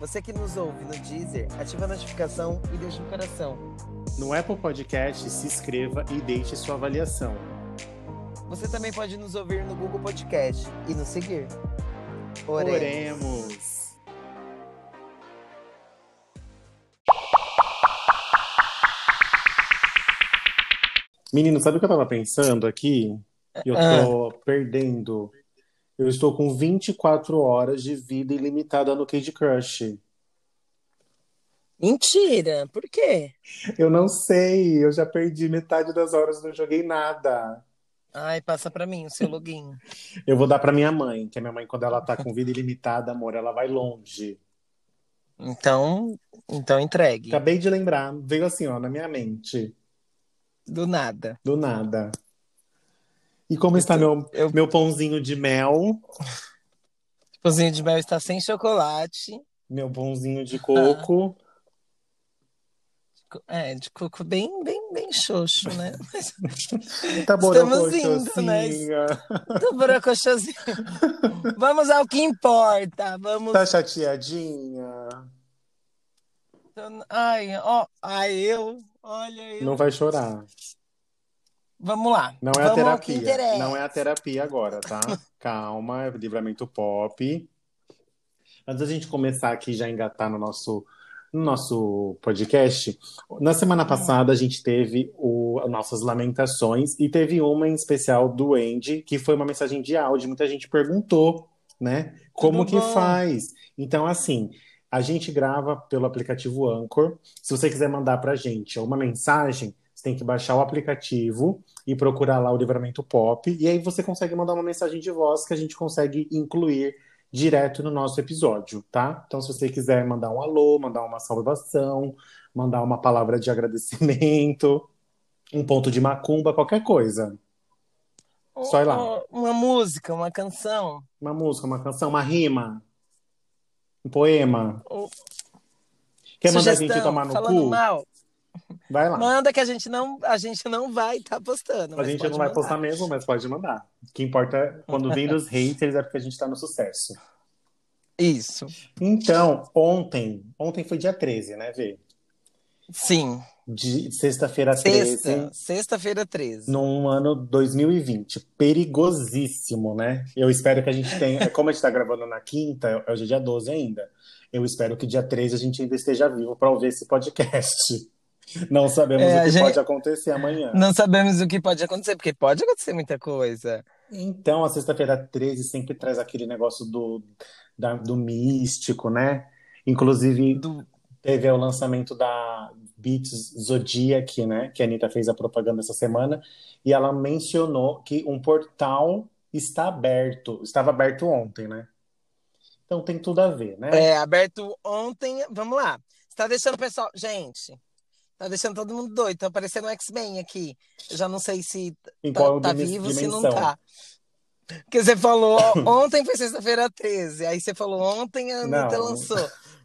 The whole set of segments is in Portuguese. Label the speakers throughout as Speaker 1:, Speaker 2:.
Speaker 1: Você que nos ouve no Deezer, ativa a notificação e deixa um coração.
Speaker 2: No Apple Podcast, se inscreva e deixe sua avaliação.
Speaker 1: Você também pode nos ouvir no Google Podcast e nos seguir.
Speaker 2: Oremos! Menino, sabe o que eu tava pensando aqui? Eu tô perdendo. Eu estou com 24 horas de vida ilimitada no Candy Crush.
Speaker 1: Mentira! Por quê?
Speaker 2: Eu não sei, eu já perdi metade das horas, não joguei nada.
Speaker 1: Ai, passa pra mim o seu login.
Speaker 2: Eu vou dar pra minha mãe, que a minha mãe, quando ela tá com vida ilimitada, amor, ela vai longe.
Speaker 1: Então, então entregue.
Speaker 2: Acabei de lembrar, veio assim, ó, na minha mente,
Speaker 1: Do nada.
Speaker 2: do nada. E como está meu,
Speaker 1: Então, eu-
Speaker 2: meu pãozinho de mel,
Speaker 1: O cozinho de mel está sem chocolate.
Speaker 2: meu pãozinho
Speaker 1: Ah.
Speaker 2: de coco?
Speaker 1: É, de coco bem, bem, bem xoxo, né? Mas
Speaker 2: Tá bom,
Speaker 1: Estamos indo, né?
Speaker 2: né?
Speaker 1: tô brocochosinho. Vamos ao que importa. Vamos.
Speaker 2: Tá chateadinha?
Speaker 1: Ai, ó, ai, eu. Olha, eu.
Speaker 2: Não vai chorar.
Speaker 1: Vamos lá.
Speaker 2: Não é
Speaker 1: Vamos
Speaker 2: a
Speaker 1: ao que
Speaker 2: terapia.
Speaker 1: interessa.
Speaker 2: Não é a terapia agora, tá? Calma, é livramento pop. Antes da gente começar aqui já engatar no nosso, no nosso podcast, na semana passada a gente teve o nossas lamentações e teve uma em especial do Andy, que foi uma mensagem de áudio. Muita gente perguntou, né? Como
Speaker 1: Tudo
Speaker 2: que
Speaker 1: bom?
Speaker 2: faz? Então, assim, a gente grava pelo aplicativo Anchor. Se você quiser mandar pra gente uma mensagem, você tem que baixar o aplicativo e procurar lá o Livramento Pop. E aí você consegue mandar uma mensagem de voz que a gente consegue incluir direto no nosso episódio, tá? Então, se você quiser mandar um alô, mandar uma salvação, mandar uma palavra de agradecimento, um ponto de macumba, qualquer coisa. Só ir lá.
Speaker 1: Ó, Uma música, uma canção.
Speaker 2: Uma música, uma canção, uma rima, um poema.
Speaker 1: Ou-
Speaker 2: Quer
Speaker 1: Oh. sugestão,
Speaker 2: mandar a gente tomar no
Speaker 1: falando
Speaker 2: cu?
Speaker 1: mal.
Speaker 2: Vai lá.
Speaker 1: Manda que a gente não, a gente não vai estar postando.
Speaker 2: a
Speaker 1: mas
Speaker 2: gente
Speaker 1: pode
Speaker 2: não vai
Speaker 1: mandar.
Speaker 2: postar mesmo, mas pode mandar. O que importa é quando vem dos haters é porque a gente tá no sucesso.
Speaker 1: Isso.
Speaker 2: Então, ontem, ontem foi dia 13, né, Vê?
Speaker 1: Sim.
Speaker 2: De sexta-feira 13,
Speaker 1: Sexta, sexta-feira 13.
Speaker 2: num ano 2020. Perigosíssimo, né? Eu espero que a gente tenha. Como a gente tá gravando na quinta, hoje é dia 12 ainda. Eu espero que dia 13 a gente ainda esteja vivo para ouvir esse podcast. Não sabemos
Speaker 1: É,
Speaker 2: o
Speaker 1: a
Speaker 2: que
Speaker 1: gente-
Speaker 2: pode acontecer amanhã.
Speaker 1: Não sabemos o que pode acontecer, porque pode acontecer muita coisa.
Speaker 2: Então, a sexta-feira 13 sempre traz aquele negócio do, da- do místico, né? Inclusive,
Speaker 1: Do-
Speaker 2: teve o lançamento da Beats Zodiac, né, que a Anitta fez a propaganda essa semana, e ela mencionou que um portal está aberto, estava aberto ontem, né? Então tem tudo a ver, né?
Speaker 1: É, aberto ontem. Vamos lá. Você tá deixando o pessoal. Gente, tá deixando todo mundo doido. Tá aparecendo o X-Men aqui. Eu já não sei se
Speaker 2: em
Speaker 1: tá,
Speaker 2: qual é
Speaker 1: tá
Speaker 2: dimen-
Speaker 1: vivo, se
Speaker 2: dimensão?
Speaker 1: não tá. Porque você falou, ó, ontem foi sexta-feira 13, aí você falou, ontem a Anitta
Speaker 2: Não.
Speaker 1: lançou.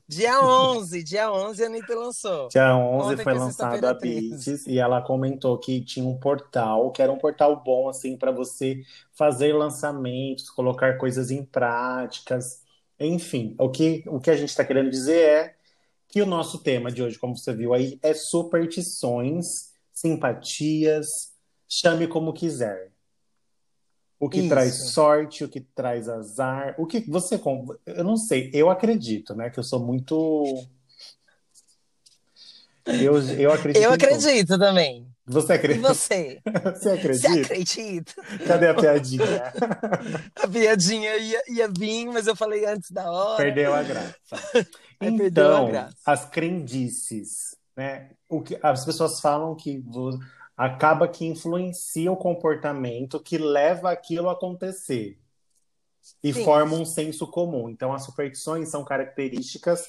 Speaker 1: Dia 11, dia 11 a Anitta lançou.
Speaker 2: Dia 11
Speaker 1: Ontem
Speaker 2: foi
Speaker 1: foi
Speaker 2: lançada
Speaker 1: sexta-feira
Speaker 2: a
Speaker 1: 13.
Speaker 2: Beats e ela comentou que tinha um portal, que era um portal bom assim para você fazer lançamentos, colocar coisas em práticas. Enfim, o que, o que a gente está querendo dizer é que o nosso tema de hoje, como você viu aí, é superstições, simpatias, chame como quiser. O que
Speaker 1: Isso.
Speaker 2: traz sorte, o que traz azar, o que você. com- Eu não sei, eu acredito, né? Que eu sou muito. Eu, eu acredito.
Speaker 1: Eu
Speaker 2: em tudo.
Speaker 1: acredito também.
Speaker 2: Você
Speaker 1: E
Speaker 2: acredita?
Speaker 1: você?
Speaker 2: Você
Speaker 1: Você
Speaker 2: acredita?
Speaker 1: acredita?
Speaker 2: Cadê a piadinha?
Speaker 1: A piadinha ia, ia vir, mas eu falei antes da hora.
Speaker 2: Perdeu a graça.
Speaker 1: Aí perdeu a
Speaker 2: Então,
Speaker 1: graça.
Speaker 2: as crendices, né? O que as pessoas falam que vo- acaba que influencia o comportamento que leva aquilo a acontecer e
Speaker 1: Sim.
Speaker 2: forma um senso comum. Então, as superstições são características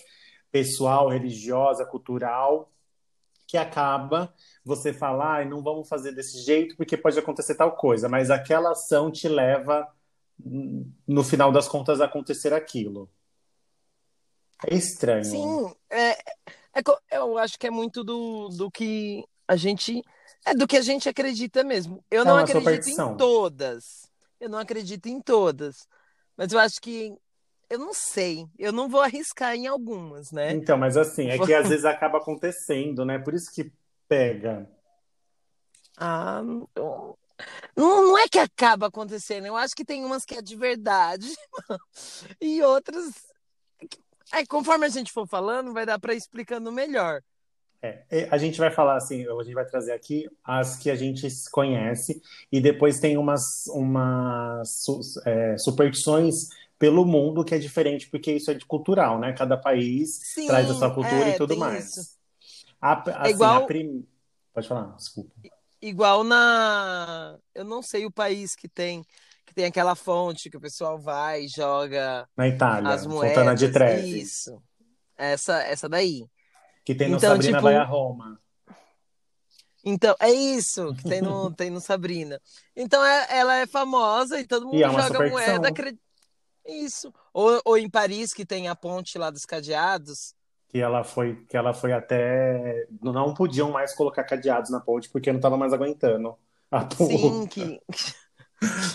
Speaker 2: pessoal, religiosa, cultural, que acaba você falar, ai, não vamos fazer desse jeito porque pode acontecer tal coisa, mas aquela ação te leva, hum, no final das contas, a acontecer aquilo. É estranho.
Speaker 1: Sim, é, é co- eu acho que é muito do, do que a gente. É do que a gente acredita mesmo. Eu
Speaker 2: Tá
Speaker 1: não
Speaker 2: na sua
Speaker 1: acredito em
Speaker 2: perdição.
Speaker 1: todas. Eu não acredito em todas. Mas eu acho que. Eu não sei. Eu não vou arriscar em algumas, né?
Speaker 2: Então, mas assim, é que às vezes acaba acontecendo, né? Por isso que pega.
Speaker 1: Ah, eu- não, não é que acaba acontecendo. Eu acho que tem umas que é de verdade e outras. É, conforme a gente for falando, vai dar pra ir explicando melhor.
Speaker 2: É, é, a gente vai falar assim, a gente vai trazer aqui as que a gente conhece, e depois tem umas, umas su- é, superstições pelo mundo que é diferente, porque isso é de cultural, né? Cada país traz a sua
Speaker 1: Sim,
Speaker 2: cultura e
Speaker 1: é,
Speaker 2: tudo
Speaker 1: tem isso.
Speaker 2: mais. A-
Speaker 1: É
Speaker 2: assim, a
Speaker 1: igual.
Speaker 2: prim... Pode falar, desculpa.
Speaker 1: Igual na. Eu não sei o país que tem, que tem aquela fonte que o pessoal vai e joga
Speaker 2: Na
Speaker 1: as
Speaker 2: Itália, Ah, Fontana di
Speaker 1: moedas.
Speaker 2: Trevi,
Speaker 1: Isso, essa, essa daí.
Speaker 2: que tem no
Speaker 1: Então,
Speaker 2: Sabrina Vai a
Speaker 1: tipo,
Speaker 2: Roma.
Speaker 1: então, é isso que tem no, tem no Sabrina. Então, é- ela é famosa e todo
Speaker 2: E é
Speaker 1: mundo
Speaker 2: uma
Speaker 1: joga moeda,
Speaker 2: superstição,
Speaker 1: acredita. Isso. Ou, ou em Paris, que tem a ponte lá dos cadeados.
Speaker 2: que ela foi, que ela foi até. Não podiam mais colocar cadeados na ponte, porque não estava mais aguentando a
Speaker 1: Sim,
Speaker 2: ponte.
Speaker 1: que.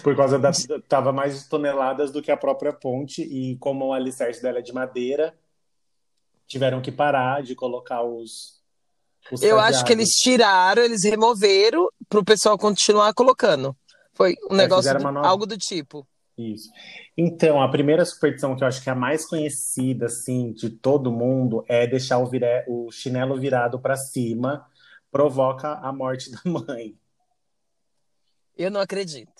Speaker 2: Por causa da. Tava mais toneladas do que a própria ponte, e como o alicerce dela é de madeira, tiveram que parar de colocar os, os
Speaker 1: Eu acho que eles
Speaker 2: cadeados.
Speaker 1: tiraram, eles removeram para o pessoal continuar colocando. Foi um
Speaker 2: É,
Speaker 1: negócio,
Speaker 2: fizeram
Speaker 1: do-
Speaker 2: uma nova.
Speaker 1: algo do tipo.
Speaker 2: Isso. Então, a primeira superstição que eu acho que é a mais conhecida, assim, de todo mundo, é deixar o, vire- o chinelo virado para cima, provoca a morte da mãe.
Speaker 1: Eu não acredito.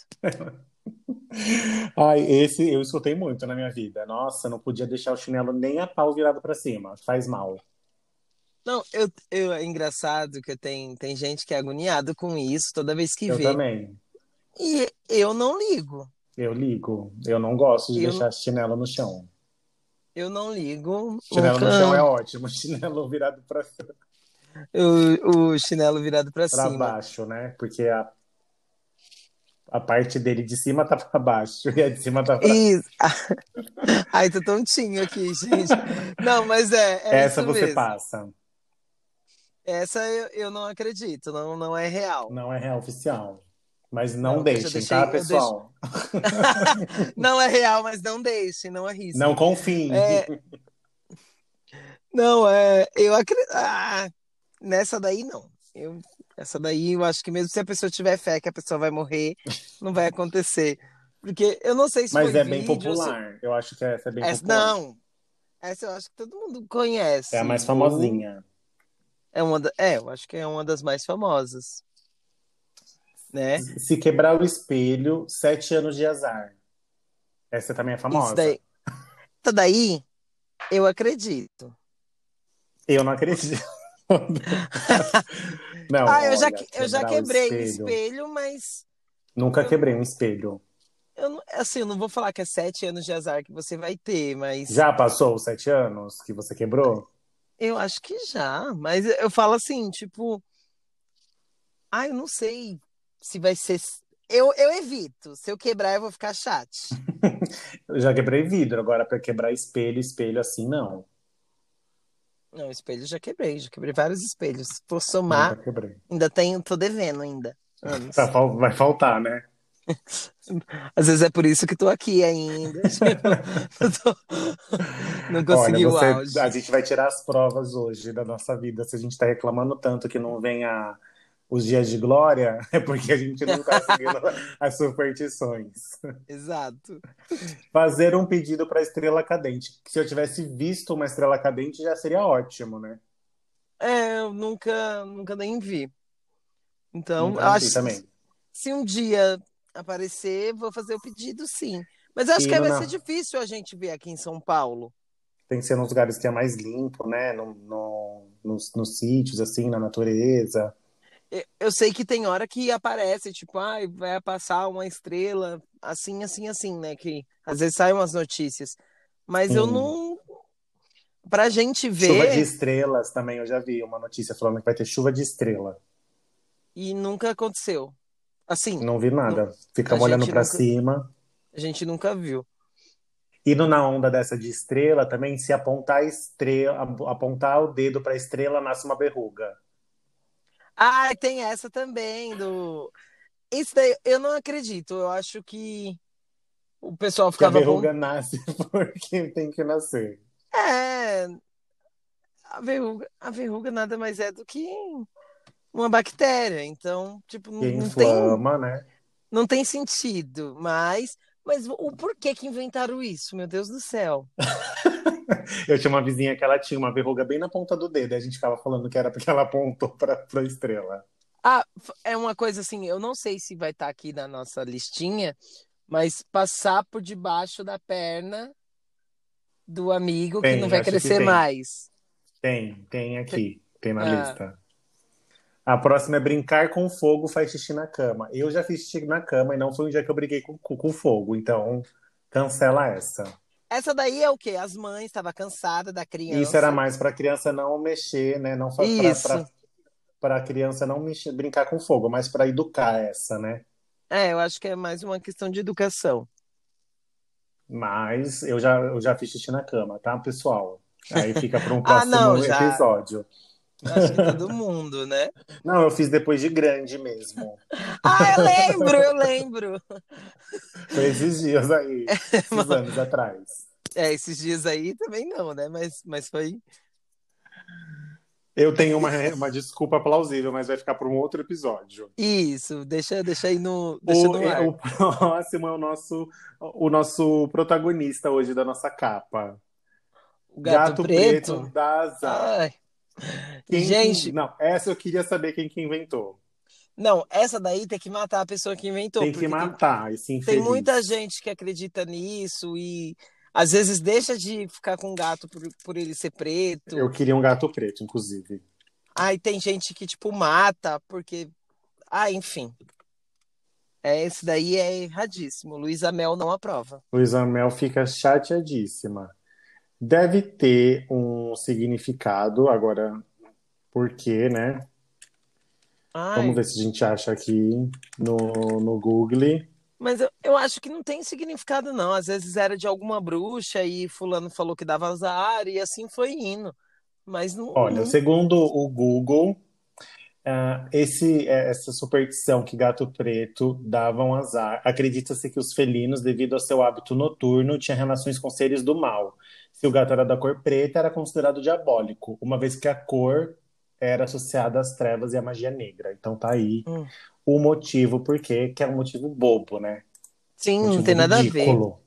Speaker 2: Ai, esse eu escutei muito na minha vida. Nossa, não podia deixar o chinelo nem a pau virado para cima, faz mal.
Speaker 1: Não, eu, eu- é engraçado que eu tenho, tem gente que é agoniado com isso toda vez que
Speaker 2: Eu
Speaker 1: vê.
Speaker 2: também.
Speaker 1: E eu não ligo.
Speaker 2: Eu ligo. Eu não gosto de
Speaker 1: Eu,
Speaker 2: deixar chinelo no chão.
Speaker 1: eu não ligo. O,
Speaker 2: Chinelo no chão é
Speaker 1: Um can-
Speaker 2: ótimo, chinelo virado para
Speaker 1: o, o chinelo virado para
Speaker 2: para
Speaker 1: cima.
Speaker 2: baixo, né? Porque a, a parte dele de cima tá para baixo e a de cima tá para
Speaker 1: E, ai, tô tontinho aqui, gente. Não, mas é, é
Speaker 2: Essa
Speaker 1: isso
Speaker 2: você
Speaker 1: mesmo.
Speaker 2: passa.
Speaker 1: Essa eu, eu não acredito, não, não é real.
Speaker 2: Não é real oficial. Mas não
Speaker 1: Não, eu já
Speaker 2: deixem, tá,
Speaker 1: deixei, eu deixo.
Speaker 2: pessoal?
Speaker 1: Não é real, mas não deixe, não
Speaker 2: Não
Speaker 1: arrisque.
Speaker 2: confiem.
Speaker 1: É, não, é, eu acredito. nessa daí não. Eu, essa daí eu acho que mesmo se a pessoa tiver fé que a pessoa vai morrer, não vai acontecer. Porque eu não sei se
Speaker 2: Mas
Speaker 1: foi
Speaker 2: é bem
Speaker 1: vídeo, se,
Speaker 2: popular. Eu acho que essa é bem
Speaker 1: essa,
Speaker 2: popular.
Speaker 1: não, essa eu acho que todo mundo
Speaker 2: É a mais
Speaker 1: conhece. Ou
Speaker 2: famosinha.
Speaker 1: é uma da, é, eu acho que é uma das mais famosas, né?
Speaker 2: Se quebrar o espelho, sete anos de azar. Essa também é
Speaker 1: Isso
Speaker 2: famosa.
Speaker 1: daí, tá daí eu acredito.
Speaker 2: Então, Eu não acredito. Não,
Speaker 1: Ah, eu já,
Speaker 2: olha,
Speaker 1: que- eu já
Speaker 2: quebrar o
Speaker 1: quebrei um
Speaker 2: espelho.
Speaker 1: espelho, mas
Speaker 2: Nunca
Speaker 1: eu
Speaker 2: quebrei um espelho.
Speaker 1: Eu não, assim, eu não vou falar que é sete anos de azar que você vai ter, mas
Speaker 2: Já passou os sete anos que você quebrou?
Speaker 1: eu acho que já. Mas eu eu falo assim, tipo, ah, eu não sei se vai ser. Eu, eu evito. Se eu quebrar, eu vou ficar chate.
Speaker 2: Eu já quebrei vidro, agora para quebrar espelho, espelho assim, não. Uhum.
Speaker 1: Não, espelho eu já quebrei, já quebrei vários espelhos. Por somar,
Speaker 2: Nunca quebrei.
Speaker 1: ainda tenho, tô devendo ainda.
Speaker 2: Uhum. Tá,
Speaker 1: Anos.
Speaker 2: fal- vai faltar, né?
Speaker 1: Às vezes é por isso que tô aqui ainda. Tipo, eu tô- não
Speaker 2: Olha,
Speaker 1: consegui o
Speaker 2: você, a
Speaker 1: auge.
Speaker 2: gente vai tirar as provas hoje da nossa vida. Se a gente tá reclamando tanto que não vem a, os dias de glória, é porque a gente não tá seguindo as superstições.
Speaker 1: Exato.
Speaker 2: Fazer um pedido para estrela cadente. Se eu tivesse visto uma estrela cadente, já seria ótimo, né?
Speaker 1: É, eu nunca, nunca nem vi. Então,
Speaker 2: Nunca
Speaker 1: eu
Speaker 2: nem
Speaker 1: acho
Speaker 2: vi
Speaker 1: que
Speaker 2: assim, também.
Speaker 1: se um dia aparecer, vou fazer o pedido, sim. Mas eu acho
Speaker 2: E
Speaker 1: que
Speaker 2: no,
Speaker 1: vai
Speaker 2: na,
Speaker 1: ser difícil a gente ver aqui em São Paulo.
Speaker 2: tem que ser nos lugares que é mais limpo, né? No, no- nos, nos sítios, assim, na natureza.
Speaker 1: Eu eu sei que tem hora que aparece, tipo, ai, vai passar uma estrela, assim, assim, assim, né? Que às vezes saem umas notícias. Mas eu
Speaker 2: Sim.
Speaker 1: não. pra gente ver.
Speaker 2: Chuva de estrelas também, eu já vi uma notícia falando que vai ter chuva de estrela.
Speaker 1: E nunca aconteceu. Assim,
Speaker 2: Não vi nada. Ficamos
Speaker 1: A gente
Speaker 2: olhando pra
Speaker 1: nunca-
Speaker 2: cima.
Speaker 1: a gente nunca viu.
Speaker 2: E no- na onda dessa de estrela também, se apontar a estrela, ap- apontar o dedo pra estrela, nasce uma verruga.
Speaker 1: Ah, tem essa também do. Isso daí eu não acredito. Eu acho que o pessoal
Speaker 2: Porque a
Speaker 1: ficava bom.
Speaker 2: verruga nasce porque tem que nascer.
Speaker 1: É. A verruga, a verruga nada mais é do que uma bactéria. Então, tipo, não,
Speaker 2: E
Speaker 1: não tem,
Speaker 2: inflama, né?
Speaker 1: não tem sentido. Mas, mas o porquê que inventaram isso? Meu Deus do céu.
Speaker 2: Eu tinha uma vizinha que ela tinha uma verruga bem na ponta do dedo. E a gente ficava falando que era porque ela apontou pra, pra estrela.
Speaker 1: Ah, f- é uma coisa assim, eu não sei se vai estar aqui na nossa listinha, mas passar por debaixo da perna do amigo que
Speaker 2: Tem,
Speaker 1: não vai
Speaker 2: acho que
Speaker 1: crescer
Speaker 2: tem.
Speaker 1: mais.
Speaker 2: Tem, tem aqui. Tem na
Speaker 1: Ah.
Speaker 2: lista. A próxima é brincar com fogo faz xixi na cama. Eu já fiz xixi na cama e não foi um dia que eu briguei com, com, com fogo. Então, cancela essa.
Speaker 1: Essa daí é o quê? As mães estavam cansadas da criança.
Speaker 2: Isso era mais pra criança não mexer, né? Não fa- pra-
Speaker 1: Isso.
Speaker 2: pra- pra criança não mexer, brincar com fogo, mas pra educar essa, né?
Speaker 1: É, eu acho que é mais uma questão de educação.
Speaker 2: Mas eu já, eu já fiz xixi na cama, tá, pessoal? Aí fica para um próximo
Speaker 1: Ah, não, já.
Speaker 2: episódio.
Speaker 1: Acho que todo mundo, né?
Speaker 2: Não, eu fiz depois de grande mesmo.
Speaker 1: Ah, eu lembro, eu lembro.
Speaker 2: Foi esses dias aí, esses anos atrás.
Speaker 1: É, esses dias aí também não, né? Mas, mas foi.
Speaker 2: Eu tenho uma, uma desculpa plausível, mas vai ficar para um outro episódio.
Speaker 1: Isso, deixa, deixa aí no. Deixa
Speaker 2: O,
Speaker 1: no ar.
Speaker 2: é- o próximo é o nosso, o nosso protagonista hoje da nossa capa.
Speaker 1: O gato, preto.
Speaker 2: da Zara.
Speaker 1: Ai.
Speaker 2: Quem que-
Speaker 1: Gente,
Speaker 2: Não, essa eu queria saber quem que inventou.
Speaker 1: não, essa daí tem que matar a pessoa que inventou.
Speaker 2: Tem
Speaker 1: porque
Speaker 2: que matar esse
Speaker 1: tem
Speaker 2: infeliz.
Speaker 1: muita gente que acredita nisso e às vezes deixa de ficar com o gato por, por ele ser preto.
Speaker 2: Eu queria um gato preto, inclusive.
Speaker 1: Aí tem gente que, tipo, mata porque. Ah, enfim. É, esse daí é erradíssimo. Luísa Mel não aprova.
Speaker 2: Luísa Mel fica chateadíssima. Deve ter um significado, agora, por quê, né?
Speaker 1: Ai,
Speaker 2: Vamos ver se a gente acha aqui no, no Google.
Speaker 1: Mas eu, eu acho que não tem significado, não. Às vezes era de alguma bruxa e fulano falou que dava azar e assim foi indo. Mas não.
Speaker 2: Olha,
Speaker 1: não-
Speaker 2: segundo o Google, ah, esse, eh, essa superstição que gato preto dava um azar, acredita-se que os felinos, devido ao seu hábito noturno, tinham relações com seres do mal. Se o gato era da cor preta, era considerado diabólico, uma vez que a cor era associada às trevas e à magia negra. Então tá aí
Speaker 1: Hum.
Speaker 2: o motivo, porque que é um motivo bobo, né?
Speaker 1: Sim, não
Speaker 2: Motivo
Speaker 1: tem nada a ver.
Speaker 2: ridículo.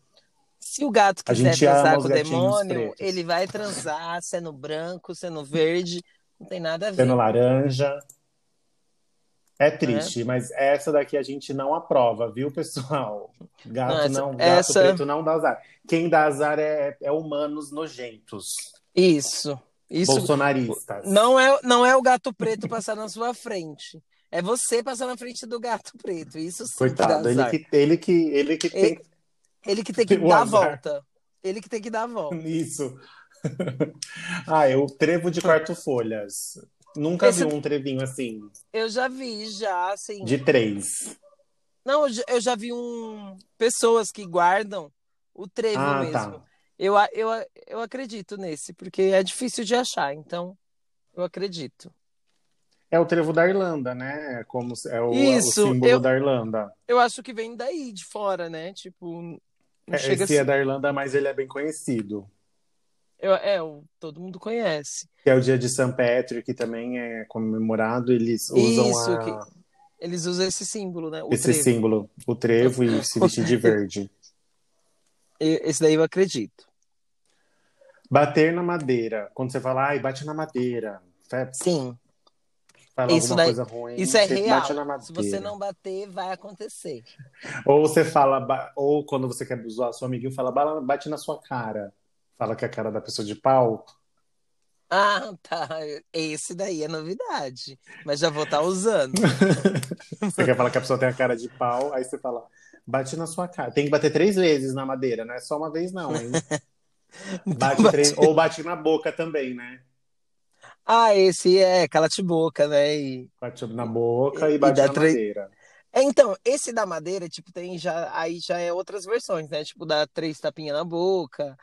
Speaker 1: Se o gato
Speaker 2: A
Speaker 1: quiser
Speaker 2: gente ama
Speaker 1: transar
Speaker 2: os
Speaker 1: com o
Speaker 2: gatinhos
Speaker 1: demônio,
Speaker 2: pretos.
Speaker 1: ele vai transar, sendo branco, sendo verde, não tem nada a ver.
Speaker 2: Sendo laranja. É triste, mas essa daqui a gente não aprova, viu, pessoal? Gato
Speaker 1: Não, essa-
Speaker 2: não, gato
Speaker 1: essa-
Speaker 2: preto não dá azar. Quem dá azar é, é humanos nojentos,
Speaker 1: Isso. Isso
Speaker 2: bolsonaristas.
Speaker 1: não é, não é o gato preto passar na sua frente. É você passar na frente do gato preto. Isso sim que
Speaker 2: Coitado,
Speaker 1: dá
Speaker 2: ele
Speaker 1: azar.
Speaker 2: que, ele que, ele que tem
Speaker 1: Ele que tem que
Speaker 2: O
Speaker 1: dar a
Speaker 2: azar.
Speaker 1: volta. Ele que tem que dar a volta.
Speaker 2: isso. ah, eu trevo de quarto folhas. Nunca
Speaker 1: Esse-
Speaker 2: vi um trevinho assim,
Speaker 1: Eu já vi, já, assim.
Speaker 2: de três.
Speaker 1: Não, eu já- eu já vi um. Pessoas que guardam o trevo
Speaker 2: Ah,
Speaker 1: mesmo.
Speaker 2: tá.
Speaker 1: Eu, a- eu, a- eu acredito nesse, porque é difícil de achar, então eu acredito.
Speaker 2: É o trevo da Irlanda, né? É Como se- é o,
Speaker 1: Isso,
Speaker 2: é o símbolo
Speaker 1: eu-
Speaker 2: da Irlanda.
Speaker 1: Eu acho que vem daí de fora, né? Tipo, não
Speaker 2: É,
Speaker 1: chega
Speaker 2: Esse é
Speaker 1: assim.
Speaker 2: da Irlanda, mas ele é bem conhecido.
Speaker 1: Eu- é, o- todo mundo conhece.
Speaker 2: Que é o dia de St. Patrick, que também é comemorado. Eles usam
Speaker 1: Isso,
Speaker 2: a-
Speaker 1: que- Eles usam esse símbolo, né? O
Speaker 2: esse
Speaker 1: trevo.
Speaker 2: símbolo, o trevo, e se vestir de verde.
Speaker 1: E- Esse daí eu acredito.
Speaker 2: Bater na madeira. Quando você fala, ai, bate na madeira. Fa-
Speaker 1: Sim,
Speaker 2: Fala
Speaker 1: Isso
Speaker 2: alguma
Speaker 1: daí-
Speaker 2: coisa ruim.
Speaker 1: isso é
Speaker 2: você
Speaker 1: real.
Speaker 2: Bate na
Speaker 1: Se
Speaker 2: madeira.
Speaker 1: você não bater, vai acontecer.
Speaker 2: Ou você fala, ba- ou quando você quer zoar seu amiguinho, fala, "Bala- bate na sua cara. Fala que é a cara da pessoa de pau.
Speaker 1: Ah, tá. Esse daí é novidade. Mas já vou estar usando.
Speaker 2: Você quer falar que a pessoa tem a cara de pau, aí você fala, bate na sua cara. Tem que bater três vezes na madeira, não é só uma vez, não, hein? Bate três- Ou bate na boca também, né?
Speaker 1: Ah, esse é cala-te-boca, né? E-
Speaker 2: Bate na boca e
Speaker 1: E
Speaker 2: bate
Speaker 1: dá
Speaker 2: na
Speaker 1: três-
Speaker 2: madeira.
Speaker 1: É, Então, esse da madeira, tipo, tem já. Aí já é outras versões, né? Tipo, dá três tapinhas na boca,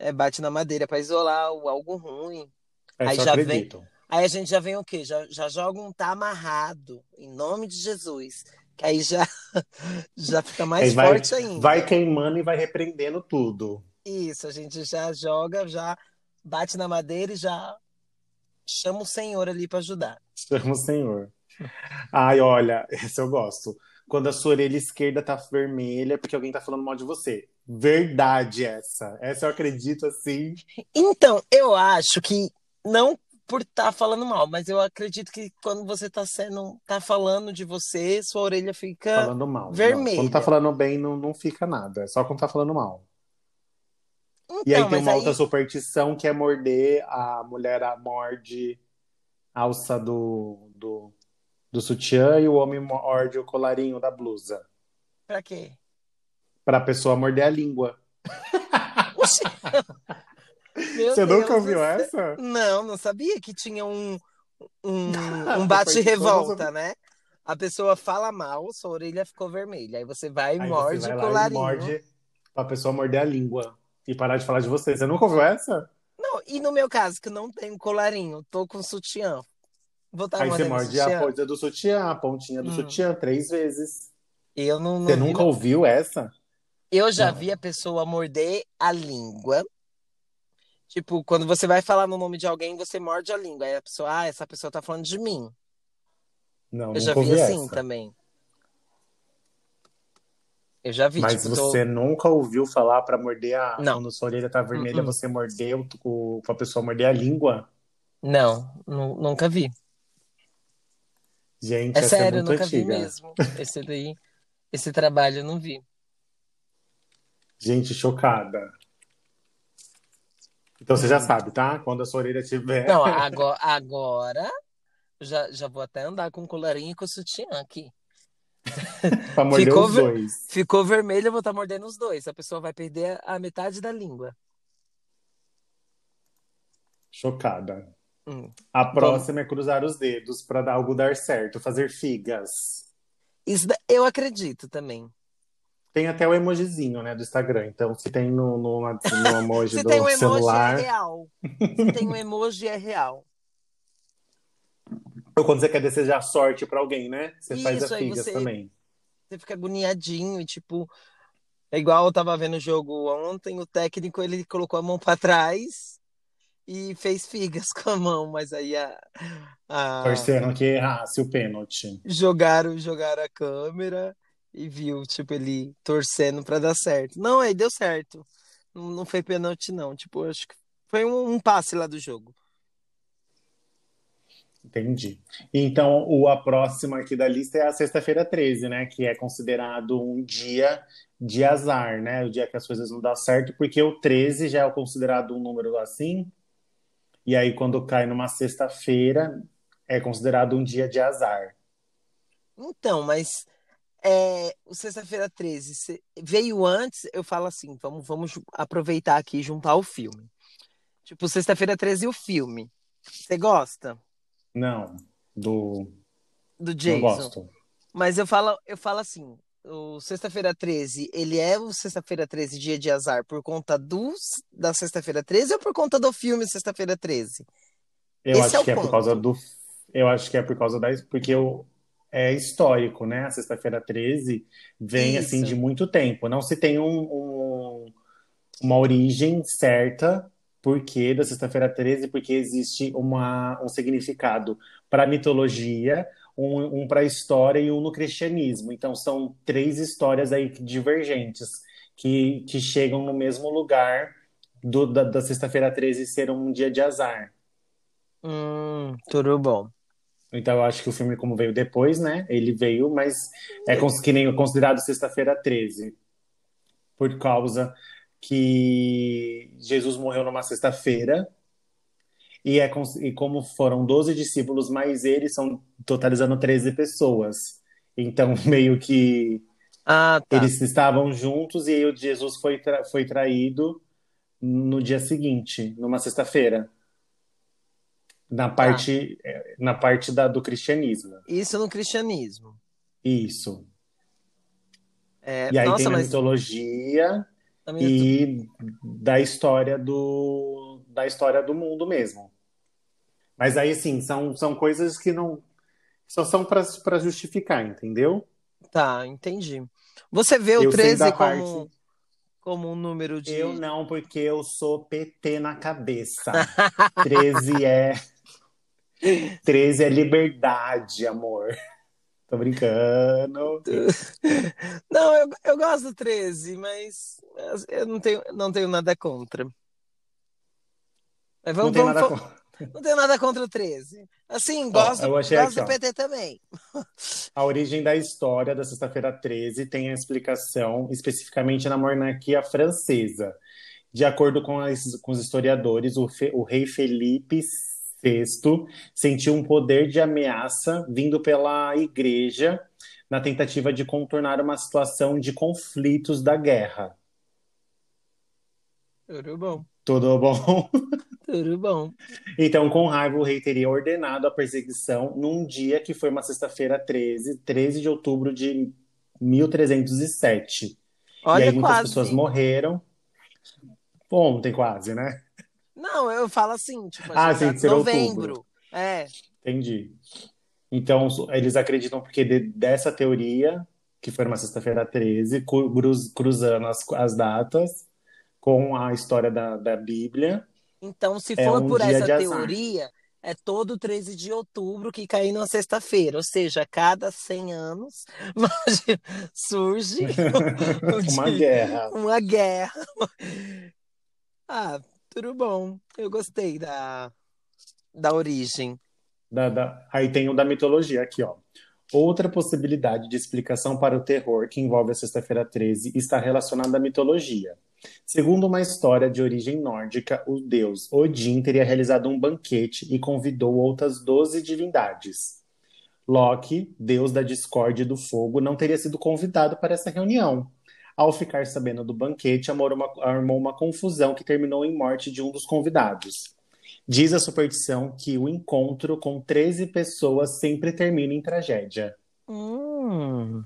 Speaker 1: é, bate na madeira pra isolar o algo ruim.
Speaker 2: Essa
Speaker 1: Aí
Speaker 2: eu
Speaker 1: já vem-
Speaker 2: É, acredito.
Speaker 1: Aí a gente já vem o quê? Já, já joga um tá amarrado, em nome de Jesus. Que aí já, já fica mais
Speaker 2: Aí vai-
Speaker 1: forte ainda.
Speaker 2: Vai queimando e vai repreendendo tudo.
Speaker 1: Isso, a gente já joga, já bate na madeira e já chama o Senhor ali pra ajudar.
Speaker 2: Chama o Senhor. Ai, olha, essa eu gosto. Quando a sua orelha esquerda tá vermelha, é porque alguém tá falando mal de você. Verdade essa. Essa eu acredito assim.
Speaker 1: Então, eu acho que não por estar falando mal, mas eu acredito que quando você tá sendo, tá falando de você, sua orelha fica.
Speaker 2: Falando mal.
Speaker 1: É vermelha.
Speaker 2: Não, Quando tá falando bem, não, não fica nada. É só quando tá falando mal. E
Speaker 1: Então,
Speaker 2: aí tem
Speaker 1: mas
Speaker 2: uma
Speaker 1: aí-
Speaker 2: outra superstição que é morder a mulher a morde a alça do, do, do sutiã e o homem morde o colarinho da blusa.
Speaker 1: pra quê?
Speaker 2: Pra pessoa morder a língua.
Speaker 1: Oxi! Meu
Speaker 2: Você
Speaker 1: Deus
Speaker 2: nunca ouviu
Speaker 1: do céu.
Speaker 2: essa?
Speaker 1: Não, não sabia que tinha um, um, um bate-revolta, né? A pessoa fala mal, sua orelha ficou vermelha. Aí você vai e
Speaker 2: Aí
Speaker 1: morde
Speaker 2: você vai
Speaker 1: o
Speaker 2: lá e
Speaker 1: colarinho.
Speaker 2: morde pra pessoa morder a língua e parar de falar de você. Você nunca ouviu essa?
Speaker 1: Não, e no meu caso, que não tenho colarinho, tô com sutiã. Vou estar
Speaker 2: aí você
Speaker 1: Tá mordendo
Speaker 2: morde a
Speaker 1: sutiã.
Speaker 2: coisa do sutiã, a pontinha do
Speaker 1: Hum.
Speaker 2: sutiã três vezes.
Speaker 1: Eu não, não
Speaker 2: Você
Speaker 1: vi,
Speaker 2: nunca
Speaker 1: não.
Speaker 2: ouviu essa?
Speaker 1: Eu já
Speaker 2: Não.
Speaker 1: vi a pessoa morder a língua. Tipo, quando você vai falar no nome de alguém, você morde a língua. Aí a pessoa, ah, essa pessoa tá falando de mim.
Speaker 2: Não,
Speaker 1: Eu
Speaker 2: nunca
Speaker 1: já vi
Speaker 2: ouvi
Speaker 1: assim
Speaker 2: essa.
Speaker 1: também. Eu já vi,
Speaker 2: Mas
Speaker 1: tipo, tô-
Speaker 2: você nunca ouviu falar pra morder a.
Speaker 1: Não.
Speaker 2: Quando sua orelha tá vermelha,
Speaker 1: Hum, hum.
Speaker 2: você mordeu o... pra pessoa morder a língua?
Speaker 1: Não, nu- nunca vi.
Speaker 2: Gente,
Speaker 1: É
Speaker 2: essa
Speaker 1: sério,
Speaker 2: é
Speaker 1: eu
Speaker 2: muito
Speaker 1: nunca vi
Speaker 2: antiga.
Speaker 1: mesmo. Esse daí, esse trabalho eu não vi.
Speaker 2: Gente, chocada. Então você
Speaker 1: Hum.
Speaker 2: já sabe, tá? Quando a sua orelha tiver.
Speaker 1: Não, agora, agora eu já, já vou até andar com um colarinho e com sutiã aqui.
Speaker 2: pra morder
Speaker 1: ficou
Speaker 2: os
Speaker 1: ver-
Speaker 2: dois.
Speaker 1: Ficou vermelho, eu vou estar mordendo os dois. A pessoa vai perder a metade da língua.
Speaker 2: Chocada.
Speaker 1: Hum.
Speaker 2: A próxima é cruzar os dedos pra dar algo dar certo, fazer figas.
Speaker 1: Isso da- eu acredito também.
Speaker 2: Tem até o emojizinho, né, do Instagram. Então, se tem no, no, no emoji
Speaker 1: Se
Speaker 2: do
Speaker 1: tem um emoji,
Speaker 2: celular.
Speaker 1: é real. Se tem um emoji, é real.
Speaker 2: Ou quando você quer desejar sorte pra alguém, né? Você faz
Speaker 1: Isso,
Speaker 2: a
Speaker 1: aí
Speaker 2: figas
Speaker 1: você-
Speaker 2: também.
Speaker 1: Você fica agoniadinho e, tipo. É igual eu tava vendo o jogo ontem, o técnico ele colocou a mão pra trás e fez figas com a mão, mas aí a, a-
Speaker 2: Torcendo que errasse o pênalti.
Speaker 1: jogaram, jogaram a câmera e viu, tipo, ele torcendo pra dar certo. Não, aí deu certo. Não, não foi pênalti, não. Tipo, eu acho que foi um, um passe lá do jogo.
Speaker 2: Entendi. Então, o, a próxima aqui da lista é a sexta-feira 13, né? Que é considerado um dia de azar, né? O dia que as coisas não dão certo, porque o 13 já é considerado um número assim. E aí, quando cai numa sexta-feira, é considerado um dia de azar.
Speaker 1: Então, mas é, o Sexta-feira 13 se- veio antes, eu falo assim, vamos, vamos ju- aproveitar aqui e juntar o filme. Tipo, Sexta-feira 13 e o filme. Você gosta
Speaker 2: Não, do.
Speaker 1: do Jason?
Speaker 2: Não gosto.
Speaker 1: Mas eu falo, eu falo assim, o Sexta-feira 13, ele é o Sexta-feira 13 Dia de Azar por conta do, da Sexta-feira 13 ou por conta do filme Sexta-feira 13?
Speaker 2: Eu
Speaker 1: Esse
Speaker 2: acho
Speaker 1: é o
Speaker 2: que é por
Speaker 1: ponto.
Speaker 2: causa do. Eu acho que é por causa da. Porque eu... é histórico, né? A sexta-feira 13 vem
Speaker 1: Isso.
Speaker 2: assim de muito tempo. Não se tem um, um- uma origem certa porque da sexta-feira 13, porque existe uma, um significado para a mitologia, um, um para a história e um no cristianismo. Então são três histórias aí divergentes que, que chegam no mesmo lugar do, da, da sexta-feira 13 ser um dia de azar.
Speaker 1: Hum, tudo bom.
Speaker 2: Então eu acho que o filme, como veio depois, né? Ele veio, mas é cons- que nem considerado sexta-feira 13. Por causa que Jesus morreu numa sexta-feira. E, é, cons- e como foram 12 discípulos, mais eles são totalizando 13 pessoas. Então, meio que
Speaker 1: Ah, tá.
Speaker 2: eles estavam juntos e aí o Jesus foi, tra- foi traído no dia seguinte, numa sexta-feira.
Speaker 1: Tá.
Speaker 2: Na parte, é, na parte da, do cristianismo.
Speaker 1: Isso no cristianismo.
Speaker 2: Isso.
Speaker 1: É,
Speaker 2: E aí
Speaker 1: nossa,
Speaker 2: tem a
Speaker 1: mas
Speaker 2: mitologia
Speaker 1: a minha-
Speaker 2: e da história do da história do mundo mesmo. Mas aí assim, são, são coisas que não só são para justificar, entendeu?
Speaker 1: Tá, entendi. Você vê o
Speaker 2: Eu sei
Speaker 1: 13
Speaker 2: da
Speaker 1: como,
Speaker 2: parte.
Speaker 1: como um número de.
Speaker 2: Eu não, porque eu sou PT na cabeça. 13 é 13 é liberdade, amor. Tô brincando.
Speaker 1: Não, eu, eu gosto do 13, mas mas eu não tenho, não tenho nada contra. Mas
Speaker 2: Não
Speaker 1: vamos,
Speaker 2: tem
Speaker 1: vamos-
Speaker 2: nada
Speaker 1: vamos-
Speaker 2: contra.
Speaker 1: não tenho nada contra o 13. Assim, gosto,
Speaker 2: eu achei aqui,
Speaker 1: gosto do
Speaker 2: ó.
Speaker 1: PT também.
Speaker 2: A origem da história da Sexta-feira 13 tem a explicação especificamente na monarquia francesa. De acordo com, as- com os historiadores, o, fe- o rei Felipe VI sentiu um poder de ameaça vindo pela igreja na tentativa de contornar uma situação de conflitos da guerra.
Speaker 1: Tudo bom,
Speaker 2: Tudo bom?
Speaker 1: tudo bom.
Speaker 2: Então, com raiva, o rei teria ordenado a perseguição num dia que foi uma sexta-feira 13, 13 de outubro de 1307.
Speaker 1: Olha,
Speaker 2: e aí muitas
Speaker 1: quase.
Speaker 2: pessoas morreram. Ontem quase, né?
Speaker 1: Não, eu falo assim, tipo,
Speaker 2: Ah,
Speaker 1: a gente
Speaker 2: sim,
Speaker 1: tá
Speaker 2: que será
Speaker 1: novembro. É,
Speaker 2: Entendi. Então, so- eles acreditam porque de- dessa teoria, que foi uma sexta-feira 13, cu- cruz- cruzando as, as datas com a história da, da Bíblia.
Speaker 1: então se
Speaker 2: É
Speaker 1: for
Speaker 2: um
Speaker 1: por
Speaker 2: dia
Speaker 1: essa
Speaker 2: de azar.
Speaker 1: teoria, é todo 13 de outubro que cai numa sexta-feira, ou seja, a cada 100 anos imagina, surge um
Speaker 2: Uma guerra.
Speaker 1: uma guerra. Ah, tudo bom. Eu gostei da, da origem.
Speaker 2: Da- da- Aí tem o da mitologia aqui, ó. Outra possibilidade de explicação para o terror que envolve a Sexta-feira 13 está relacionada à mitologia. Segundo uma história de origem nórdica, o deus Odin teria realizado um banquete e convidou outras 12 divindades. Loki, deus da discórdia e do fogo, não teria sido convidado para essa reunião. Ao ficar sabendo do banquete, armou uma, armou uma confusão que terminou em morte de um dos convidados. Diz a superstição que o encontro com 13 pessoas sempre termina em tragédia.
Speaker 1: Hum,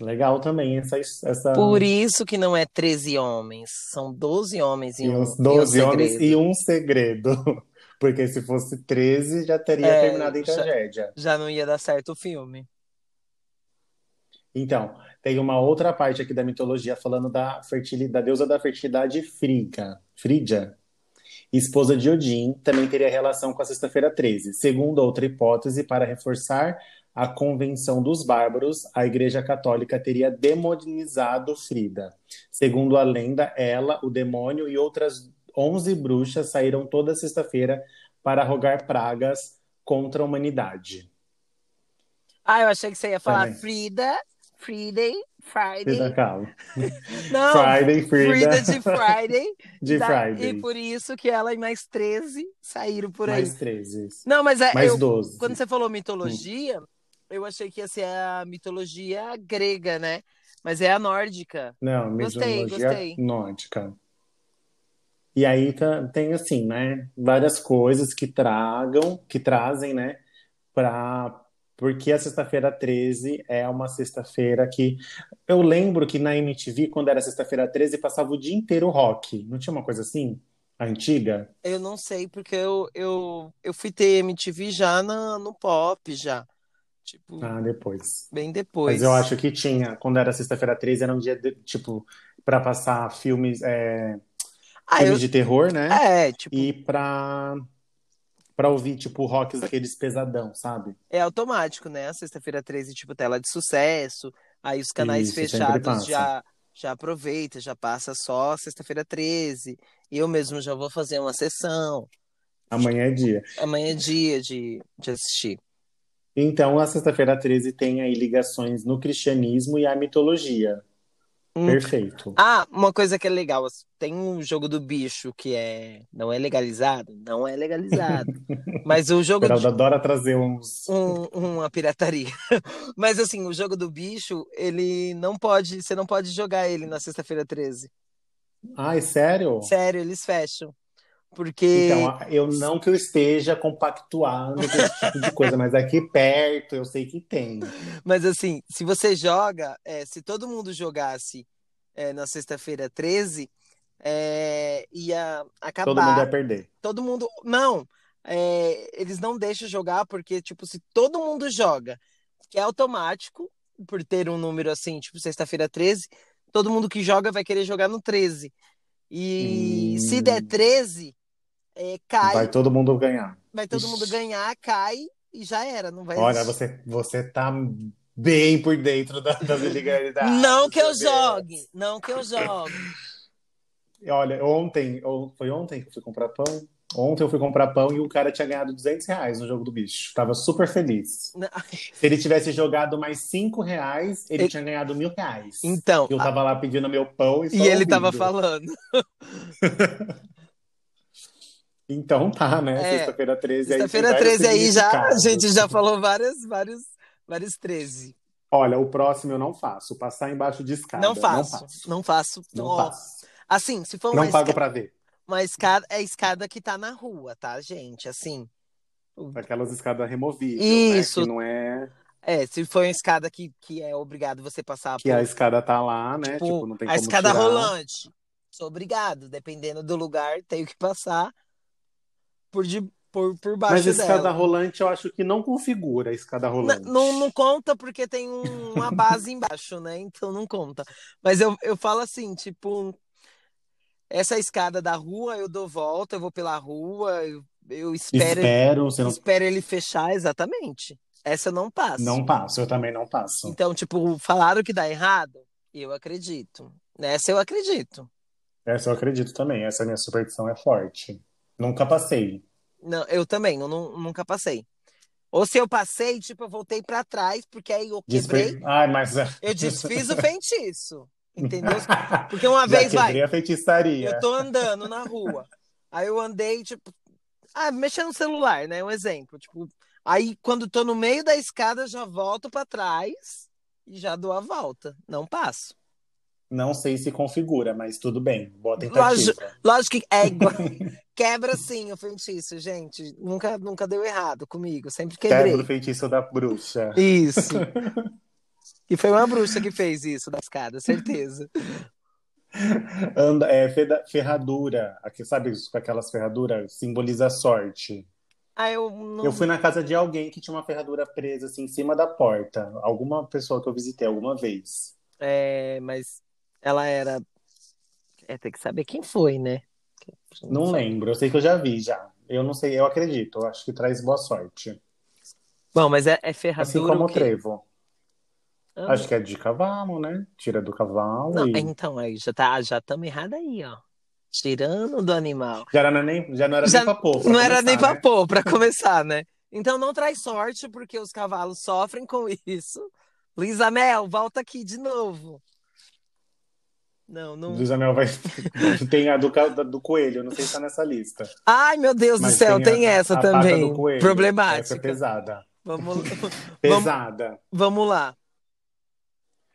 Speaker 2: Legal também essa. essa...
Speaker 1: por isso que não é 13 homens, são 12 homens
Speaker 2: E
Speaker 1: em um,
Speaker 2: uns
Speaker 1: em um
Speaker 2: 12 homens
Speaker 1: segredo.
Speaker 2: e um segredo. Porque se fosse 13, já teria
Speaker 1: É,
Speaker 2: terminado em
Speaker 1: já-
Speaker 2: tragédia.
Speaker 1: Já não ia dar certo o filme.
Speaker 2: Então, tem uma outra parte aqui da mitologia falando da, fertilidade, da deusa da fertilidade Friga, Frígia, esposa de Odin, também teria relação com a Sexta-feira 13. Segundo outra hipótese, para reforçar a convenção dos bárbaros, a Igreja Católica teria demonizado Frida. Segundo a lenda, ela, o demônio e outras 11 bruxas saíram toda sexta-feira para rogar pragas contra a humanidade.
Speaker 1: Ah, eu achei que você ia falar
Speaker 2: Também.
Speaker 1: Frida, Friday,
Speaker 2: Frida
Speaker 1: Friday.
Speaker 2: Kahlo.
Speaker 1: Não,
Speaker 2: Friday,
Speaker 1: Frida,
Speaker 2: Frida,
Speaker 1: de Friday.
Speaker 2: de
Speaker 1: Da-
Speaker 2: Friday.
Speaker 1: E por isso que ela e mais 13 saíram por aí.
Speaker 2: Mais 13.
Speaker 1: Não, mas é,
Speaker 2: Mais
Speaker 1: eu,
Speaker 2: 12.
Speaker 1: Quando você falou mitologia, eu achei que ia ser a mitologia grega, né? Mas é a nórdica.
Speaker 2: Não,
Speaker 1: Gostei,
Speaker 2: mitologia
Speaker 1: gostei.
Speaker 2: nórdica. E aí tá- tem assim, né, várias coisas que tragam, que trazem, né, para porque a sexta-feira 13 é uma sexta-feira que eu lembro que na MTV quando era sexta-feira 13 passava o dia inteiro rock. Não tinha uma coisa assim? Antiga?
Speaker 1: Eu não sei, porque eu, eu, eu fui ter MTV já na, no pop, já. Tipo,
Speaker 2: Ah, depois.
Speaker 1: bem depois.
Speaker 2: Mas eu acho que tinha. Quando era sexta-feira 13, era um dia, de- tipo, pra passar filmes, é,
Speaker 1: Ah, eu-
Speaker 2: filmes de terror, né?
Speaker 1: É, tipo,
Speaker 2: E pra, pra ouvir, tipo, rocks daqueles pesadão, sabe?
Speaker 1: é automático, né? Sexta-feira 13, tipo, tela de sucesso. Aí os canais
Speaker 2: Isso, sempre
Speaker 1: fechados
Speaker 2: passa.
Speaker 1: já, já aproveita, já passa só sexta-feira 13. E eu mesmo já vou fazer uma sessão.
Speaker 2: Amanhã é dia.
Speaker 1: Amanhã é dia de, de assistir.
Speaker 2: Então, a sexta-feira 13 tem aí ligações no cristianismo e à mitologia.
Speaker 1: Hum.
Speaker 2: Perfeito.
Speaker 1: Ah, uma coisa que é legal, assim, tem um jogo do bicho que é não é legalizado, não é legalizado. Mas o jogo
Speaker 2: Geraldo adora trazer uns.
Speaker 1: um- uma pirataria. Mas assim, o jogo do bicho, ele não pode, você não pode jogar ele na sexta-feira 13.
Speaker 2: Ai, Ah, é sério?
Speaker 1: Sério, eles fecham. Porque.
Speaker 2: Então, eu não que eu esteja compactuando com esse tipo de coisa, mas aqui perto eu sei que tem.
Speaker 1: Mas assim, se você joga, é, se todo mundo jogasse é, na sexta-feira 13, é, ia acabar.
Speaker 2: Todo mundo ia perder.
Speaker 1: Todo mundo. Não! é, eles não deixam jogar porque, tipo, se todo mundo joga, que é automático, por ter um número assim, tipo, sexta-feira 13, todo mundo que joga vai querer jogar no 13. E
Speaker 2: Hum.
Speaker 1: se der 13, é, cai,
Speaker 2: Vai
Speaker 1: vai,
Speaker 2: todo mundo ganhar.
Speaker 1: todo mundo
Speaker 2: Ixi.
Speaker 1: ganhar, cai e já era, não vai
Speaker 2: Olha,
Speaker 1: existir.
Speaker 2: você, você tá bem por dentro da, das ilegalidades.
Speaker 1: Não que eu
Speaker 2: meu Deus.
Speaker 1: jogue, não que eu jogue.
Speaker 2: Olha, ontem, ou foi ontem que eu fui comprar pão? Ontem eu fui comprar pão e o cara tinha ganhado 200 reais no jogo do bicho. Tava super feliz. Se ele tivesse jogado mais 5 reais, ele
Speaker 1: Ele-
Speaker 2: tinha ganhado mil reais.
Speaker 1: Então,
Speaker 2: E Eu tava lá pedindo meu pão e só
Speaker 1: e ele tava
Speaker 2: ouvindo.
Speaker 1: falando.
Speaker 2: Então tá, né?
Speaker 1: É.
Speaker 2: Sexta-feira 13 aí. tem
Speaker 1: Sexta-feira
Speaker 2: vários
Speaker 1: 13 aí já, a
Speaker 2: significados.
Speaker 1: gente já falou várias, vários, vários 13.
Speaker 2: Olha, o próximo eu não faço. Passar embaixo de escada.
Speaker 1: Não faço, não faço.
Speaker 2: Não
Speaker 1: Ó,
Speaker 2: faço.
Speaker 1: Assim, se for
Speaker 2: Não,
Speaker 1: uma,
Speaker 2: pago
Speaker 1: esca-
Speaker 2: pra ver.
Speaker 1: uma escada, é a escada que tá na rua, tá, gente? Assim,
Speaker 2: Aquelas escadas removíveis.
Speaker 1: Isso.
Speaker 2: Né? Que não é.
Speaker 1: é, se for uma escada que, que é obrigado você passar
Speaker 2: Que
Speaker 1: por,
Speaker 2: a escada tá lá, né?
Speaker 1: por-
Speaker 2: Tipo, não tem
Speaker 1: a
Speaker 2: como
Speaker 1: escada
Speaker 2: tirar.
Speaker 1: rolante, sou obrigado, dependendo do lugar, tenho que passar por, de, por, por baixo
Speaker 2: Mas escada
Speaker 1: dela.
Speaker 2: rolante eu acho que não configura a escada
Speaker 1: N-
Speaker 2: rolante.
Speaker 1: Não, não conta porque tem um- uma base embaixo, né? Então não conta. Mas eu, eu falo assim, tipo, essa escada da rua, eu dou volta, eu vou pela rua, eu, eu espero,
Speaker 2: Espero, você não,
Speaker 1: espero ele fechar, exatamente. Essa eu não passo.
Speaker 2: não passo, eu também não passo.
Speaker 1: Então, tipo, falaram que dá errado, eu acredito. Nessa eu acredito.
Speaker 2: Essa eu acredito também, essa minha superstição é forte. Nunca passei.
Speaker 1: Não, eu também, eu nu- nunca passei. Ou se eu passei, tipo, eu voltei pra trás, porque aí eu quebrei,
Speaker 2: Desfe... Ai, mas. é-
Speaker 1: eu desfiz o feitiço. Entendeu? Porque uma
Speaker 2: Já
Speaker 1: vez vai,
Speaker 2: quebrei a feitiçaria.
Speaker 1: Eu tô andando na rua. Aí eu andei, tipo. Ah, mexendo no celular, né? Um exemplo. Tipo, aí quando tô no meio da escada, eu já volto pra trás e já dou a volta. Não passo.
Speaker 2: Não sei se configura, mas tudo bem. Boa tentativa.
Speaker 1: Lógico que é igual. Quebra sim o feitiço, gente. Nunca, nunca deu errado comigo. Sempre
Speaker 2: Quebra o
Speaker 1: quebrei.
Speaker 2: feitiço da bruxa.
Speaker 1: Isso. E foi uma bruxa que fez isso da escada, certeza.
Speaker 2: Anda, é, feda- ferradura. Aqui, sabe isso, com aquelas ferraduras? Simboliza sorte.
Speaker 1: Aí eu não.
Speaker 2: Eu fui na casa de alguém que tinha uma ferradura presa assim em cima da porta. Alguma pessoa que eu visitei alguma vez.
Speaker 1: É, mas ela era. É, tem que saber quem foi, né?
Speaker 2: Não lembro, eu sei que eu já vi já. Eu não sei, eu acredito, eu acho que traz boa sorte.
Speaker 1: Bom, mas é, é ferradura
Speaker 2: Assim como
Speaker 1: o
Speaker 2: o
Speaker 1: quê?
Speaker 2: trevo.
Speaker 1: Ah,
Speaker 2: Acho que é de cavalo, né? Tira do cavalo
Speaker 1: não,
Speaker 2: e.
Speaker 1: então, aí já tá, já estamos errado aí, ó. Tirando do animal.
Speaker 2: Já não era nem, já não era
Speaker 1: Já
Speaker 2: nem papo.
Speaker 1: não era nem
Speaker 2: papo.
Speaker 1: vapor, pra começar, né? Então não traz sorte, porque os cavalos sofrem com isso. Luísa Mel, volta aqui de novo. Não, não.
Speaker 2: Luiz Amel né? vai. tem a do, ca- da- do coelho, não sei se tá nessa lista.
Speaker 1: Ai, meu Deus do
Speaker 2: Mas
Speaker 1: céu, tem,
Speaker 2: a-
Speaker 1: essa
Speaker 2: a pata
Speaker 1: também.
Speaker 2: do coelho. Essa é
Speaker 1: Problemática.
Speaker 2: pesada.
Speaker 1: Vamos, vamos,
Speaker 2: Pesada.
Speaker 1: vamos lá.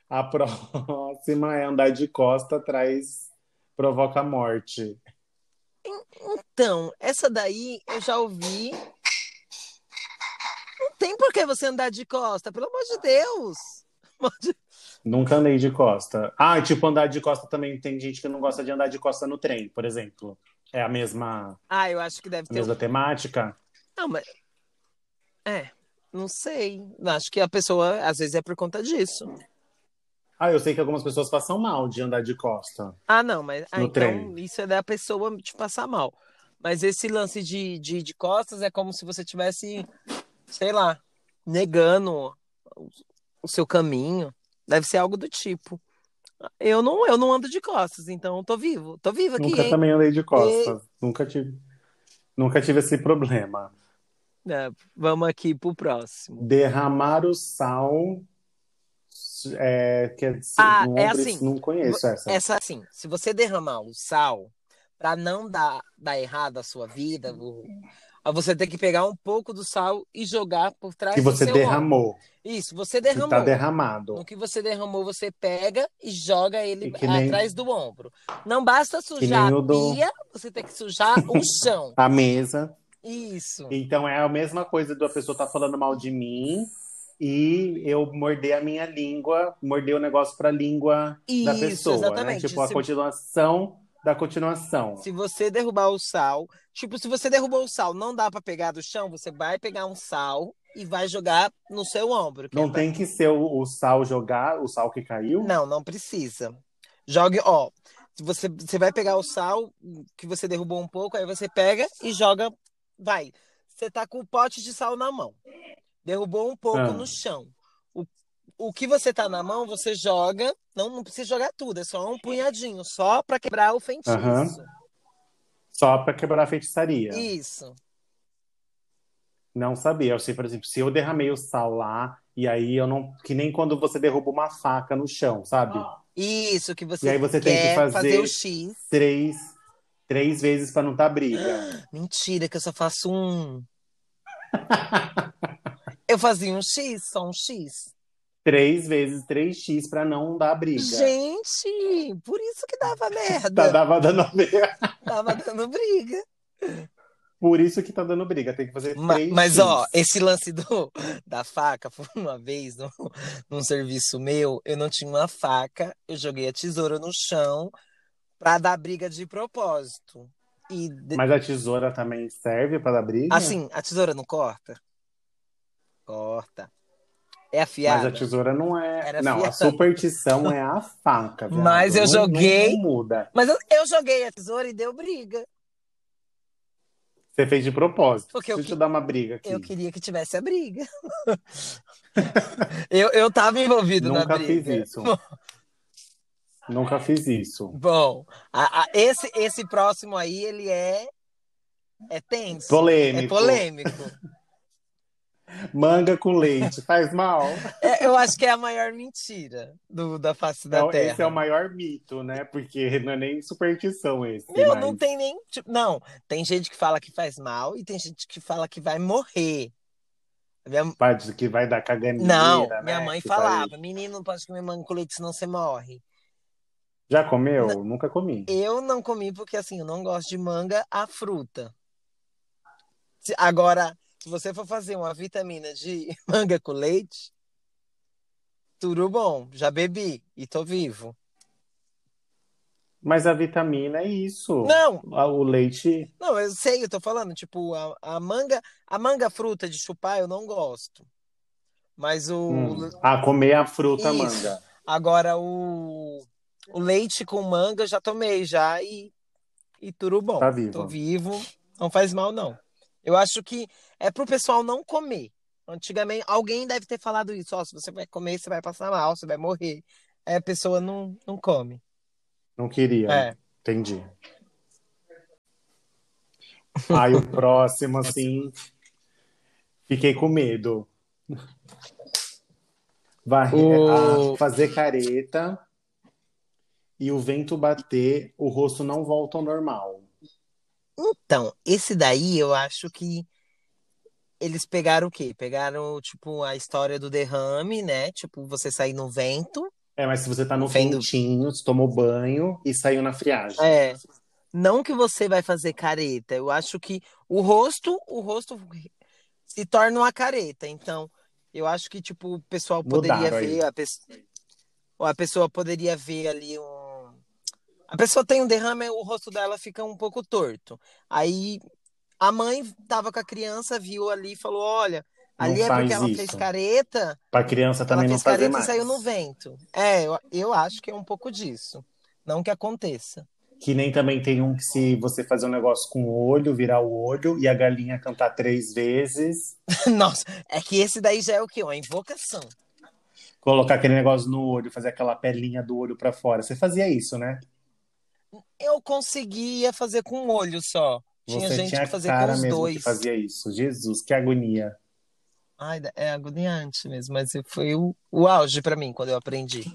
Speaker 2: A próxima é andar de costa, traz. provoca a morte.
Speaker 1: Então, essa daí eu já ouvi. Não tem por que você andar de costa, pelo amor de Deus.
Speaker 2: Nunca andei de costa. Ah, e tipo, andar de costa também tem gente que não gosta de andar de costa no trem, por exemplo. É a mesma,
Speaker 1: Ah, eu acho que deve
Speaker 2: a
Speaker 1: ter. um-
Speaker 2: mesma temática.
Speaker 1: Não, mas. É, não sei. Acho que a pessoa, às vezes, é por conta disso.
Speaker 2: Ah, eu sei que algumas pessoas passam mal de andar de costa.
Speaker 1: Ah, não, mas. Ah,
Speaker 2: No
Speaker 1: então,
Speaker 2: trem.
Speaker 1: isso é da pessoa te passar mal. Mas esse lance de, de, de costas é como se você tivesse, sei lá, negando o- o seu caminho. Deve ser algo do tipo. Eu não, eu não ando de costas, então eu tô vivo. Tô vivo aqui,
Speaker 2: Nunca
Speaker 1: hein?
Speaker 2: também andei de costa. Nunca tive, nunca tive esse problema.
Speaker 1: É, vamos aqui pro próximo.
Speaker 2: Derramar o sal. É, quer dizer,
Speaker 1: Ah,
Speaker 2: não,
Speaker 1: é
Speaker 2: lembro-
Speaker 1: assim.
Speaker 2: não conheço essa.
Speaker 1: Essa assim, se você derramar o sal, pra não dar, dar errado a sua vida, o, Você tem que pegar um pouco do sal e jogar por trás
Speaker 2: Que
Speaker 1: do
Speaker 2: você
Speaker 1: seu
Speaker 2: derramou,
Speaker 1: óleo. Isso, você
Speaker 2: que
Speaker 1: derramou.
Speaker 2: tá derramado.
Speaker 1: No que você derramou, você pega e joga ele
Speaker 2: E É que nem-
Speaker 1: atrás do ombro. Não basta
Speaker 2: nem
Speaker 1: sujar
Speaker 2: o
Speaker 1: a
Speaker 2: do-
Speaker 1: pia, você tem que sujar o chão.
Speaker 2: A mesa.
Speaker 1: Isso.
Speaker 2: Então é a mesma coisa da pessoa tá falando mal de mim e eu morder a minha língua, morder o negócio pra língua da
Speaker 1: Isso,
Speaker 2: pessoa,
Speaker 1: exatamente.
Speaker 2: né? Tipo, a
Speaker 1: Se-
Speaker 2: continuação da continuação.
Speaker 1: Se você derrubar o sal, tipo, se você derrubou o sal, não dá pra pegar do chão, você vai pegar um sal e vai jogar no seu ombro. que é
Speaker 2: Não
Speaker 1: pra-
Speaker 2: tem que ser o, o sal jogar, o sal que caiu?
Speaker 1: Não, não precisa. Jogue, ó. se Você, você vai pegar o sal que você derrubou um pouco, aí você pega e joga. Vai. Você tá com o pote de sal na mão. Derrubou um pouco
Speaker 2: Ah.
Speaker 1: no chão. O, o que você tá na mão, você joga. Não, não precisa jogar tudo, é só um punhadinho, só pra quebrar o feitiço.
Speaker 2: Aham. Só pra quebrar a feitiçaria.
Speaker 1: Isso.
Speaker 2: Não sabia. Eu sei, por exemplo, se eu derramei o sal lá, e aí eu não. Que nem quando você derruba uma faca no chão, sabe?
Speaker 1: Isso que você,
Speaker 2: E aí você tem que
Speaker 1: quer
Speaker 2: fazer-
Speaker 1: o X.
Speaker 2: Três, três vezes pra não tá briga.
Speaker 1: Mentira, que eu só faço um. eu fazia um X, só um X.
Speaker 2: três vezes 3x pra não dar briga.
Speaker 1: Gente, por isso que dava
Speaker 2: Tá,
Speaker 1: merda.
Speaker 2: dava dando briga.
Speaker 1: Tava dando briga.
Speaker 2: Por isso que tá dando briga. Tem que fazer
Speaker 1: Ma-
Speaker 2: três.
Speaker 1: Mas, ó, esse lance do, da faca, foi uma vez num, num serviço meu, eu não tinha uma faca, eu joguei a tesoura no chão pra dar briga de propósito. E, de-
Speaker 2: Mas a tesoura também serve pra dar briga?
Speaker 1: assim, a tesoura não corta? Corta. É
Speaker 2: Mas
Speaker 1: afiada.
Speaker 2: a tesoura não é.
Speaker 1: Era
Speaker 2: não, a
Speaker 1: fiada.
Speaker 2: superstição é a faca. viado.
Speaker 1: Mas eu
Speaker 2: Não- não-
Speaker 1: joguei.
Speaker 2: não muda.
Speaker 1: Mas eu, eu joguei a tesoura e deu briga.
Speaker 2: Você fez de propósito.
Speaker 1: Porque eu
Speaker 2: Deixa
Speaker 1: que-
Speaker 2: eu dar uma briga aqui.
Speaker 1: Eu queria que tivesse a briga. eu, eu tava envolvido na
Speaker 2: Nunca
Speaker 1: briga.
Speaker 2: fiz isso. Nunca fiz isso.
Speaker 1: Bom, a- a- esse, esse próximo aí, ele é, é tenso.
Speaker 2: Polêmico.
Speaker 1: É polêmico.
Speaker 2: Manga com leite faz mal.
Speaker 1: É, eu acho que é a maior mentira do, da face da
Speaker 2: Então,
Speaker 1: Terra.
Speaker 2: esse é o maior mito, né? Porque não é nem superstição esse.
Speaker 1: Meu,
Speaker 2: mas-
Speaker 1: não tem nem. tipo, Não, tem gente que fala que faz mal e tem gente que fala que vai morrer. Minha-
Speaker 2: Pá, diz que vai dar caganeira.
Speaker 1: não,
Speaker 2: né?
Speaker 1: minha mãe
Speaker 2: Que
Speaker 1: falava:
Speaker 2: vai-
Speaker 1: menino, não pode comer manga com leite, senão você morre.
Speaker 2: Já comeu? Nunca comi.
Speaker 1: Eu não comi porque assim, eu não gosto de manga a fruta. Se- Agora, se você for fazer uma vitamina de manga com leite, tudo bom, já bebi e tô vivo.
Speaker 2: Mas a vitamina é isso.
Speaker 1: Não,
Speaker 2: Ah, O leite.
Speaker 1: não, eu sei, eu tô falando, tipo, a, a manga, a manga fruta de chupar eu não gosto. Mas o
Speaker 2: Hum. Ah, comer a fruta
Speaker 1: Isso.
Speaker 2: manga.
Speaker 1: agora o, o leite com manga eu já tomei já e e tudo bom.
Speaker 2: Tá vivo.
Speaker 1: Tô vivo, não faz mal, não. Eu acho que é pro pessoal não comer. Antigamente, alguém deve ter falado isso. Ó, se você vai comer, você vai passar mal, você vai morrer. Aí a pessoa não, não come.
Speaker 2: Não queria.
Speaker 1: É.
Speaker 2: Entendi. Aí o próximo, assim. Fiquei com medo. Vai
Speaker 1: O-
Speaker 2: ah, fazer careta e o vento bater, o rosto não volta ao normal.
Speaker 1: Então, esse daí eu acho que eles pegaram o quê? Pegaram, tipo, a história do derrame, né? Tipo, você sair no vento.
Speaker 2: É, mas se você tá no
Speaker 1: Vendo-
Speaker 2: ventinho, você tomou banho e saiu na friagem.
Speaker 1: É. Não que você vai fazer careta. Eu acho que o rosto, o rosto se torna uma careta. Então, eu acho que tipo o pessoal poderia
Speaker 2: Mudaram aí.
Speaker 1: ver a pessoa, a pessoa poderia ver ali um a pessoa tem um derrame, o rosto dela fica um pouco torto. Aí a mãe tava com a criança, viu ali e falou: "Olha,
Speaker 2: Não
Speaker 1: ali é porque
Speaker 2: faz
Speaker 1: ela fez
Speaker 2: isso.
Speaker 1: careta,
Speaker 2: Pra criança
Speaker 1: ela
Speaker 2: também não
Speaker 1: fez
Speaker 2: fazer
Speaker 1: careta e
Speaker 2: mais.
Speaker 1: saiu no vento". É, eu, eu acho que é um pouco disso. Não que aconteça.
Speaker 2: Que nem também tem um que se você fazer um negócio com o olho, virar o olho e a galinha cantar três vezes,
Speaker 1: Nossa, é que esse daí já é o quê? Uma invocação.
Speaker 2: colocar aquele negócio no olho, fazer aquela pelinha do olho pra fora. Você fazia isso, né?
Speaker 1: Eu conseguia fazer com um olho só. Tinha
Speaker 2: você
Speaker 1: gente
Speaker 2: tinha
Speaker 1: que fazia
Speaker 2: cara
Speaker 1: com os
Speaker 2: mesmo
Speaker 1: dois.
Speaker 2: que fazia isso. Jesus, que agonia.
Speaker 1: Ai, é agoniante mesmo, mas foi o, o auge pra mim quando eu aprendi.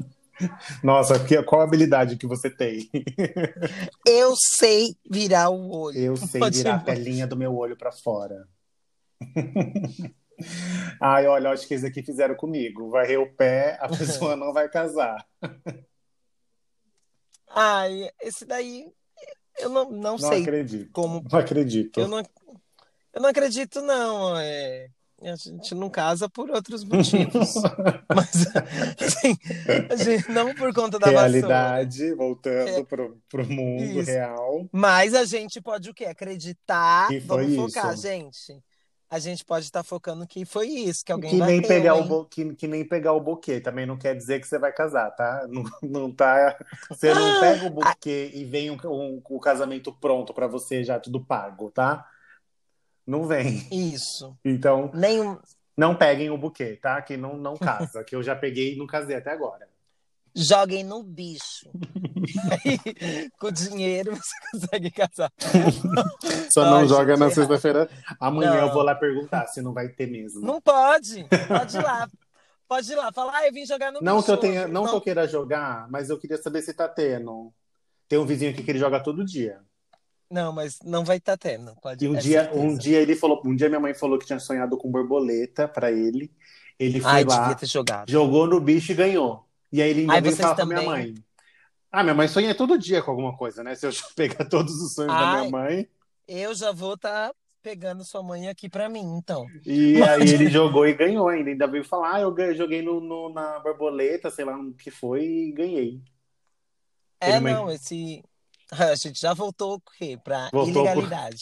Speaker 2: Nossa, que, qual a habilidade que você tem?
Speaker 1: Eu sei virar o olho.
Speaker 2: Eu sei
Speaker 1: Pode
Speaker 2: virar a
Speaker 1: ir.
Speaker 2: pelinha do meu olho pra fora. Ai, olha, acho que isso aqui fizeram comigo. Varrer o pé, a pessoa não vai casar.
Speaker 1: Ai, esse daí eu não, não
Speaker 2: Não
Speaker 1: sei
Speaker 2: acredito.
Speaker 1: como.
Speaker 2: Não acredito.
Speaker 1: Eu não, eu não acredito, não. É, a gente não casa por outros motivos. Mas, assim, a gente- não por conta da vassoura.
Speaker 2: Realidade, voltando pro, pro mundo
Speaker 1: Isso.
Speaker 2: real.
Speaker 1: Mas a gente pode o quê? Acreditar.
Speaker 2: Que foi
Speaker 1: Vamos focar,
Speaker 2: isso.
Speaker 1: gente. A gente pode estar focando que foi isso, que alguém
Speaker 2: Que nem,
Speaker 1: bateu,
Speaker 2: pegar o
Speaker 1: hein?
Speaker 2: bo- que, que nem pegar o buquê também não quer dizer que você vai casar, tá? Não, não tá. Você
Speaker 1: Ah!
Speaker 2: não pega o buquê e vem um, um- o casamento pronto pra você já tudo pago, tá? Não vem.
Speaker 1: Isso. um,
Speaker 2: Então,
Speaker 1: Nenhum.
Speaker 2: não peguem o buquê, tá? Que não, não casa, que eu já peguei e não casei até agora.
Speaker 1: Joguem no bicho. Aí, com dinheiro você consegue casar.
Speaker 2: Só
Speaker 1: Ai,
Speaker 2: não
Speaker 1: gente, é
Speaker 2: joga na
Speaker 1: errado.
Speaker 2: sexta-feira. Amanhã
Speaker 1: Não.
Speaker 2: eu vou lá perguntar se não vai ter mesmo. Não,
Speaker 1: Não pode. Pode ir lá. Pode ir lá. Falar, ah, eu vim jogar no bicho.
Speaker 2: que eu tenha,
Speaker 1: hoje."
Speaker 2: não, que eu queira jogar, mas eu queria saber se tá tendo. Tem um vizinho aqui que ele joga todo dia.
Speaker 1: Não, mas não vai estar tendo. Pode,
Speaker 2: E um
Speaker 1: é
Speaker 2: dia,
Speaker 1: certeza.
Speaker 2: um dia ele falou, um dia minha mãe falou que tinha sonhado com borboleta pra ele. Ele foi
Speaker 1: Ai,
Speaker 2: lá,
Speaker 1: devia ter jogado.
Speaker 2: jogou no bicho e ganhou. E aí ele ainda
Speaker 1: Ai,
Speaker 2: veio
Speaker 1: vocês
Speaker 2: falar pra minha
Speaker 1: também?
Speaker 2: mãe. Ah, minha mãe sonha todo dia com alguma coisa, né? Se eu pegar todos os sonhos da
Speaker 1: Ai.
Speaker 2: minha mãe.
Speaker 1: Eu já vou estar pegando sua mãe aqui pra mim, então.
Speaker 2: E aí ele jogou e ganhou ainda. Ainda veio falar, ah, eu ganhei- joguei no, no- na borboleta, sei lá no que foi, e ganhei.
Speaker 1: É,
Speaker 2: Ele mãe-
Speaker 1: não, esse. A gente já voltou o quê? Pra
Speaker 2: Voltou pro-
Speaker 1: ilegalidade.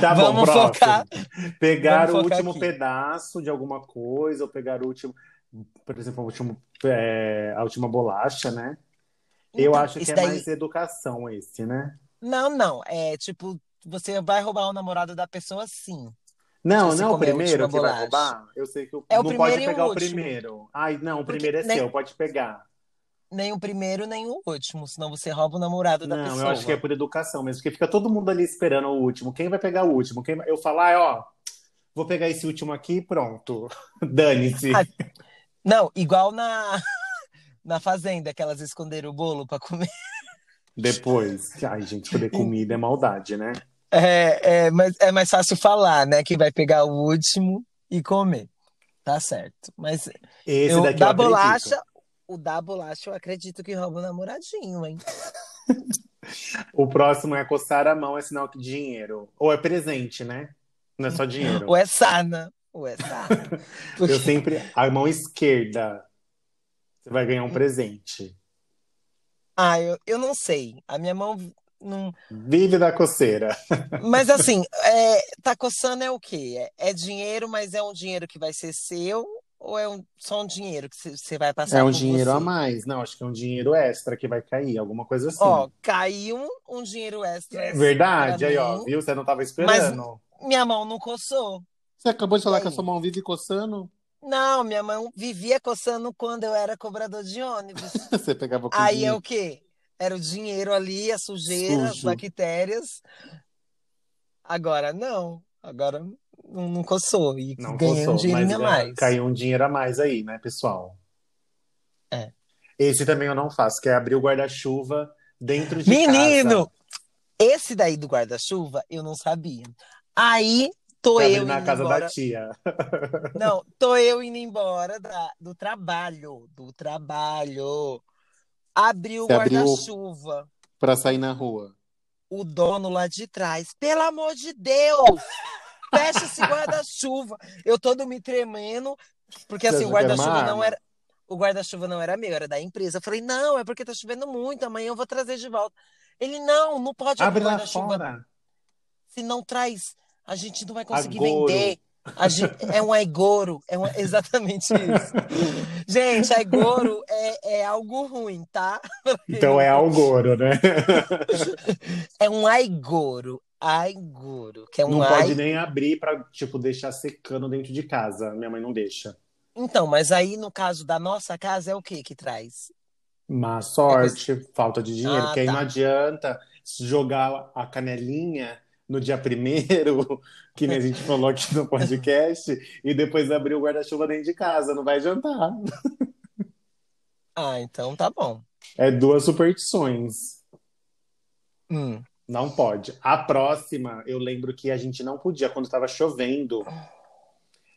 Speaker 2: Tá bom,
Speaker 1: Vamos
Speaker 2: próximo.
Speaker 1: focar.
Speaker 2: Pegar
Speaker 1: Vamos
Speaker 2: o
Speaker 1: focar
Speaker 2: último
Speaker 1: aqui.
Speaker 2: pedaço de alguma coisa, ou pegar o último, por exemplo, o último, é, a última bolacha, né? Eu
Speaker 1: Então,
Speaker 2: acho que
Speaker 1: esse
Speaker 2: é
Speaker 1: daí-
Speaker 2: mais educação esse, né?
Speaker 1: Não, não. É tipo, você vai roubar o namorado da pessoa, sim.
Speaker 2: Não,
Speaker 1: você
Speaker 2: não é o
Speaker 1: comer a
Speaker 2: primeiro
Speaker 1: última
Speaker 2: que vai
Speaker 1: bolacha.
Speaker 2: roubar. Eu sei que eu-
Speaker 1: É o
Speaker 2: não
Speaker 1: primeiro
Speaker 2: pode
Speaker 1: e o
Speaker 2: pegar o
Speaker 1: último.
Speaker 2: primeiro. Ai, não, o
Speaker 1: Porque
Speaker 2: primeiro é
Speaker 1: nem-
Speaker 2: seu, pode pegar.
Speaker 1: Nem o primeiro, nem o último. Senão você rouba o namorado da
Speaker 2: Não,
Speaker 1: pessoa.
Speaker 2: eu acho que é por educação mesmo, porque fica todo mundo ali esperando o último. Quem vai pegar o último? Quem... vai- Eu falar, ah, ó, vou pegar esse último aqui e pronto. Dane-se.
Speaker 1: Ah, Não, igual na. Na fazenda, que elas esconderam o bolo pra comer.
Speaker 2: Depois. Ai, gente, poder comida é maldade, né?
Speaker 1: É, é, mais, é mais fácil falar, né? Que vai pegar o último e comer. Tá certo. Mas
Speaker 2: Esse
Speaker 1: eu,
Speaker 2: daqui
Speaker 1: da
Speaker 2: eu acredito.
Speaker 1: bolacha, o da bolacha eu acredito que rouba o namoradinho, hein?
Speaker 2: O próximo é coçar a mão, é sinal de dinheiro. Ou é presente, né? Não é só dinheiro.
Speaker 1: Ou é sana. Ou é sana. Porque-
Speaker 2: Eu sempre. A mão esquerda. Você vai ganhar um presente.
Speaker 1: Ah, eu, eu não sei. A minha mão. Não...
Speaker 2: Vive da coceira.
Speaker 1: Mas assim, é, tá coçando é o quê? É, é dinheiro, mas é um dinheiro que vai ser seu ou é um- só um dinheiro que você vai passar
Speaker 2: É um
Speaker 1: por
Speaker 2: dinheiro
Speaker 1: você?
Speaker 2: a mais. Não, acho que é um dinheiro extra que vai cair, alguma coisa assim.
Speaker 1: Ó, caiu um, um dinheiro
Speaker 2: É
Speaker 1: extra.
Speaker 2: Verdade,
Speaker 1: pra
Speaker 2: aí, ó,
Speaker 1: mim.
Speaker 2: viu? Você não tava esperando.
Speaker 1: Minha mão não coçou.
Speaker 2: Você acabou de falar
Speaker 1: E
Speaker 2: que a
Speaker 1: aí?
Speaker 2: sua mão vive coçando?
Speaker 1: Não, minha mão vivia coçando quando eu era cobrador de ônibus.
Speaker 2: Você pegava o
Speaker 1: Aí é o quê? Era o dinheiro ali, a sujeira, as
Speaker 2: Sujo.
Speaker 1: bactérias. Agora não. Agora não, não coçou. E
Speaker 2: Não
Speaker 1: ganhei
Speaker 2: coçou,
Speaker 1: um dinheirinho
Speaker 2: mas
Speaker 1: a
Speaker 2: ganha-
Speaker 1: mais.
Speaker 2: caiu um dinheiro a mais aí, né, pessoal?
Speaker 1: É.
Speaker 2: Esse também eu não faço, que é abrir o guarda-chuva dentro de
Speaker 1: Menino!
Speaker 2: casa.
Speaker 1: Esse daí do guarda-chuva, eu não sabia. Aí tô
Speaker 2: Pra abrir
Speaker 1: eu
Speaker 2: Tá na
Speaker 1: indo
Speaker 2: casa
Speaker 1: embora.
Speaker 2: da tia.
Speaker 1: Não, tô eu indo embora da- do trabalho. Do trabalho. Abri o
Speaker 2: Você abriu-
Speaker 1: guarda-chuva.
Speaker 2: Pra sair na rua.
Speaker 1: O dono lá de trás, pelo amor de Deus, fecha esse guarda-chuva. Eu todo me tremendo, porque
Speaker 2: Você
Speaker 1: assim, o
Speaker 2: achou que era uma
Speaker 1: guarda-chuva não
Speaker 2: arma?
Speaker 1: era. O guarda-chuva não era meu, era da empresa. Eu falei, não, é porque tá chovendo muito, amanhã eu vou trazer de volta. Ele, não, não pode abrir
Speaker 2: Abre
Speaker 1: o
Speaker 2: lá
Speaker 1: guarda-chuva.
Speaker 2: fora.
Speaker 1: Se não traz, a gente não vai conseguir
Speaker 2: Agoro.
Speaker 1: vender. A gente- é um aigoro, é um- exatamente isso. gente, aigoro é, é algo ruim, tá?
Speaker 2: Então é algoro, né?
Speaker 1: É um aigoro, aigoro, que é um
Speaker 2: Não
Speaker 1: ai-
Speaker 2: pode nem abrir pra, tipo, deixar secando dentro de casa. Minha mãe não deixa.
Speaker 1: Então, mas aí no caso da nossa casa é o que que traz?
Speaker 2: Má sorte, falta de dinheiro,
Speaker 1: É Ah,
Speaker 2: porque aí
Speaker 1: tá.
Speaker 2: não adianta jogar a canelinha no dia primeiro, que nem a gente falou aqui no podcast, e depois abrir o guarda-chuva dentro de casa. Não vai adiantar.
Speaker 1: Ah, então tá bom.
Speaker 2: É duas superstições.
Speaker 1: Hum.
Speaker 2: Não pode. A próxima, eu lembro que a gente não podia, quando estava chovendo,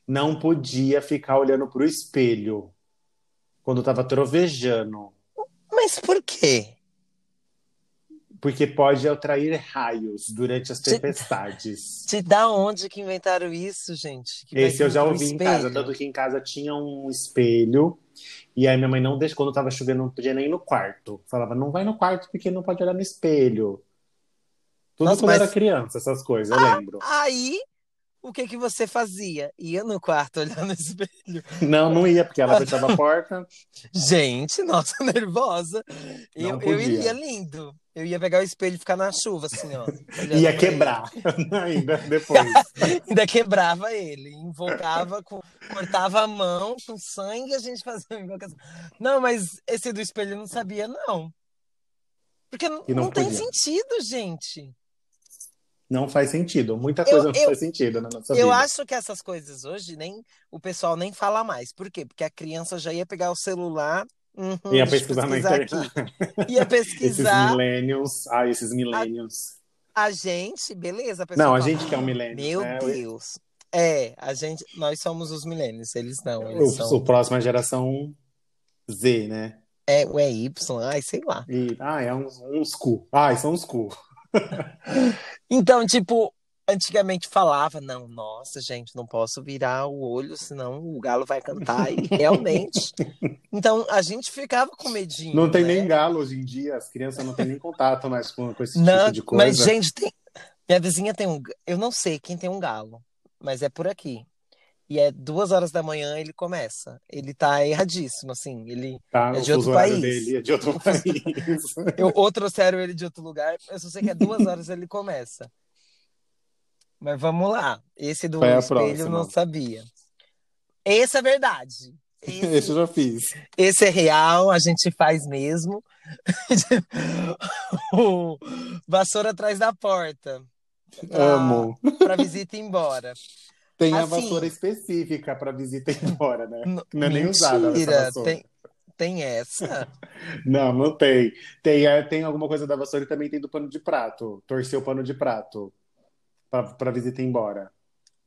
Speaker 2: não podia ficar olhando pro espelho. Quando estava trovejando.
Speaker 1: Mas por quê?
Speaker 2: Porque pode atrair raios durante as
Speaker 1: Gente.
Speaker 2: tempestades.
Speaker 1: De da onde que inventaram isso, gente? Que vai
Speaker 2: Esse eu já
Speaker 1: pro
Speaker 2: ouvi em
Speaker 1: espelho?
Speaker 2: casa, tanto que em casa tinha um espelho. E aí minha mãe não deixou, quando tava chovendo, não podia nem ir no quarto. Falava, não vai no quarto porque não pode olhar no espelho. Tudo
Speaker 1: Nossa,
Speaker 2: quando
Speaker 1: mas-
Speaker 2: era criança, essas coisas, eu lembro.
Speaker 1: Aí, o que que você fazia? Ia no quarto olhando no espelho.
Speaker 2: Não, não ia, porque ela fechava a porta.
Speaker 1: Gente, nossa, nervosa.
Speaker 2: Não
Speaker 1: Eu, eu
Speaker 2: podia.
Speaker 1: iria lindo. Eu ia pegar o espelho e ficar na chuva, assim, ó. olhando
Speaker 2: Ia
Speaker 1: pra
Speaker 2: quebrar ainda depois.
Speaker 1: ele. Ainda quebrava ele. Invocava, com, cortava a mão com sangue a gente fazia uma invocação. Não, mas esse do espelho eu não sabia, não. Porque não,
Speaker 2: E não
Speaker 1: não tem
Speaker 2: podia.
Speaker 1: sentido, gente.
Speaker 2: Não faz sentido. Muita
Speaker 1: Eu-
Speaker 2: coisa não
Speaker 1: eu-
Speaker 2: faz sentido na nossa
Speaker 1: Eu
Speaker 2: vida.
Speaker 1: acho que essas coisas hoje nem o pessoal nem fala mais. Por quê? Porque a criança já ia pegar o celular, uhum,
Speaker 2: Ia
Speaker 1: deixa eu
Speaker 2: pesquisar na
Speaker 1: aqui. Ia
Speaker 2: Esses
Speaker 1: pesquisar
Speaker 2: millennials. Ah, esses millennials.
Speaker 1: a gente, beleza? A pessoa
Speaker 2: Não, a
Speaker 1: fala,
Speaker 2: gente que é um millennial.
Speaker 1: Meu
Speaker 2: né?
Speaker 1: Deus. É, a gente, nós somos os milênios, eles não,
Speaker 2: O,
Speaker 1: eles são
Speaker 2: o próximo é a geração Z, né?
Speaker 1: é, o EY, ai, sei lá.
Speaker 2: E, ah, é uns, uns cu. Ah, são uns cu.
Speaker 1: Então, tipo, antigamente falava, não, nossa, gente, não posso virar o olho, senão o galo vai cantar, e realmente. Então, a gente ficava com medinho,
Speaker 2: Não tem
Speaker 1: né?
Speaker 2: nem galo hoje em dia, as crianças não têm nem contato mais com, com esse
Speaker 1: Não,
Speaker 2: tipo de coisa.
Speaker 1: mas gente, tem... minha vizinha tem um, eu não sei quem tem um galo, mas é por aqui. E é duas horas da manhã ele começa. Ele tá erradíssimo, assim. Ele,
Speaker 2: tá?
Speaker 1: é
Speaker 2: o fuso
Speaker 1: de outro
Speaker 2: horário
Speaker 1: país.
Speaker 2: dele é de outro país.
Speaker 1: eu ou trouxeram ele de outro lugar. Eu só sei que é duas horas ele começa. Mas vamos lá. Esse do
Speaker 2: Qual é a
Speaker 1: espelho eu não
Speaker 2: próxima?
Speaker 1: sabia. Esse é verdade.
Speaker 2: Esse eu já fiz.
Speaker 1: Esse é real, a gente faz mesmo. o vassoura atrás da porta. Pra,
Speaker 2: Amo.
Speaker 1: Pra visita ir embora.
Speaker 2: Tem a
Speaker 1: Ah, assim-
Speaker 2: vassoura específica para visita ir embora, né?
Speaker 1: N-
Speaker 2: Não é nem usada essa
Speaker 1: Mentira,
Speaker 2: vassoura.
Speaker 1: tem, tem essa?
Speaker 2: Não, não tem. Tem, é, tem alguma coisa da vassoura e também tem do pano de prato. Torcer o pano de prato pra pra visita ir embora.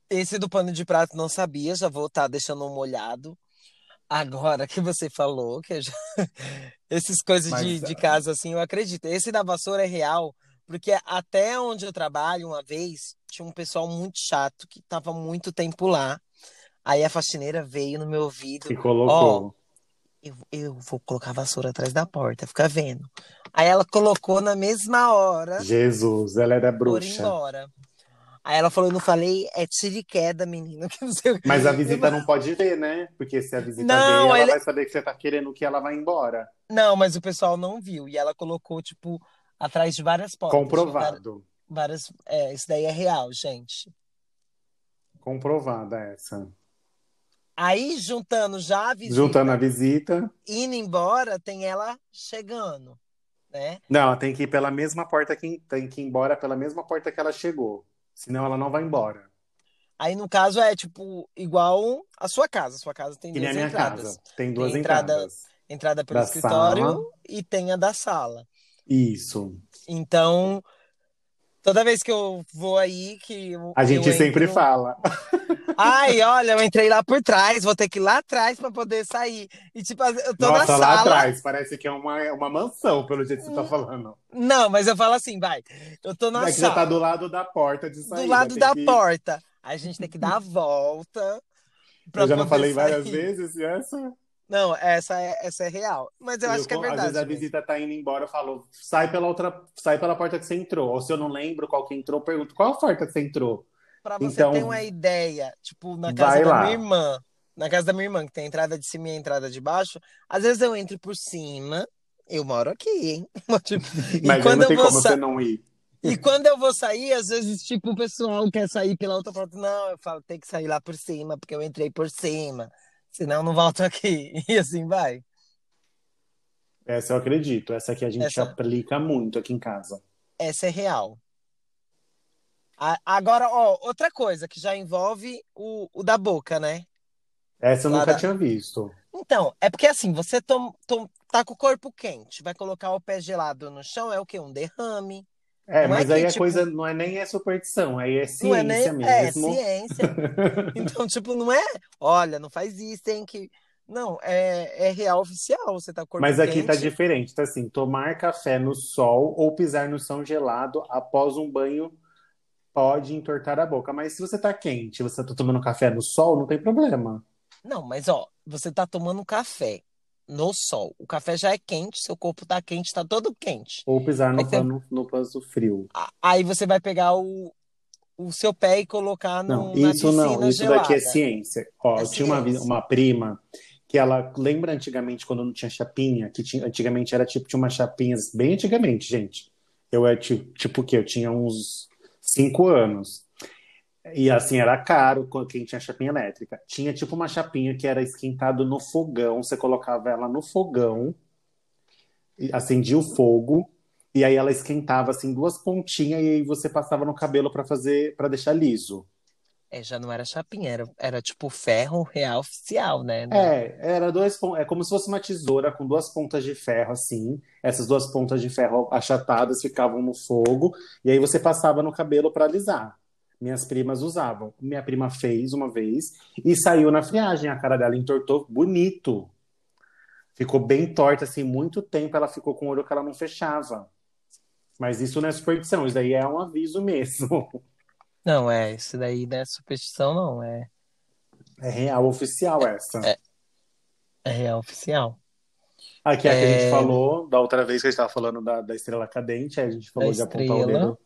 Speaker 1: Esse do pano de prato não sabia, já vou estar deixando um molhado. Agora que você falou, que eu já... essas coisas de,
Speaker 2: Mas,
Speaker 1: de
Speaker 2: ah.
Speaker 1: casa assim, eu acredito. Esse da vassoura é real, porque até onde eu trabalho, uma vez, tinha um pessoal muito chato que estava muito tempo lá. Aí a faxineira veio no meu ouvido.
Speaker 2: E colocou.
Speaker 1: eu, eu vou colocar a vassoura atrás da porta, fica vendo. Aí ela colocou na mesma hora,
Speaker 2: Jesus, ela era
Speaker 1: por
Speaker 2: bruxa.
Speaker 1: embora. Aí ela falou, eu não falei, é tiro e queda, menino, que não sei o que.
Speaker 2: Mas a visita não pode ver, né? Porque se a visita
Speaker 1: Não,
Speaker 2: ver, ela
Speaker 1: ele-
Speaker 2: vai saber que você tá querendo que ela vá embora.
Speaker 1: Não, mas o pessoal não viu. E ela colocou, tipo, atrás de várias portas. Var-
Speaker 2: Comprovado.
Speaker 1: Várias... É, isso daí é real, gente.
Speaker 2: Comprovada essa.
Speaker 1: Aí, juntando já a visita,
Speaker 2: Juntando a visita.
Speaker 1: indo embora, tem ela chegando, né?
Speaker 2: Não, ela tem que ir pela mesma porta que tem que ir embora pela mesma porta que ela chegou. Senão ela não vai embora.
Speaker 1: Aí, no caso, é, tipo, igual a sua casa. Sua casa tem
Speaker 2: Que nem
Speaker 1: duas
Speaker 2: a minha
Speaker 1: entradas.
Speaker 2: casa. Tem duas
Speaker 1: entrada-
Speaker 2: entradas.
Speaker 1: Entrada pelo
Speaker 2: Da
Speaker 1: escritório
Speaker 2: sala.
Speaker 1: e tem a da sala.
Speaker 2: Isso.
Speaker 1: Então, toda vez que eu vou aí, que eu,
Speaker 2: A gente
Speaker 1: eu
Speaker 2: sempre
Speaker 1: entro-
Speaker 2: fala.
Speaker 1: Ai, olha, eu entrei lá por trás, vou ter que ir lá atrás pra poder sair. E tipo, eu tô
Speaker 2: Nossa,
Speaker 1: na
Speaker 2: lá
Speaker 1: sala. Hum.
Speaker 2: atrás. Parece que é uma, é uma mansão, pelo jeito que você tá falando.
Speaker 1: Não, mas eu falo assim, vai. Eu tô na
Speaker 2: Mas já
Speaker 1: sala,
Speaker 2: tá do lado da porta de
Speaker 1: do
Speaker 2: saída.
Speaker 1: lado
Speaker 2: tem
Speaker 1: da
Speaker 2: que-
Speaker 1: porta. A gente tem que dar a volta pra
Speaker 2: Eu já
Speaker 1: poder
Speaker 2: não falei várias
Speaker 1: sair.
Speaker 2: vezes essa.
Speaker 1: Não, essa é, essa é real. Mas eu, acho que é
Speaker 2: às
Speaker 1: verdade.
Speaker 2: vezes a
Speaker 1: mesmo.
Speaker 2: visita tá indo embora, eu falo, sai pela outra, sai pela porta que você entrou. Ou se eu não lembro qual que entrou, eu pergunto qual a porta que você entrou.
Speaker 1: Pra você
Speaker 2: Então,
Speaker 1: ter uma ideia, tipo, na
Speaker 2: vai
Speaker 1: casa da
Speaker 2: lá.
Speaker 1: minha irmã, na casa da minha irmã, que tem a entrada de cima e a entrada de baixo, às vezes eu entro por cima, eu moro aqui, hein? Tipo, e
Speaker 2: Mas aí
Speaker 1: quando
Speaker 2: não
Speaker 1: eu
Speaker 2: tem
Speaker 1: vou
Speaker 2: como
Speaker 1: sa-
Speaker 2: você não ir.
Speaker 1: E quando eu vou sair, às vezes, tipo, o pessoal quer sair pela outra porta. Não, eu falo, tem que sair lá por cima, porque eu entrei por cima. Senão eu não volto aqui. E assim vai.
Speaker 2: Essa eu acredito. Essa aqui a gente
Speaker 1: Essa.
Speaker 2: aplica muito aqui em casa.
Speaker 1: Essa é real. A- Agora, ó, outra coisa que já envolve o, o da boca, né?
Speaker 2: Essa eu
Speaker 1: Lá
Speaker 2: nunca
Speaker 1: da-
Speaker 2: tinha visto.
Speaker 1: Então, é porque assim, você tom, tom- tá com o corpo quente, vai colocar o pé gelado no chão, é o quê? Um derrame.
Speaker 2: É,
Speaker 1: Não é
Speaker 2: mas
Speaker 1: que,
Speaker 2: aí a
Speaker 1: tipo-
Speaker 2: coisa não é nem é superstição, aí é
Speaker 1: não é
Speaker 2: ciência
Speaker 1: nem. É,
Speaker 2: mesmo.
Speaker 1: ciência. Então, tipo, não é, olha, não faz isso, tem que. Não, é, é real oficial, você tá com o corpo
Speaker 2: Mas aqui tá
Speaker 1: quente.
Speaker 2: diferente, tá assim, tomar café no sol ou pisar no chão gelado após um banho pode entortar a boca. Mas se você tá quente, você tá tomando café no sol, não tem problema.
Speaker 1: Não, mas ó, você tá tomando café no sol. O café já é quente, seu corpo tá quente, tá todo quente.
Speaker 2: Ou pisar
Speaker 1: Aí
Speaker 2: no
Speaker 1: você-
Speaker 2: pano, no pano frio.
Speaker 1: A- Aí você vai pegar o, o seu pé e colocar
Speaker 2: Não,
Speaker 1: no, na
Speaker 2: isso
Speaker 1: piscina
Speaker 2: não, isso
Speaker 1: gelada.
Speaker 2: daqui é ciência. Ó,
Speaker 1: É
Speaker 2: eu tinha uma, vi-
Speaker 1: ciência.
Speaker 2: uma prima que ela lembra antigamente quando não tinha chapinha, que tinha, antigamente era tipo, tinha umas chapinhas, bem antigamente, gente. Eu era tipo, tipo o quê? Eu tinha uns cinco anos. E assim, era caro quando- quem tinha chapinha elétrica. Tinha tipo uma chapinha que era esquentado no fogão, você colocava ela no fogão, e acendia o fogo, e aí ela esquentava assim duas pontinhas e aí você passava no cabelo pra fazer, para deixar liso.
Speaker 1: É, já não era chapinha, era, era tipo ferro real oficial, né?
Speaker 2: É, era dois pon- é como se fosse uma tesoura com duas pontas de ferro assim. Essas duas pontas de ferro achatadas ficavam no fogo e aí você passava no cabelo para alisar. Minhas primas usavam. Minha prima fez uma vez e saiu na friagem. A cara dela entortou bonito. Ficou bem torta assim, muito tempo ela ficou com o olho que ela não fechava. Mas isso não é superstição, isso daí é um aviso mesmo.
Speaker 1: Não, é, isso daí não é superstição, não, é,
Speaker 2: É real oficial essa.
Speaker 1: é real oficial.
Speaker 2: Aqui é a que a gente
Speaker 1: É.
Speaker 2: falou da outra vez que a gente estava falando da, da estrela cadente, aí a gente falou
Speaker 1: Da
Speaker 2: de apontar o
Speaker 1: estrela.
Speaker 2: dedo,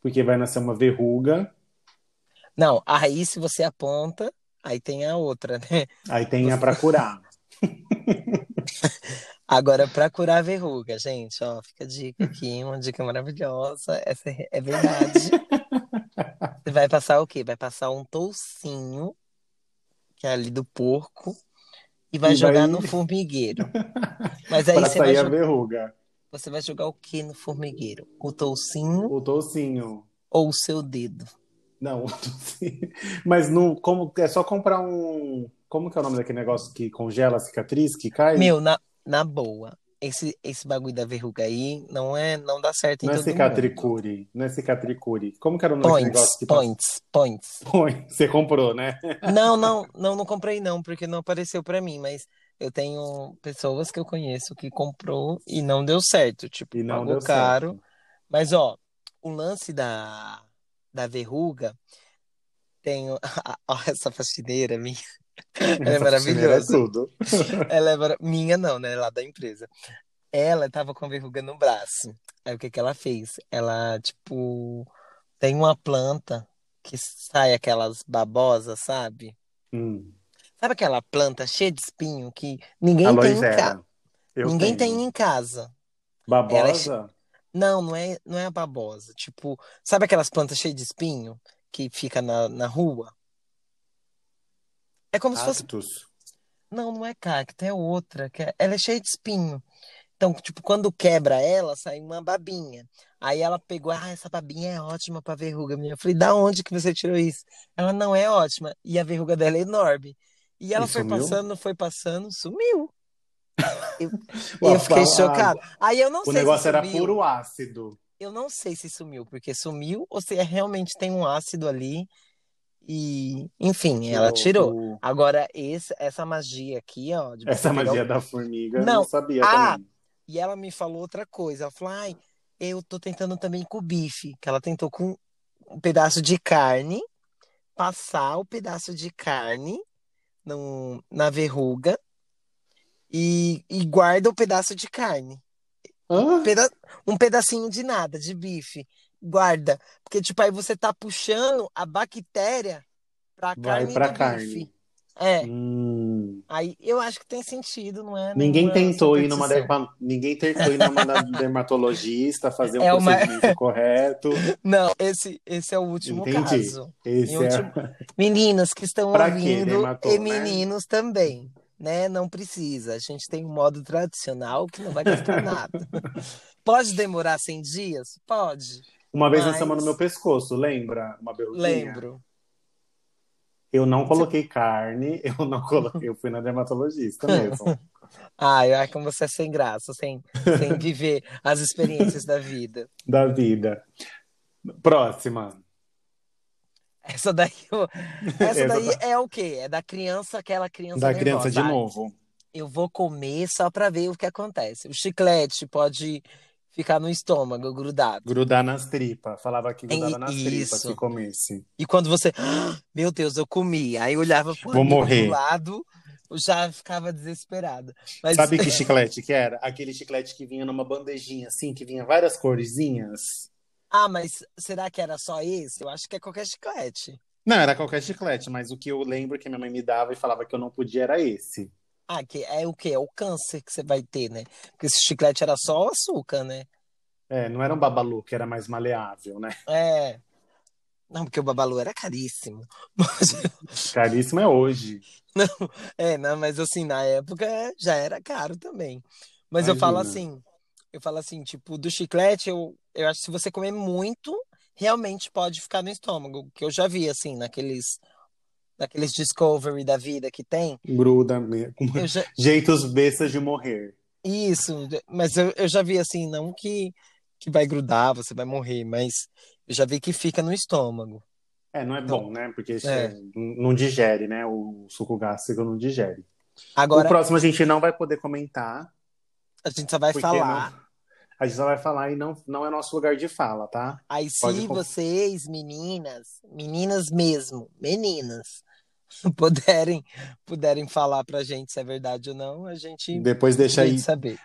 Speaker 2: porque vai nascer uma verruga.
Speaker 1: Não, aí se você aponta, aí tem a outra, né?
Speaker 2: Aí tem a pra curar.
Speaker 1: Agora, pra curar a verruga, gente, ó, fica a dica aqui, uma dica maravilhosa, essa é é verdade. Você vai passar o quê? Vai passar um toucinho, que é ali do porco, e vai
Speaker 2: E
Speaker 1: jogar
Speaker 2: vai-
Speaker 1: no formigueiro. Mas aí
Speaker 2: Pra
Speaker 1: você vai,
Speaker 2: sair a
Speaker 1: jo-
Speaker 2: verruga.
Speaker 1: você vai jogar o que no formigueiro? O toucinho
Speaker 2: O toucinho.
Speaker 1: ou o seu dedo?
Speaker 2: Não, o toucinho. Mas não, como, é só comprar um. Como que é o nome daquele negócio que congela a cicatriz, que cai?
Speaker 1: Meu, na, na boa, esse, esse bagulho da verruga aí não é, não dá certo em
Speaker 2: não é
Speaker 1: todo mundo.
Speaker 2: cicatricure. Não é cicatricure. Como é que era o nome daquele
Speaker 1: Points,
Speaker 2: negócio que passa?
Speaker 1: points, points.
Speaker 2: Põe. Você comprou, né?
Speaker 1: Não, não, não, não comprei não, porque não apareceu pra mim, mas eu tenho pessoas que eu conheço que comprou e não deu certo, tipo,
Speaker 2: E não
Speaker 1: pagou
Speaker 2: deu
Speaker 1: caro.
Speaker 2: certo.
Speaker 1: Mas ó, o lance da, da verruga tem o- ó, essa faxineira minha, ela é
Speaker 2: Essa faxineira é
Speaker 1: maravilhosa.
Speaker 2: tudo.
Speaker 1: Ela é mara- minha não, né? Lá da empresa. Ela tava com a verruga no braço. Aí o que que ela fez? Ela, tipo, tem uma planta que sai aquelas babosas, sabe?
Speaker 2: Hum.
Speaker 1: Sabe aquela planta cheia de espinho que ninguém
Speaker 2: Aloe
Speaker 1: tem em casa?
Speaker 2: vera. Eu
Speaker 1: Ninguém
Speaker 2: tenho.
Speaker 1: tem em casa. Ela é che-
Speaker 2: Babosa?
Speaker 1: Não, não é, não é a babosa. Tipo, sabe aquelas plantas cheias de espinho que fica na, na rua? É como
Speaker 2: Ah,
Speaker 1: se fosse.
Speaker 2: Cactus.
Speaker 1: Não, não é cacto, é outra. que é- Ela é cheia de espinho. Então, tipo, quando quebra ela, sai uma babinha. Aí ela pegou, ah, essa babinha é ótima pra verruga minha. Eu falei, da onde que você tirou isso? Ela não é ótima. E a verruga dela é enorme. E ela
Speaker 2: E
Speaker 1: foi
Speaker 2: sumiu?
Speaker 1: passando, foi passando, sumiu. Eu,
Speaker 2: Ué,
Speaker 1: eu fiquei
Speaker 2: a-
Speaker 1: chocado. Aí eu não
Speaker 2: ah, O
Speaker 1: sei se
Speaker 2: negócio era
Speaker 1: sumiu.
Speaker 2: puro ácido.
Speaker 1: Eu não sei se sumiu, porque sumiu ou se é- realmente tem um ácido ali e, enfim, ela tirou.
Speaker 2: O- o-
Speaker 1: Agora, esse, essa magia aqui, ó, de você
Speaker 2: Essa
Speaker 1: pegar o-
Speaker 2: magia da formiga, eu
Speaker 1: Não.
Speaker 2: não sabia
Speaker 1: Ah!
Speaker 2: também.
Speaker 1: E ela me falou outra coisa. Ela falou, ai, eu tô tentando também com o bife, que ela tentou com um pedaço de carne, passar o pedaço de carne no, na verruga e, e guarda o pedaço de carne.
Speaker 2: Hã?
Speaker 1: peda- um pedacinho de nada, de bife. Guarda. Porque, tipo, aí você tá puxando a bactéria pra
Speaker 2: Vai
Speaker 1: carne
Speaker 2: pra
Speaker 1: do
Speaker 2: carne.
Speaker 1: bife. É,
Speaker 2: Hum.
Speaker 1: aí eu acho que tem sentido, não é?
Speaker 2: Ninguém
Speaker 1: nenhuma
Speaker 2: tentou ir numa
Speaker 1: superstição.
Speaker 2: derma- ninguém tentou ir numa da- dermatologista fazer um
Speaker 1: É uma-
Speaker 2: procedimento correto.
Speaker 1: Não, esse, esse é o último
Speaker 2: Entendi.
Speaker 1: caso.
Speaker 2: Esse
Speaker 1: Em
Speaker 2: é
Speaker 1: último- Meninas que estão
Speaker 2: Pra quê?
Speaker 1: ouvindo
Speaker 2: Dermatou,
Speaker 1: e
Speaker 2: né?
Speaker 1: meninos também, né? Não precisa. A gente tem um modo tradicional que não vai gastar nada. Pode demorar 100 dias? Pode.
Speaker 2: uma vez na
Speaker 1: Mas-
Speaker 2: semana no meu pescoço, lembra? Uma berruguinha.
Speaker 1: Lembro.
Speaker 2: Eu não coloquei carne, eu não coloquei, eu fui na dermatologista mesmo.
Speaker 1: Ai, ai, como você é sem graça, sem, sem viver as experiências da vida.
Speaker 2: Da vida. Próxima.
Speaker 1: Essa daí, eu- essa daí é o quê? É da criança, aquela criança
Speaker 2: Da
Speaker 1: nervosa.
Speaker 2: criança de
Speaker 1: Ai,
Speaker 2: novo.
Speaker 1: Eu vou comer só para ver o que acontece. O chiclete pode ficar no estômago grudado.
Speaker 2: Grudar nas tripas. Falava que grudava
Speaker 1: É
Speaker 2: nas tripas
Speaker 1: isso.
Speaker 2: que comesse.
Speaker 1: E quando você, "Ah, meu Deus, eu comi. Aí eu olhava pro
Speaker 2: Vou
Speaker 1: amigo
Speaker 2: morrer.
Speaker 1: do lado, eu já ficava desesperada. Mas
Speaker 2: Sabe que chiclete que era? Aquele chiclete que vinha numa bandejinha assim, que vinha várias corzinhas.
Speaker 1: ah, mas será que era só esse? Eu acho que é qualquer chiclete.
Speaker 2: Não, era qualquer chiclete, mas o que eu lembro que minha mãe me dava e falava que eu não podia era esse.
Speaker 1: Ah, que é o quê? É o câncer que você vai ter, né? Porque esse chiclete era só o açúcar, né?
Speaker 2: É, não era um babalu, que era mais maleável, né?
Speaker 1: É. Não, porque o Babalu era caríssimo. Mas-
Speaker 2: Caríssimo é hoje.
Speaker 1: é, não, mas assim, na época já era caro também. Mas eu
Speaker 2: Imagina.
Speaker 1: falo assim, eu falo assim, tipo, do chiclete, eu, eu acho que se você comer muito, realmente pode ficar no estômago. Que eu já vi, assim, naqueles, naqueles Discovery da vida que tem.
Speaker 2: Gruda mesmo.
Speaker 1: Eu já,
Speaker 2: Jeitos bestas de morrer.
Speaker 1: Isso, mas eu, eu já vi assim, não que, que vai grudar, você vai morrer, mas eu já vi que fica no estômago.
Speaker 2: É, não é bom, né? Porque isso
Speaker 1: É.
Speaker 2: é- não digere, né? O suco gástrico não digere. O
Speaker 1: Agora,
Speaker 2: próximo a gente não vai poder comentar.
Speaker 1: a gente só vai
Speaker 2: porque
Speaker 1: falar.
Speaker 2: não- a gente só vai falar e não, não é nosso lugar de fala, tá?
Speaker 1: Aí, se
Speaker 2: Pode con-
Speaker 1: vocês, meninas, meninas mesmo, meninas, puderem, puderem falar pra gente se é verdade ou não, a gente
Speaker 2: Depois deixa
Speaker 1: tem
Speaker 2: aí.
Speaker 1: que saber.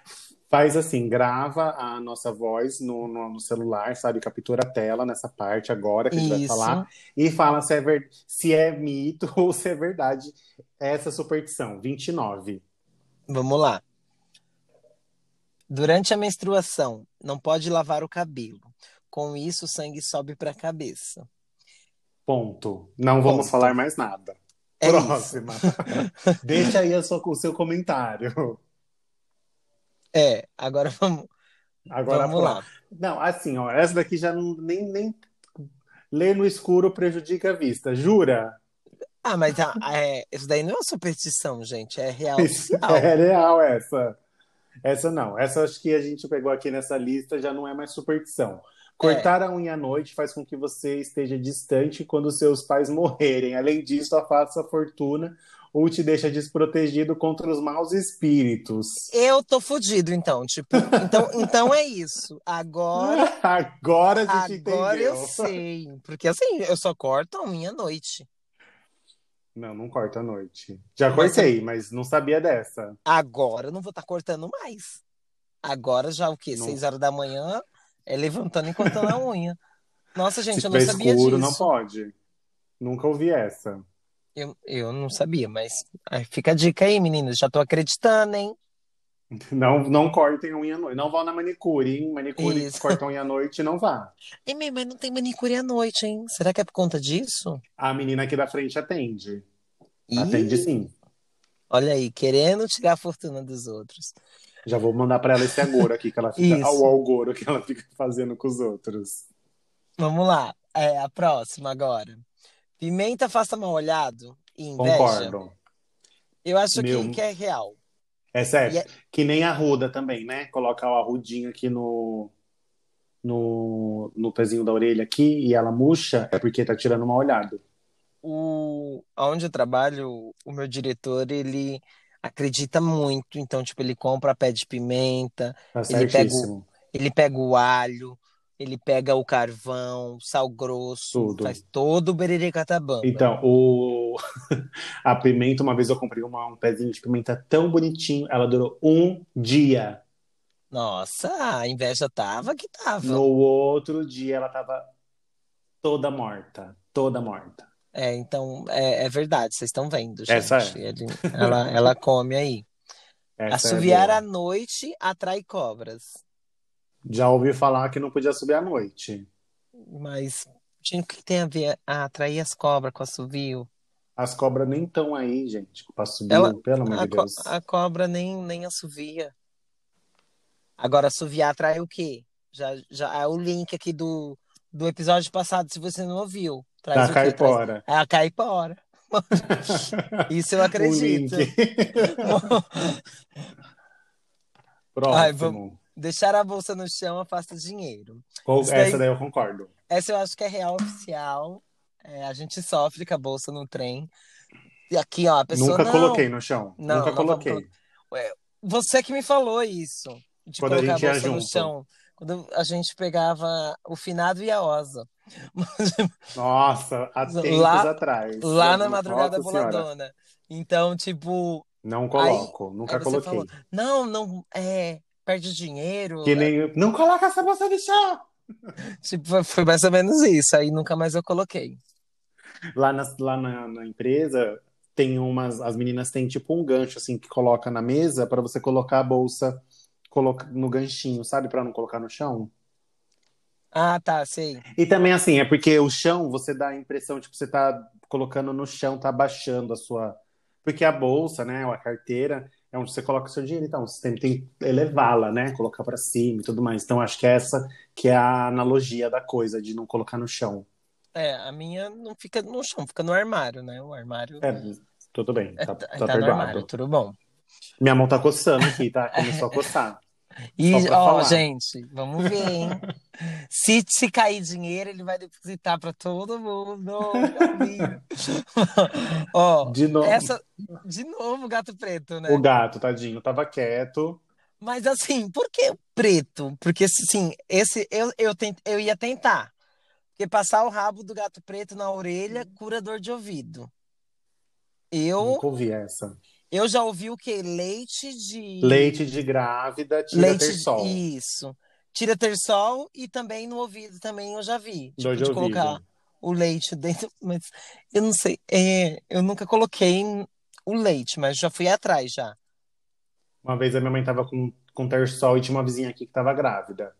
Speaker 2: Faz assim, grava a nossa voz no, no- no celular, sabe? Captura a tela nessa parte agora que a gente vai
Speaker 1: Isso.
Speaker 2: falar. E fala se é, ver- se é mito ou se é verdade essa superstição. 29.
Speaker 1: Vamos lá. Durante a menstruação, não pode lavar o cabelo. Com isso, o sangue sobe pra cabeça.
Speaker 2: Ponto. Não vamos
Speaker 1: Ponto.
Speaker 2: falar mais nada.
Speaker 1: É isso.
Speaker 2: Próxima. Deixa aí a sua- o seu comentário.
Speaker 1: É, agora vamos,
Speaker 2: Agora
Speaker 1: vamos lá.
Speaker 2: Não, assim, ó, essa daqui já não, nem, nem ler no escuro prejudica a vista. Jura?
Speaker 1: Ah, mas ah, é, isso daí não é uma superstição, gente, é real
Speaker 2: Isso
Speaker 1: oficial.
Speaker 2: é real essa. Essa não. Essa acho que a gente pegou aqui nessa lista já não é mais superstição. Cortar a unha à noite faz com que você esteja distante quando seus pais morrerem. Além disso, afasta a fortuna ou te deixa desprotegido contra os maus espíritos.
Speaker 1: Eu tô fudido, então, tipo, então, então é isso. Agora,
Speaker 2: Agora a gente
Speaker 1: agora
Speaker 2: entendeu.
Speaker 1: eu sei, porque assim, eu só corto a minha noite.
Speaker 2: Não, não corta à noite. Já
Speaker 1: Mas é
Speaker 2: cortei, mas não sabia dessa.
Speaker 1: Agora eu não vou estar cortando mais. Agora já o quê?
Speaker 2: Não.
Speaker 1: Seis horas da manhã, é levantando e cortando a unha. Nossa, gente,
Speaker 2: Se
Speaker 1: eu não
Speaker 2: tiver
Speaker 1: sabia
Speaker 2: escuro, não
Speaker 1: disso.
Speaker 2: pode. Nunca ouvi essa.
Speaker 1: Eu, eu não sabia, mas aí fica a dica aí, meninas, já tô acreditando, hein?
Speaker 2: Não, não cortem a unha à noite. Não vão na manicure, hein? Manicure
Speaker 1: Isso.
Speaker 2: que cortam unha à noite, não vá.
Speaker 1: E minha mãe não tem manicure à noite, hein? Será que é por conta disso?
Speaker 2: A menina aqui da frente atende.
Speaker 1: Ih,
Speaker 2: Atende sim.
Speaker 1: olha aí, querendo tirar a fortuna dos outros.
Speaker 2: Já vou mandar pra ela esse agoro aqui que ela fica.
Speaker 1: Isso.
Speaker 2: Ao algoro que ela fica fazendo com os outros.
Speaker 1: Vamos lá, é a próxima agora. Pimenta faça mal olhado e inveja.
Speaker 2: Concordo.
Speaker 1: Eu acho que,
Speaker 2: Meu.
Speaker 1: que é real.
Speaker 2: É sério.
Speaker 1: E é-
Speaker 2: Que nem a ruda também, né? Colocar o arrudinho aqui no, no, no pezinho da orelha aqui e ela murcha, é porque tá tirando uma olhada.
Speaker 1: O, onde eu trabalho, o meu diretor, ele acredita muito. Então, tipo, ele compra pé de pimenta,
Speaker 2: Tá
Speaker 1: Ele pega o-
Speaker 2: certíssimo.
Speaker 1: ele pega o alho, ele pega o carvão, sal grosso,
Speaker 2: Tudo.
Speaker 1: faz todo o berericatabamba.
Speaker 2: Então, o... a pimenta, uma vez eu comprei uma- um pezinho de pimenta tão bonitinho, ela durou um dia.
Speaker 1: Nossa, a inveja tava que tava.
Speaker 2: No outro dia ela tava toda morta, toda morta.
Speaker 1: É, então, é, é verdade, vocês estão vendo, gente.
Speaker 2: Essa é.
Speaker 1: Ele- ela, ela come aí.
Speaker 2: Essa é
Speaker 1: Assoviar
Speaker 2: boa.
Speaker 1: à noite atrai cobras.
Speaker 2: Já ouvi falar que não podia subir à noite.
Speaker 1: Mas, gente, o que tem a ver a atrair as cobras com assovio?
Speaker 2: As cobras nem estão aí, gente, tipo, pra subir,
Speaker 1: Ela-
Speaker 2: pelo amor
Speaker 1: A,
Speaker 2: de
Speaker 1: co-
Speaker 2: Deus.
Speaker 1: a cobra nem, nem assovia. Agora, assoviar atrai o quê? Já, já é o link aqui do, do episódio passado, se você não ouviu. Traz
Speaker 2: Da
Speaker 1: o quê? Traz
Speaker 2: caipora.
Speaker 1: a caipora. Isso eu acredito.
Speaker 2: O Um link. Próximo.
Speaker 1: Ai, vamos- Deixar a bolsa no chão afasta dinheiro.
Speaker 2: Qual-
Speaker 1: Isso daí-
Speaker 2: Essa daí eu concordo.
Speaker 1: Essa eu acho que é real oficial. É, a gente sofre com a bolsa no trem. E aqui, ó, a pessoa.
Speaker 2: Nunca
Speaker 1: não,
Speaker 2: coloquei no chão.
Speaker 1: Não,
Speaker 2: Nunca
Speaker 1: não vamos
Speaker 2: coloquei.
Speaker 1: Você que me falou isso. De
Speaker 2: Quando a
Speaker 1: colocar a,
Speaker 2: gente ia
Speaker 1: bolsa no
Speaker 2: junto.
Speaker 1: chão. Quando a gente pegava o finado e a osa.
Speaker 2: Nossa, há
Speaker 1: Lá-
Speaker 2: tempos atrás.
Speaker 1: Lá na
Speaker 2: Nossa
Speaker 1: madrugada
Speaker 2: é Senhora.
Speaker 1: boladona. Então, tipo,
Speaker 2: Não coloco, nunca
Speaker 1: aí você
Speaker 2: coloquei.
Speaker 1: falou, é. não, não, é, perde dinheiro.
Speaker 2: Que nem. Não coloca essa bolsa no chão!
Speaker 1: Tipo, foi- foi mais ou menos isso. Aí nunca mais eu coloquei.
Speaker 2: Lá, nas- lá na, na empresa, tem umas. As meninas têm tipo um gancho, assim, que coloca na mesa pra você colocar a bolsa coloca, no ganchinho, sabe? Pra não colocar no chão.
Speaker 1: Ah, tá, sei.
Speaker 2: E também, assim, é porque o chão, você dá a impressão, tipo, você tá colocando no chão, tá abaixando a sua. Porque a bolsa, né, ou a carteira, é onde você coloca o seu dinheiro. Então, você tem, tem que elevá-la, né, colocar pra cima e tudo mais. Então, acho que é essa que é a analogia da coisa, de não colocar no chão.
Speaker 1: É, a minha não fica no chão, fica no armário, né? O armário
Speaker 2: É, tudo bem, tá,
Speaker 1: tá,
Speaker 2: tá
Speaker 1: tá no armário,
Speaker 2: perdoado.
Speaker 1: tudo bom.
Speaker 2: Minha mão tá coçando aqui, tá? Começou a coçar.
Speaker 1: E,
Speaker 2: Só pra
Speaker 1: ó,
Speaker 2: falar.
Speaker 1: gente, vamos ver, hein? se, se cair dinheiro, ele vai depositar pra todo mundo. amigo. ó,
Speaker 2: De novo.
Speaker 1: essa. De novo, gato preto, né?
Speaker 2: O gato, tadinho, tava quieto.
Speaker 1: Mas assim, por que o preto? Porque assim, esse eu, eu, tent, eu ia tentar. Porque passar o rabo do gato preto na
Speaker 2: Uhum.
Speaker 1: orelha cura dor de ouvido. Eu,
Speaker 2: Nunca ouvi essa.
Speaker 1: eu já ouvi o quê? Leite de.
Speaker 2: Leite de grávida, tira
Speaker 1: Leite de-
Speaker 2: Tersol.
Speaker 1: Isso. Tira tersol e também no ouvido também eu já vi. Tipo,
Speaker 2: Dor de
Speaker 1: de colocar
Speaker 2: ouvido.
Speaker 1: o leite dentro. Mas eu não sei. é, eu nunca coloquei o leite, mas já fui atrás já.
Speaker 2: Uma vez a minha mãe tava com, com Tersol e tinha uma vizinha aqui que tava grávida.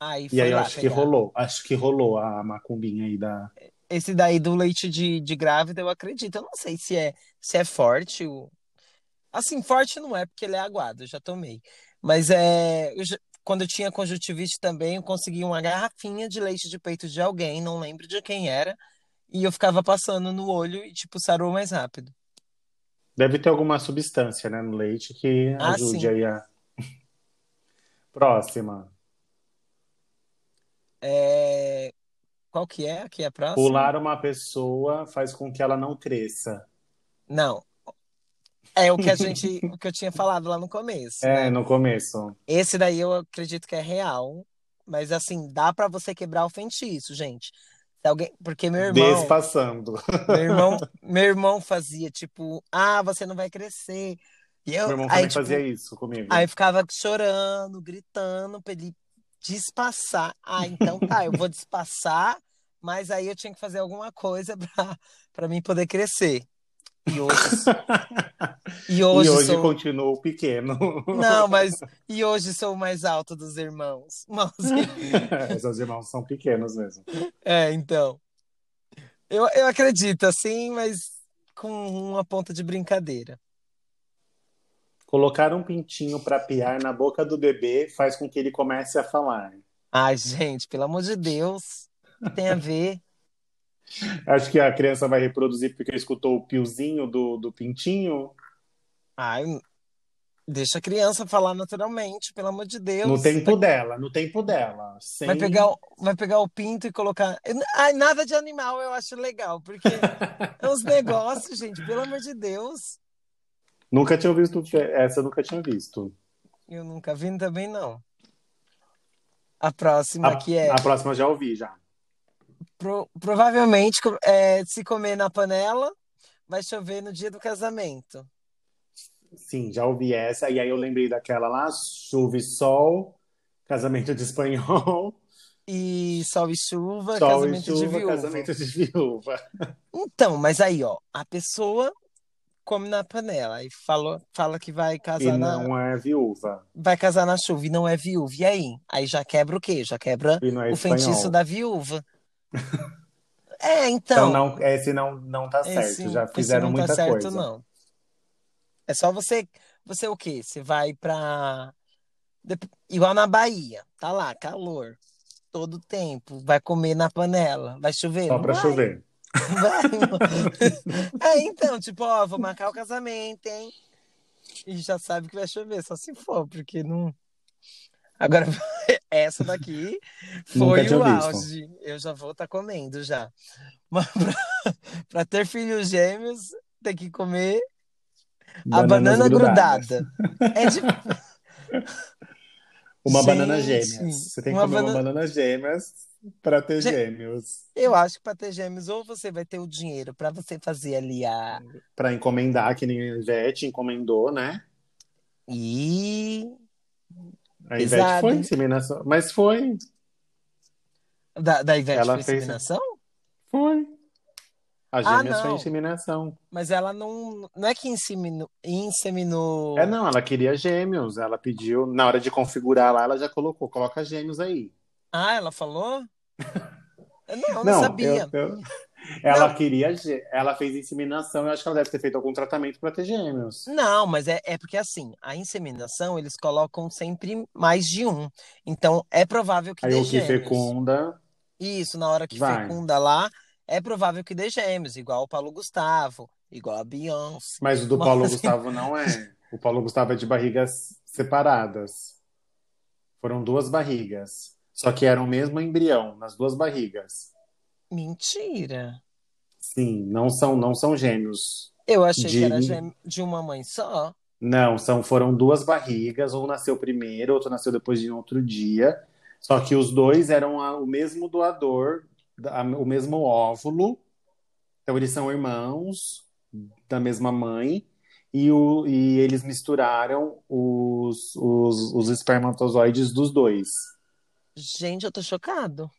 Speaker 1: Aí
Speaker 2: E
Speaker 1: foi
Speaker 2: aí eu
Speaker 1: lá
Speaker 2: acho que
Speaker 1: pegar.
Speaker 2: rolou. Acho que rolou a macumbinha aí da.
Speaker 1: Esse daí do leite de, de grávida, eu acredito. Eu não sei se é, se é forte. O... Assim, forte não é, porque ele é aguado, eu já tomei. Mas é. eu já- Quando eu tinha conjuntivite também, eu consegui uma garrafinha de leite de peito de alguém, não lembro de quem era. E eu ficava passando no olho e, tipo, sarou mais rápido.
Speaker 2: Deve ter alguma substância, né, no leite que
Speaker 1: Ah,
Speaker 2: ajude
Speaker 1: sim.
Speaker 2: aí a. Próxima.
Speaker 1: É, Qual que é? Aqui é a próxima?
Speaker 2: Pular uma pessoa faz com que ela não cresça.
Speaker 1: Não. É o que a gente, o que eu tinha falado lá no começo.
Speaker 2: É, no começo.
Speaker 1: Esse daí eu acredito que é real, mas assim, dá pra você quebrar o feitiço, gente. Se alguém, porque meu irmão,
Speaker 2: Despassando.
Speaker 1: meu irmão, meu irmão fazia tipo, ah, você não vai crescer. E eu,
Speaker 2: Meu irmão também
Speaker 1: aí, tipo,
Speaker 2: fazia isso comigo.
Speaker 1: aí ficava chorando, gritando pra ele despassar. Ah, então tá, eu vou despassar, mas aí eu tinha que fazer alguma coisa pra para mim poder crescer. E hoje, e
Speaker 2: E
Speaker 1: hoje
Speaker 2: hoje
Speaker 1: sou
Speaker 2: continuo pequeno.
Speaker 1: Não, mas e hoje sou o mais alto dos irmãos. Mas,
Speaker 2: Seus irmãos são pequenos mesmo.
Speaker 1: é, então. Eu, eu acredito, assim, mas com uma ponta de brincadeira.
Speaker 2: Colocar um pintinho pra piar na boca do bebê faz com que ele comece a falar.
Speaker 1: Ai, gente, pelo amor de Deus, o que tem a ver?
Speaker 2: Acho que a criança vai reproduzir porque escutou o piozinho do, do pintinho.
Speaker 1: Ai, deixa a criança falar naturalmente, pelo amor de Deus.
Speaker 2: no tempo dela, no tempo dela. Sem...
Speaker 1: Vai pegar, o- vai pegar o pinto e colocar. Eu- Ai, nada de animal eu acho legal, porque é uns negócios, gente, pelo amor de Deus.
Speaker 2: Nunca tinha visto. Essa eu nunca tinha visto.
Speaker 1: Eu nunca vi também, não. A próxima
Speaker 2: A,
Speaker 1: aqui é.
Speaker 2: a próxima eu já ouvi já.
Speaker 1: Pro- provavelmente co- é, se comer na panela, vai chover no dia do casamento.
Speaker 2: Sim, já ouvi essa. E aí eu lembrei daquela lá: chuva e sol, casamento de espanhol,
Speaker 1: E sol e chuva,
Speaker 2: sol e
Speaker 1: casamento de
Speaker 2: chuva,
Speaker 1: viúva.
Speaker 2: casamento de viúva.
Speaker 1: Então, mas aí, ó, a pessoa come na panela e falou, fala que vai
Speaker 2: E
Speaker 1: casar na,
Speaker 2: não é viúva.
Speaker 1: vai casar na chuva e não é viúva. E aí? Aí já quebra o quê? Já quebra
Speaker 2: E não é
Speaker 1: o feitiço
Speaker 2: espanhol.
Speaker 1: da viúva. É,
Speaker 2: Então,
Speaker 1: então.
Speaker 2: não, esse não, não tá certo.
Speaker 1: Esse-
Speaker 2: já
Speaker 1: esse
Speaker 2: fizeram
Speaker 1: não tá
Speaker 2: muita
Speaker 1: certo,
Speaker 2: coisa.
Speaker 1: não. É só você, você o quê? Você vai pra dep- igual na Bahia, tá lá, calor todo tempo, vai comer na panela, vai chover,
Speaker 2: Só
Speaker 1: não
Speaker 2: pra
Speaker 1: vai.
Speaker 2: chover.
Speaker 1: Vai, é, então, tipo, ó, vou marcar o casamento, hein? E já sabe que vai chover, só se for, porque não. Agora, essa daqui foi o auge. Visto. Eu já vou estar tá comendo já. Mas pra, pra, ter filhos gêmeos, tem que comer Bananas a banana grudada. grudada. É de.
Speaker 2: Uma Gente, banana gêmeas. Você tem que comer banana... uma banana gêmeas para ter Gê... gêmeos.
Speaker 1: Eu acho que para ter gêmeos, ou você vai ter o dinheiro para você fazer ali a.
Speaker 2: Para encomendar, que nem a Ivete encomendou, né?
Speaker 1: E.
Speaker 2: A Ivete Exato. foi inseminação. Mas foi.
Speaker 1: Da, da Ivete ela foi fez... inseminação?
Speaker 2: Foi. A gêmeas ah, foi inseminação.
Speaker 1: Mas ela não. Não é que inseminou, inseminou.
Speaker 2: É, não, ela queria gêmeos. Ela pediu. Na hora de configurar lá, ela já colocou. Coloca gêmeos aí.
Speaker 1: Ah, ela falou? eu não, eu não, não sabia. Eu, eu...
Speaker 2: Ela não. queria. Ela fez inseminação. Eu acho que ela deve ter feito algum tratamento para ter gêmeos.
Speaker 1: Não, mas é, é porque assim, a inseminação eles colocam sempre mais de um. Então é provável que.
Speaker 2: Aí
Speaker 1: dê
Speaker 2: o que
Speaker 1: gêmeos.
Speaker 2: fecunda.
Speaker 1: Isso, na hora que
Speaker 2: vai.
Speaker 1: fecunda lá é provável que dê gêmeos, igual o Paulo Gustavo, igual a Beyoncé.
Speaker 2: Mas o do Paulo Mas... Gustavo não é. O Paulo Gustavo é de barrigas separadas. Foram duas barrigas. Só que era o mesmo embrião nas duas barrigas.
Speaker 1: Mentira.
Speaker 2: Sim, não são, não são gêmeos.
Speaker 1: Eu achei de... que era gêmeo de uma mãe só.
Speaker 2: Não, são, foram duas barrigas, um nasceu primeiro, outro nasceu depois de um outro dia. Só que os dois eram a, o mesmo doador o mesmo óvulo, então eles são irmãos da mesma mãe, e, o, e eles misturaram os, os, os espermatozoides dos dois.
Speaker 1: Gente, eu tô chocado.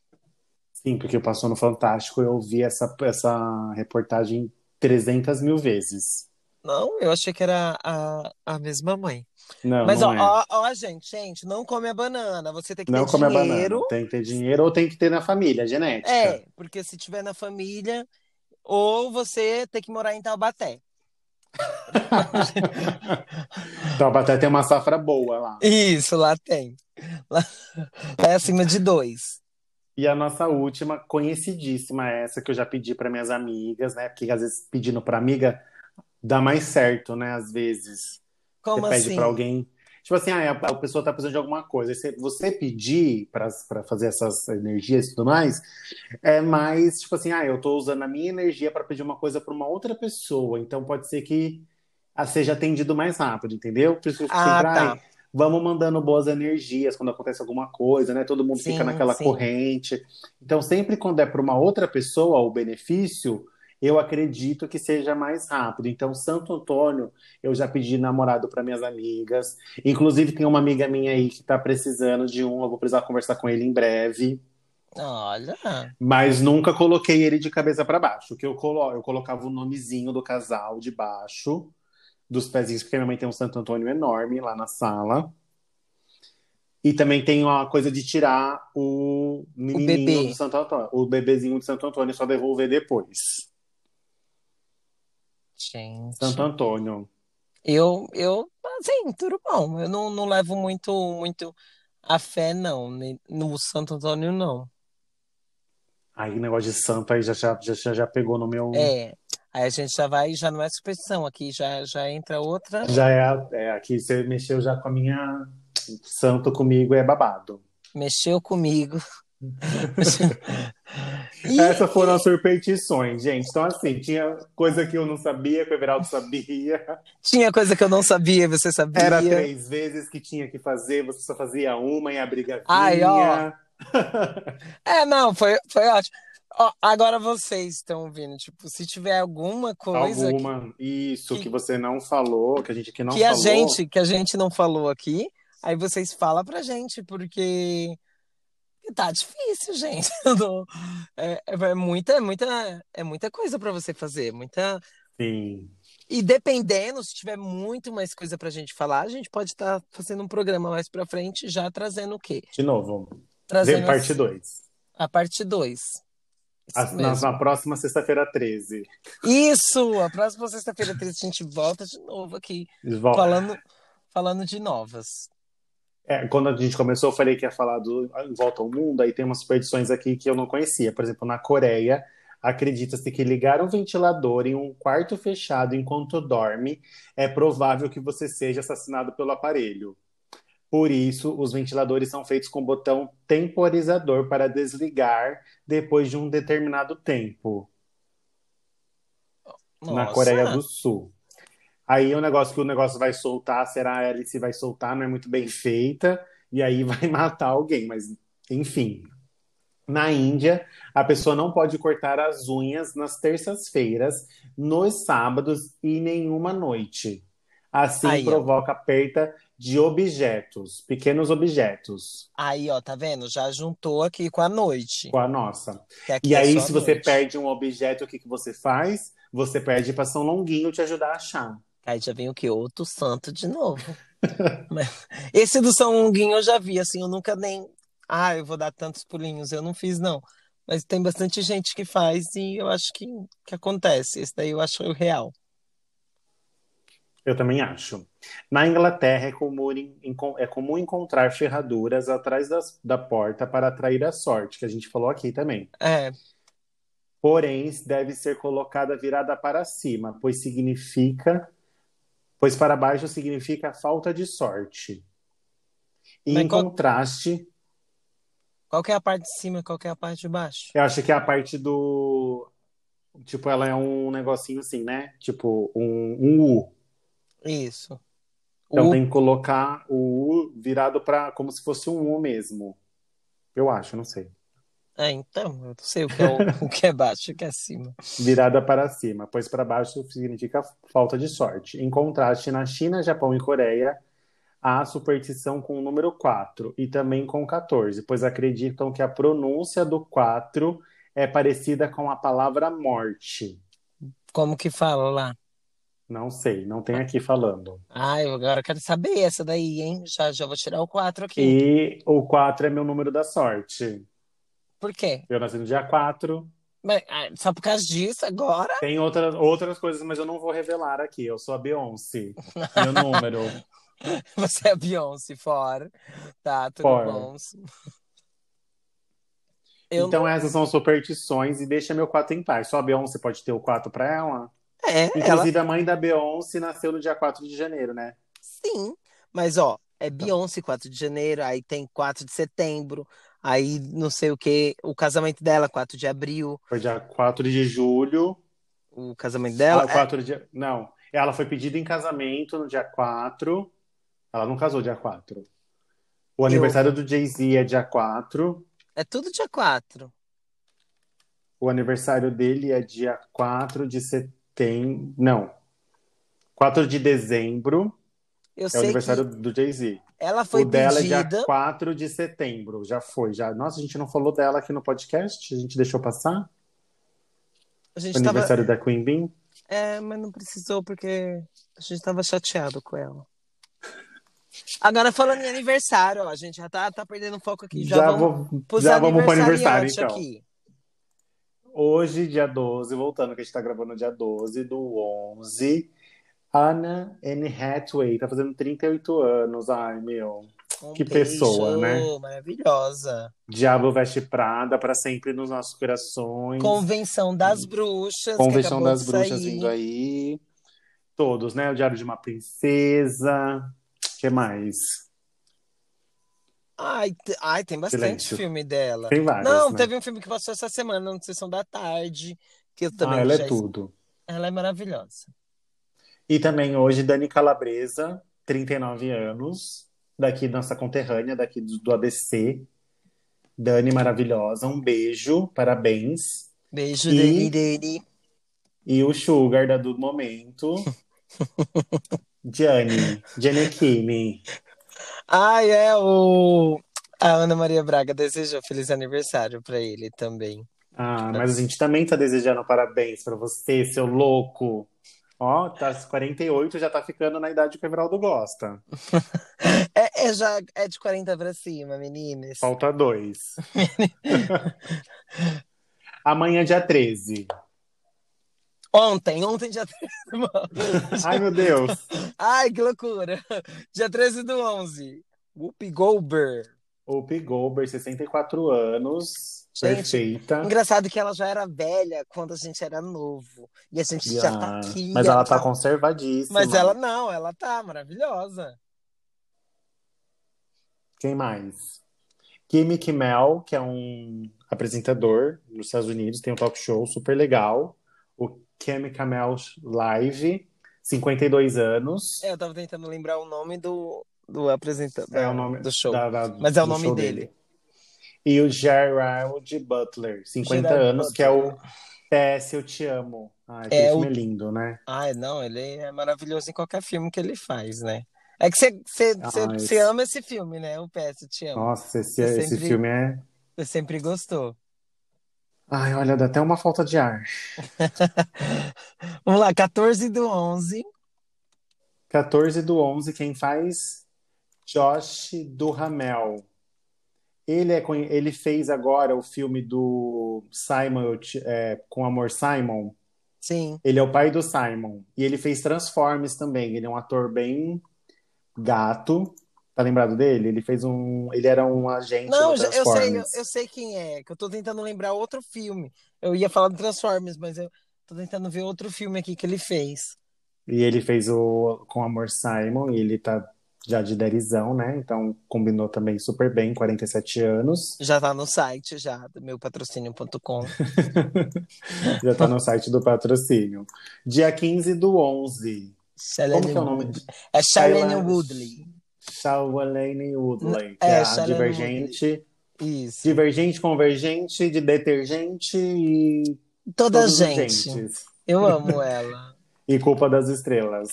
Speaker 2: Sim, porque passou no Fantástico, eu vi essa, essa reportagem 300 mil vezes.
Speaker 1: Não, eu achei que era a, a mesma mãe.
Speaker 2: Não,
Speaker 1: Mas
Speaker 2: não
Speaker 1: ó,
Speaker 2: é.
Speaker 1: ó, ó, gente, gente, não come a banana. Você tem que
Speaker 2: não
Speaker 1: ter
Speaker 2: come
Speaker 1: dinheiro.
Speaker 2: A banana. Tem que ter dinheiro ou tem que ter na família, genética.
Speaker 1: É, porque se tiver na família, ou você tem que morar em Taubaté.
Speaker 2: Taubaté Então, tem uma safra boa lá.
Speaker 1: Isso, lá tem. Lá, lá é acima de dois.
Speaker 2: E a nossa última, conhecidíssima, é essa que eu já pedi para minhas amigas, né? Porque às vezes pedindo para amiga dá mais certo, né? Às vezes.
Speaker 1: Como
Speaker 2: você pede
Speaker 1: assim?
Speaker 2: para alguém. Tipo assim, ah, a pessoa tá precisando de alguma coisa. Você, você pedir para fazer essas energias e tudo mais, é mais tipo assim, ah, eu tô usando a minha energia para pedir uma coisa para uma outra pessoa. Então pode ser que seja atendido mais rápido, entendeu? Por isso que
Speaker 1: Ah,
Speaker 2: sempre,
Speaker 1: tá.
Speaker 2: ai, vamos mandando boas energias quando acontece alguma coisa, né? Todo mundo fica
Speaker 1: Sim,
Speaker 2: naquela
Speaker 1: sim.
Speaker 2: corrente. Então sempre quando é para uma outra pessoa o benefício, eu acredito que seja mais rápido. Então, Santo Antônio, eu já pedi namorado para minhas amigas. Inclusive, tem uma amiga minha aí que está precisando de um, eu vou precisar conversar com ele em breve.
Speaker 1: Olha.
Speaker 2: Mas nunca coloquei ele de cabeça para baixo. O que eu, colo eu colocava o nomezinho do casal de baixo, dos pezinhos, porque minha mãe tem um Santo Antônio enorme lá na sala. E também tem uma coisa de tirar o menininho
Speaker 1: bebê.
Speaker 2: do Santo Antônio, o bebezinho de Santo Antônio, só devolver depois.
Speaker 1: Gente.
Speaker 2: Santo Antônio.
Speaker 1: Eu, eu, assim, tudo bom. Eu não, não levo muito, muito a fé, não. ne- No Santo Antônio, não.
Speaker 2: Aí, negócio de santo aí já, já, já, já pegou no meu.
Speaker 1: É. Aí a gente já vai, já não é superstição aqui, já, já entra outra.
Speaker 2: Já é, a- é, aqui você mexeu já com a minha. Santo comigo é babado.
Speaker 1: Mexeu comigo. E-
Speaker 2: Essas foram as superstições, gente. Então, assim, tinha coisa que eu não sabia, que o Everaldo sabia.
Speaker 1: Tinha coisa que eu não sabia, você sabia.
Speaker 2: Era três vezes que tinha que fazer, você só fazia uma e a briga vinha.
Speaker 1: Ai, ó. É, não, foi, foi ótimo. Ó, agora vocês estão ouvindo, tipo, se tiver alguma coisa
Speaker 2: Alguma. Isso
Speaker 1: que-
Speaker 2: que você não falou, que a gente aqui não
Speaker 1: que a
Speaker 2: falou.
Speaker 1: gente que a gente não falou aqui, aí vocês falam pra gente, porque tá difícil, gente. Eu não- É, é muita, é muita, é muita coisa pra você fazer, muita.
Speaker 2: Sim.
Speaker 1: E dependendo, se tiver muito mais coisa pra gente falar, a gente pode estar fazendo um programa mais pra frente, já trazendo o quê?
Speaker 2: De novo,
Speaker 1: Trazendo
Speaker 2: parte 2.
Speaker 1: a parte 2. Isso,
Speaker 2: Na,
Speaker 1: mesmo.
Speaker 2: na próxima sexta-feira, 13.
Speaker 1: Isso! A próxima sexta-feira, a gente volta de novo aqui,
Speaker 2: Vol-
Speaker 1: falando, falando de novas.
Speaker 2: É, quando a gente começou, eu falei que ia falar do Em Volta ao Mundo, aí tem umas superstições aqui que eu não conhecia. Por exemplo, na Coreia, Acredita-se que ligar um ventilador em um quarto fechado enquanto dorme é provável que você seja assassinado pelo aparelho. Por isso, os ventiladores são feitos com botão temporizador para desligar depois de um determinado tempo.
Speaker 1: Nossa.
Speaker 2: Na Coreia do Sul. Aí o negócio que o negócio vai soltar, será a hélice vai soltar, não é muito bem feita, e aí vai matar alguém, mas enfim. Na Índia, a pessoa não pode cortar as unhas nas terças-feiras, nos sábados e nenhuma noite. Assim
Speaker 1: Aí, ó.
Speaker 2: provoca perda de objetos, pequenos objetos,
Speaker 1: Aí, ó, tá vendo? Já juntou aqui com a noite.
Speaker 2: com a nossa.
Speaker 1: que aqui
Speaker 2: E
Speaker 1: é
Speaker 2: aí,
Speaker 1: só a
Speaker 2: se você
Speaker 1: noite.
Speaker 2: perde um objeto, o que, que você faz? Você perde para São Longuinho te ajudar a achar.
Speaker 1: Aí já vem o quê? Outro santo de novo. Mas Esse do São Longuinho eu já vi, assim, eu nunca nem. Ah, eu vou dar tantos pulinhos. Eu não fiz, não. Mas tem bastante gente que faz e eu acho que, que acontece. Esse daí eu acho o real.
Speaker 2: Eu também acho. Na Inglaterra, é comum, em- encon- é comum encontrar ferraduras atrás das- da porta para atrair a sorte, que a gente falou aqui também.
Speaker 1: É,
Speaker 2: Porém, deve ser colocada virada para cima, pois significa, pois para baixo significa falta de sorte. E
Speaker 1: Mas
Speaker 2: em
Speaker 1: qual-
Speaker 2: contraste,
Speaker 1: qual que é a parte de cima, qual que é a parte de baixo?
Speaker 2: eu acho que é a parte do tipo, ela é um negocinho assim, né? Tipo um, um U.
Speaker 1: Isso.
Speaker 2: Então
Speaker 1: O-
Speaker 2: tem que colocar o U virado para como se fosse um U mesmo. Eu acho, não sei.
Speaker 1: É, então, eu não sei o que é, o- o que é baixo e o que é cima.
Speaker 2: Virada para cima, pois para baixo significa falta de sorte. Em contraste, na China, Japão e Coreia, há a superstição com o número 4 e também com o 14, pois acreditam que a pronúncia do 4 é parecida com a palavra morte.
Speaker 1: Como que fala lá?
Speaker 2: Não sei, não tem aqui falando.
Speaker 1: Ai, eu agora quero saber essa daí, hein? Já, já vou tirar o 4 aqui.
Speaker 2: E o 4 é meu número da sorte.
Speaker 1: Por quê?
Speaker 2: Eu nasci no dia 4.
Speaker 1: Mas, ah, só por causa disso agora?
Speaker 2: Tem outra, outras coisas, mas eu não vou revelar aqui. Eu sou a Beyoncé. Meu número.
Speaker 1: Você é a Beyoncé, fora. Tá, tudo
Speaker 2: Fora.
Speaker 1: bom. Eu
Speaker 2: então essas são superstições e deixa meu 4 em paz. Só a Beyoncé pode ter o 4 pra ela.
Speaker 1: não... É, ela
Speaker 2: Inclusive, a mãe da Beyoncé nasceu no dia 4 de janeiro, né?
Speaker 1: sim. Mas, ó,
Speaker 2: Tá.
Speaker 1: é Beyoncé, 4 de janeiro, aí tem 4 de setembro, aí não sei o quê. O casamento dela, 4 de abril.
Speaker 2: Foi dia 4 de julho.
Speaker 1: O casamento dela...
Speaker 2: Ah, o 4 de... Não, ela foi pedida em casamento no dia 4. Ela não casou dia 4. O aniversário do Jay-Z é dia 4.
Speaker 1: É, é tudo dia 4.
Speaker 2: O aniversário dele é dia 4 de setembro. Não. 4 de dezembro
Speaker 1: Eu
Speaker 2: é o
Speaker 1: sei que
Speaker 2: aniversário do Jay-Z.
Speaker 1: ela
Speaker 2: O
Speaker 1: foi
Speaker 2: dela é
Speaker 1: pedida...
Speaker 2: dia 4 de setembro. Já foi, já. Nossa, a gente não falou dela aqui no podcast? A gente deixou passar?
Speaker 1: A
Speaker 2: O
Speaker 1: gente tava...
Speaker 2: aniversário da Queen Bee?
Speaker 1: É, mas não precisou porque a gente tava chateado com ela. Agora falando em aniversário, ó, a gente já tá, tá perdendo foco aqui. Já, vamos
Speaker 2: vou
Speaker 1: pros
Speaker 2: já vamos pro aniversário,
Speaker 1: aniversariantes
Speaker 2: então.
Speaker 1: aqui.
Speaker 2: Hoje, dia 12, voltando que a gente tá gravando dia 12 do 11, Anna Anne Hathaway tá fazendo 38 anos. Ai, meu.
Speaker 1: Um
Speaker 2: Que
Speaker 1: beijo,
Speaker 2: pessoa, né?
Speaker 1: Maravilhosa.
Speaker 2: Diabo veste Prada pra sempre nos nossos corações.
Speaker 1: Convenção das Bruxas.
Speaker 2: Convenção
Speaker 1: que acabou
Speaker 2: das
Speaker 1: de
Speaker 2: Bruxas
Speaker 1: sair.
Speaker 2: vindo aí. Todos, né? O Diário de uma Princesa. O que mais?
Speaker 1: Ai, te- ai, tem bastante
Speaker 2: Silêncio.
Speaker 1: filme dela.
Speaker 2: Tem vários,
Speaker 1: Não,
Speaker 2: né?
Speaker 1: teve um filme que passou essa semana, na Sessão da Tarde, que eu também
Speaker 2: Ah, ela
Speaker 1: já-
Speaker 2: é tudo.
Speaker 1: Ela é maravilhosa.
Speaker 2: E também hoje, Dani Calabresa, 39 anos, daqui nossa conterrânea, daqui do, do ABC. Dani maravilhosa, um beijo, parabéns.
Speaker 1: Beijo,
Speaker 2: E-
Speaker 1: Dani, Dani.
Speaker 2: E o Sugar da do momento, Gianni, Giannichini.
Speaker 1: Ai, é o... A Ana Maria Braga desejou feliz aniversário pra ele também.
Speaker 2: Ah, mas a gente também tá desejando parabéns pra você, seu louco. Ó, tá 48, já tá ficando na idade que o Everaldo gosta.
Speaker 1: É, é já é de 40 pra cima, meninas.
Speaker 2: Falta dois. Amanhã, dia 13.
Speaker 1: Ontem, ontem dia 13.
Speaker 2: Ai, meu Deus.
Speaker 1: Ai, que loucura. Dia 13 do 11. Whoopi Goldberg.
Speaker 2: Whoopi Goldberg, 64 anos.
Speaker 1: Gente,
Speaker 2: Perfeita.
Speaker 1: engraçado que ela já era velha quando a gente era novo. E a gente já tá
Speaker 2: Ah,
Speaker 1: aqui.
Speaker 2: Mas ela tá conservadíssima.
Speaker 1: Mas ela não, ela tá maravilhosa.
Speaker 2: Quem mais? Kimi Kimmel, que é um apresentador nos Estados Unidos, tem um talk show super legal. O Kimi Kimmel Live, 52 anos.
Speaker 1: É, eu tava tentando lembrar o nome do, do apresentador
Speaker 2: É o nome
Speaker 1: do show.
Speaker 2: da- da-
Speaker 1: Mas é o
Speaker 2: do
Speaker 1: nome
Speaker 2: show
Speaker 1: dele.
Speaker 2: E o Gerald Butler, 50
Speaker 1: Gerard
Speaker 2: anos, que é o PS Eu Te Amo. Ai, que
Speaker 1: É
Speaker 2: filme
Speaker 1: o-
Speaker 2: é lindo, né?
Speaker 1: Ai, não, ele é maravilhoso em qualquer filme que ele faz, né? É que
Speaker 2: Ah,
Speaker 1: você
Speaker 2: esse-
Speaker 1: ama esse filme, né? O PS te ama.
Speaker 2: Nossa, esse,
Speaker 1: Eu
Speaker 2: esse
Speaker 1: sempre-
Speaker 2: filme é.
Speaker 1: Você sempre gostou.
Speaker 2: Ai, olha, dá até uma falta de ar.
Speaker 1: Vamos lá, 14 do 11.
Speaker 2: 14 do 11, quem faz? Josh Duhamel. Ele, é, conhe- ele fez agora o filme do Simon, eu te- é, com Amor Simon.
Speaker 1: Sim.
Speaker 2: Ele é o pai do Simon. E ele fez Transformers também. Ele é um ator bem gato. Tá lembrado dele? Ele fez um. Ele era um agente
Speaker 1: Não,
Speaker 2: do
Speaker 1: já- eu sei, eu,
Speaker 2: Transformers.
Speaker 1: eu sei quem é, que eu tô tentando lembrar outro filme. Eu ia falar do Transformers, mas eu tô tentando ver outro filme aqui que ele fez.
Speaker 2: E ele fez o com Amor Simon. E ele tá já de derizão, né? Então combinou também super bem, 47 anos.
Speaker 1: Já tá no site, já, do meu patrocínio.com.
Speaker 2: Já tá no site do patrocínio. Dia 15 do 11. Como que é o nome?
Speaker 1: É Shailene
Speaker 2: Shailene-
Speaker 1: Woodley.
Speaker 2: Shailene Woodley, que
Speaker 1: É,
Speaker 2: é, a
Speaker 1: Shailene
Speaker 2: divergente.
Speaker 1: Isso.
Speaker 2: Divergente, convergente, de detergente e
Speaker 1: Toda
Speaker 2: todos os
Speaker 1: gente.
Speaker 2: gentes.
Speaker 1: Eu amo ela.
Speaker 2: E culpa das estrelas.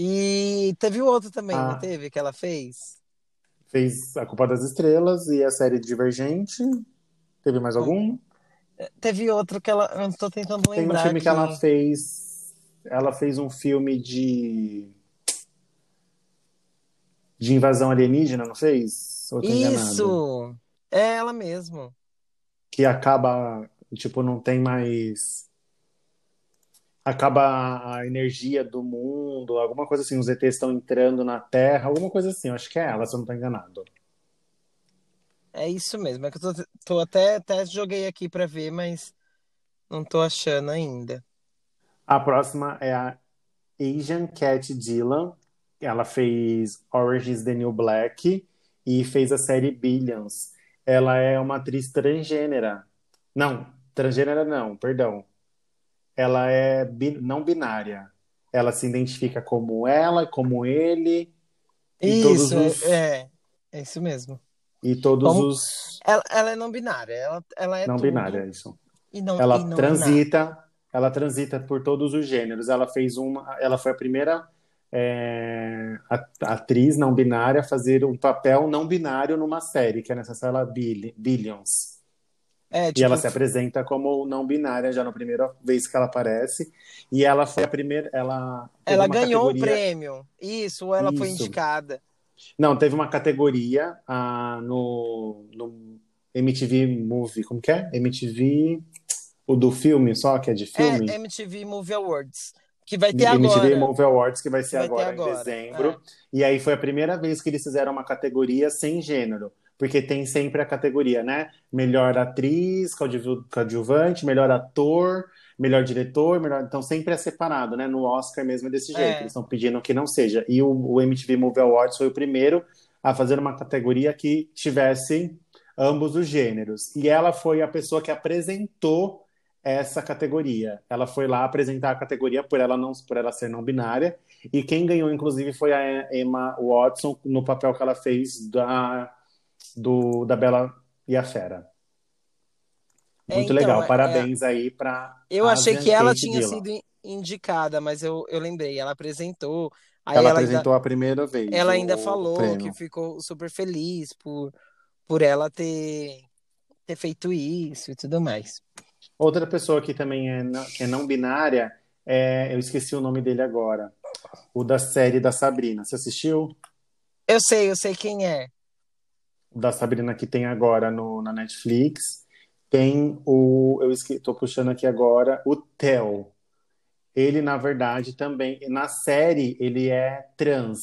Speaker 1: E teve o outro também,
Speaker 2: Ah.
Speaker 1: não teve? Que ela fez?
Speaker 2: Fez a culpa das estrelas e a série Divergente. Teve mais algum?
Speaker 1: Teve outro que ela. Eu tô tentando
Speaker 2: Tem um
Speaker 1: lembrar.
Speaker 2: filme que
Speaker 1: aqui.
Speaker 2: ela fez. Ela fez um filme de. De invasão alienígena, não fez? Ou eu tô enganado?
Speaker 1: Isso! É ela mesmo.
Speaker 2: que acaba, tipo, não tem mais. Acaba a energia do mundo, alguma coisa assim. Os ETs estão entrando na Terra, alguma coisa assim. Eu acho que é ela, se eu não estou enganado.
Speaker 1: É isso mesmo. É que eu tô, tô até, até joguei aqui pra ver, mas não tô achando ainda.
Speaker 2: A próxima é a Asian Cat Dylan. Ela fez Orange is the New Black e fez a série Billions. Ela é uma atriz transgênera. Não, transgênera não, perdão. Ela é bi- não binária. Ela se identifica como ela, como ele E todos
Speaker 1: Isso,
Speaker 2: os-
Speaker 1: é, é isso mesmo.
Speaker 2: e todos
Speaker 1: Como-
Speaker 2: os
Speaker 1: Ela, ela é não binária, ela, ela é
Speaker 2: não
Speaker 1: tudo
Speaker 2: binária, é isso.
Speaker 1: E não,
Speaker 2: Ela
Speaker 1: e não é binária.
Speaker 2: transita, ela transita por todos os gêneros. Ela fez uma, ela foi a primeira é, a- atriz não binária a fazer um papel não binário numa série, que é nessa sala Bill- Billions.
Speaker 1: É,
Speaker 2: E ela
Speaker 1: tipo,
Speaker 2: se apresenta como não binária já na primeira vez que ela aparece. E ela foi a primeira, ela teve
Speaker 1: ela
Speaker 2: uma
Speaker 1: ganhou o
Speaker 2: categoria-
Speaker 1: prêmio. Isso, ela foi
Speaker 2: Isso.
Speaker 1: indicada.
Speaker 2: Não, teve uma categoria ah, no, no MTV Movie, como que é? MTV, o do filme só, que é de filme.
Speaker 1: É MTV Movie Awards, que vai ter
Speaker 2: MTV
Speaker 1: agora.
Speaker 2: Movie Awards, que vai ser
Speaker 1: Vai ter
Speaker 2: agora,
Speaker 1: agora, é.
Speaker 2: em dezembro. E aí foi a primeira vez que eles fizeram uma categoria sem gênero. Porque tem sempre a categoria, né? Melhor atriz, coadju- coadjuvante, melhor ator, melhor diretor, melhor. Então sempre é separado, né? No Oscar mesmo é desse jeito.
Speaker 1: É.
Speaker 2: Eles estão pedindo que não seja. E o, o MTV Movie Awards foi o primeiro a fazer uma categoria que tivesse ambos os gêneros. E ela foi a pessoa que apresentou essa categoria. Ela foi lá apresentar a categoria por ela não por ela ser não binária e quem ganhou inclusive foi a Emma Watson no papel que ela fez da do da Bela e a Fera.
Speaker 1: É,
Speaker 2: Muito
Speaker 1: então,
Speaker 2: legal.
Speaker 1: é-
Speaker 2: Parabéns aí para
Speaker 1: Eu achei
Speaker 2: Ah,
Speaker 1: que ela tinha sido in- indicada, mas eu, eu lembrei, ela apresentou. Aí
Speaker 2: Ela,
Speaker 1: ela ainda,
Speaker 2: apresentou a primeira vez.
Speaker 1: ela
Speaker 2: o
Speaker 1: ainda falou
Speaker 2: prêmio.
Speaker 1: que ficou super feliz por, por ela ter, ter feito isso e tudo mais.
Speaker 2: Outra pessoa que também é não, que é não binária é, eu esqueci o nome dele agora. O da série da Sabrina. Você assistiu?
Speaker 1: Eu sei, eu sei quem é.
Speaker 2: da Sabrina que tem agora no, na Netflix. Tem o. Eu esque- tô puxando aqui agora, o Theo. Ele, na verdade, também. Na série, ele é trans.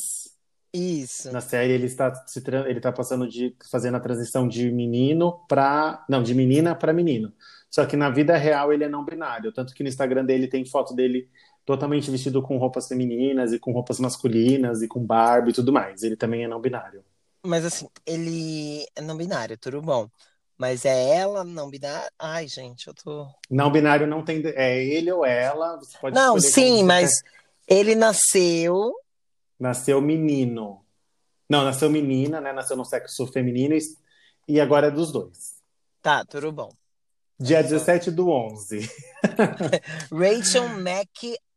Speaker 1: Isso.
Speaker 2: Na série ele está se tran- ele tá passando de fazendo a transição de menino para não, de menina para menino. Só que na vida real ele é não binário, tanto que no Instagram dele tem foto dele totalmente vestido com roupas femininas e com roupas masculinas e com barba e tudo mais. Ele também é não binário.
Speaker 1: Mas assim, ele é não binário, tudo bom. Mas é ela não binária? Ai, gente, eu tô.
Speaker 2: Não binário não tem é ele ou ela, você pode
Speaker 1: Não,
Speaker 2: escolher como
Speaker 1: sim,
Speaker 2: você
Speaker 1: mas
Speaker 2: quer.
Speaker 1: ele nasceu.
Speaker 2: nasceu menino. Não, nasceu menina, né? Nasceu no sexo feminino e, e agora é dos dois.
Speaker 1: Tá, tudo bom.
Speaker 2: Dia
Speaker 1: Exato.
Speaker 2: 17 do 11.
Speaker 1: Rachel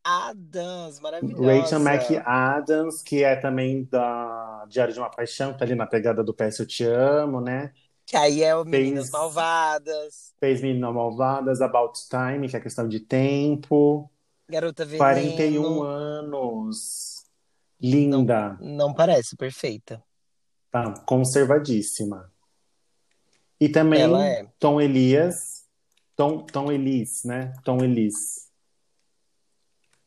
Speaker 1: McAdams, maravilhosa.
Speaker 2: Rachel McAdams, que é também da Diário de uma Paixão, tá ali na pegada do PS Eu Te Amo, né?
Speaker 1: Que aí é o Meninas
Speaker 2: Fez-
Speaker 1: Malvadas,
Speaker 2: Fez Menina Malvadas, About Time, que é questão de tempo.
Speaker 1: Garota Veneno.
Speaker 2: 41 anos. Linda,
Speaker 1: Não parece perfeita.
Speaker 2: tá conservadíssima. E também
Speaker 1: Ela é.
Speaker 2: Tom Elias. Tom, Tom Elis, né? Tom Elis.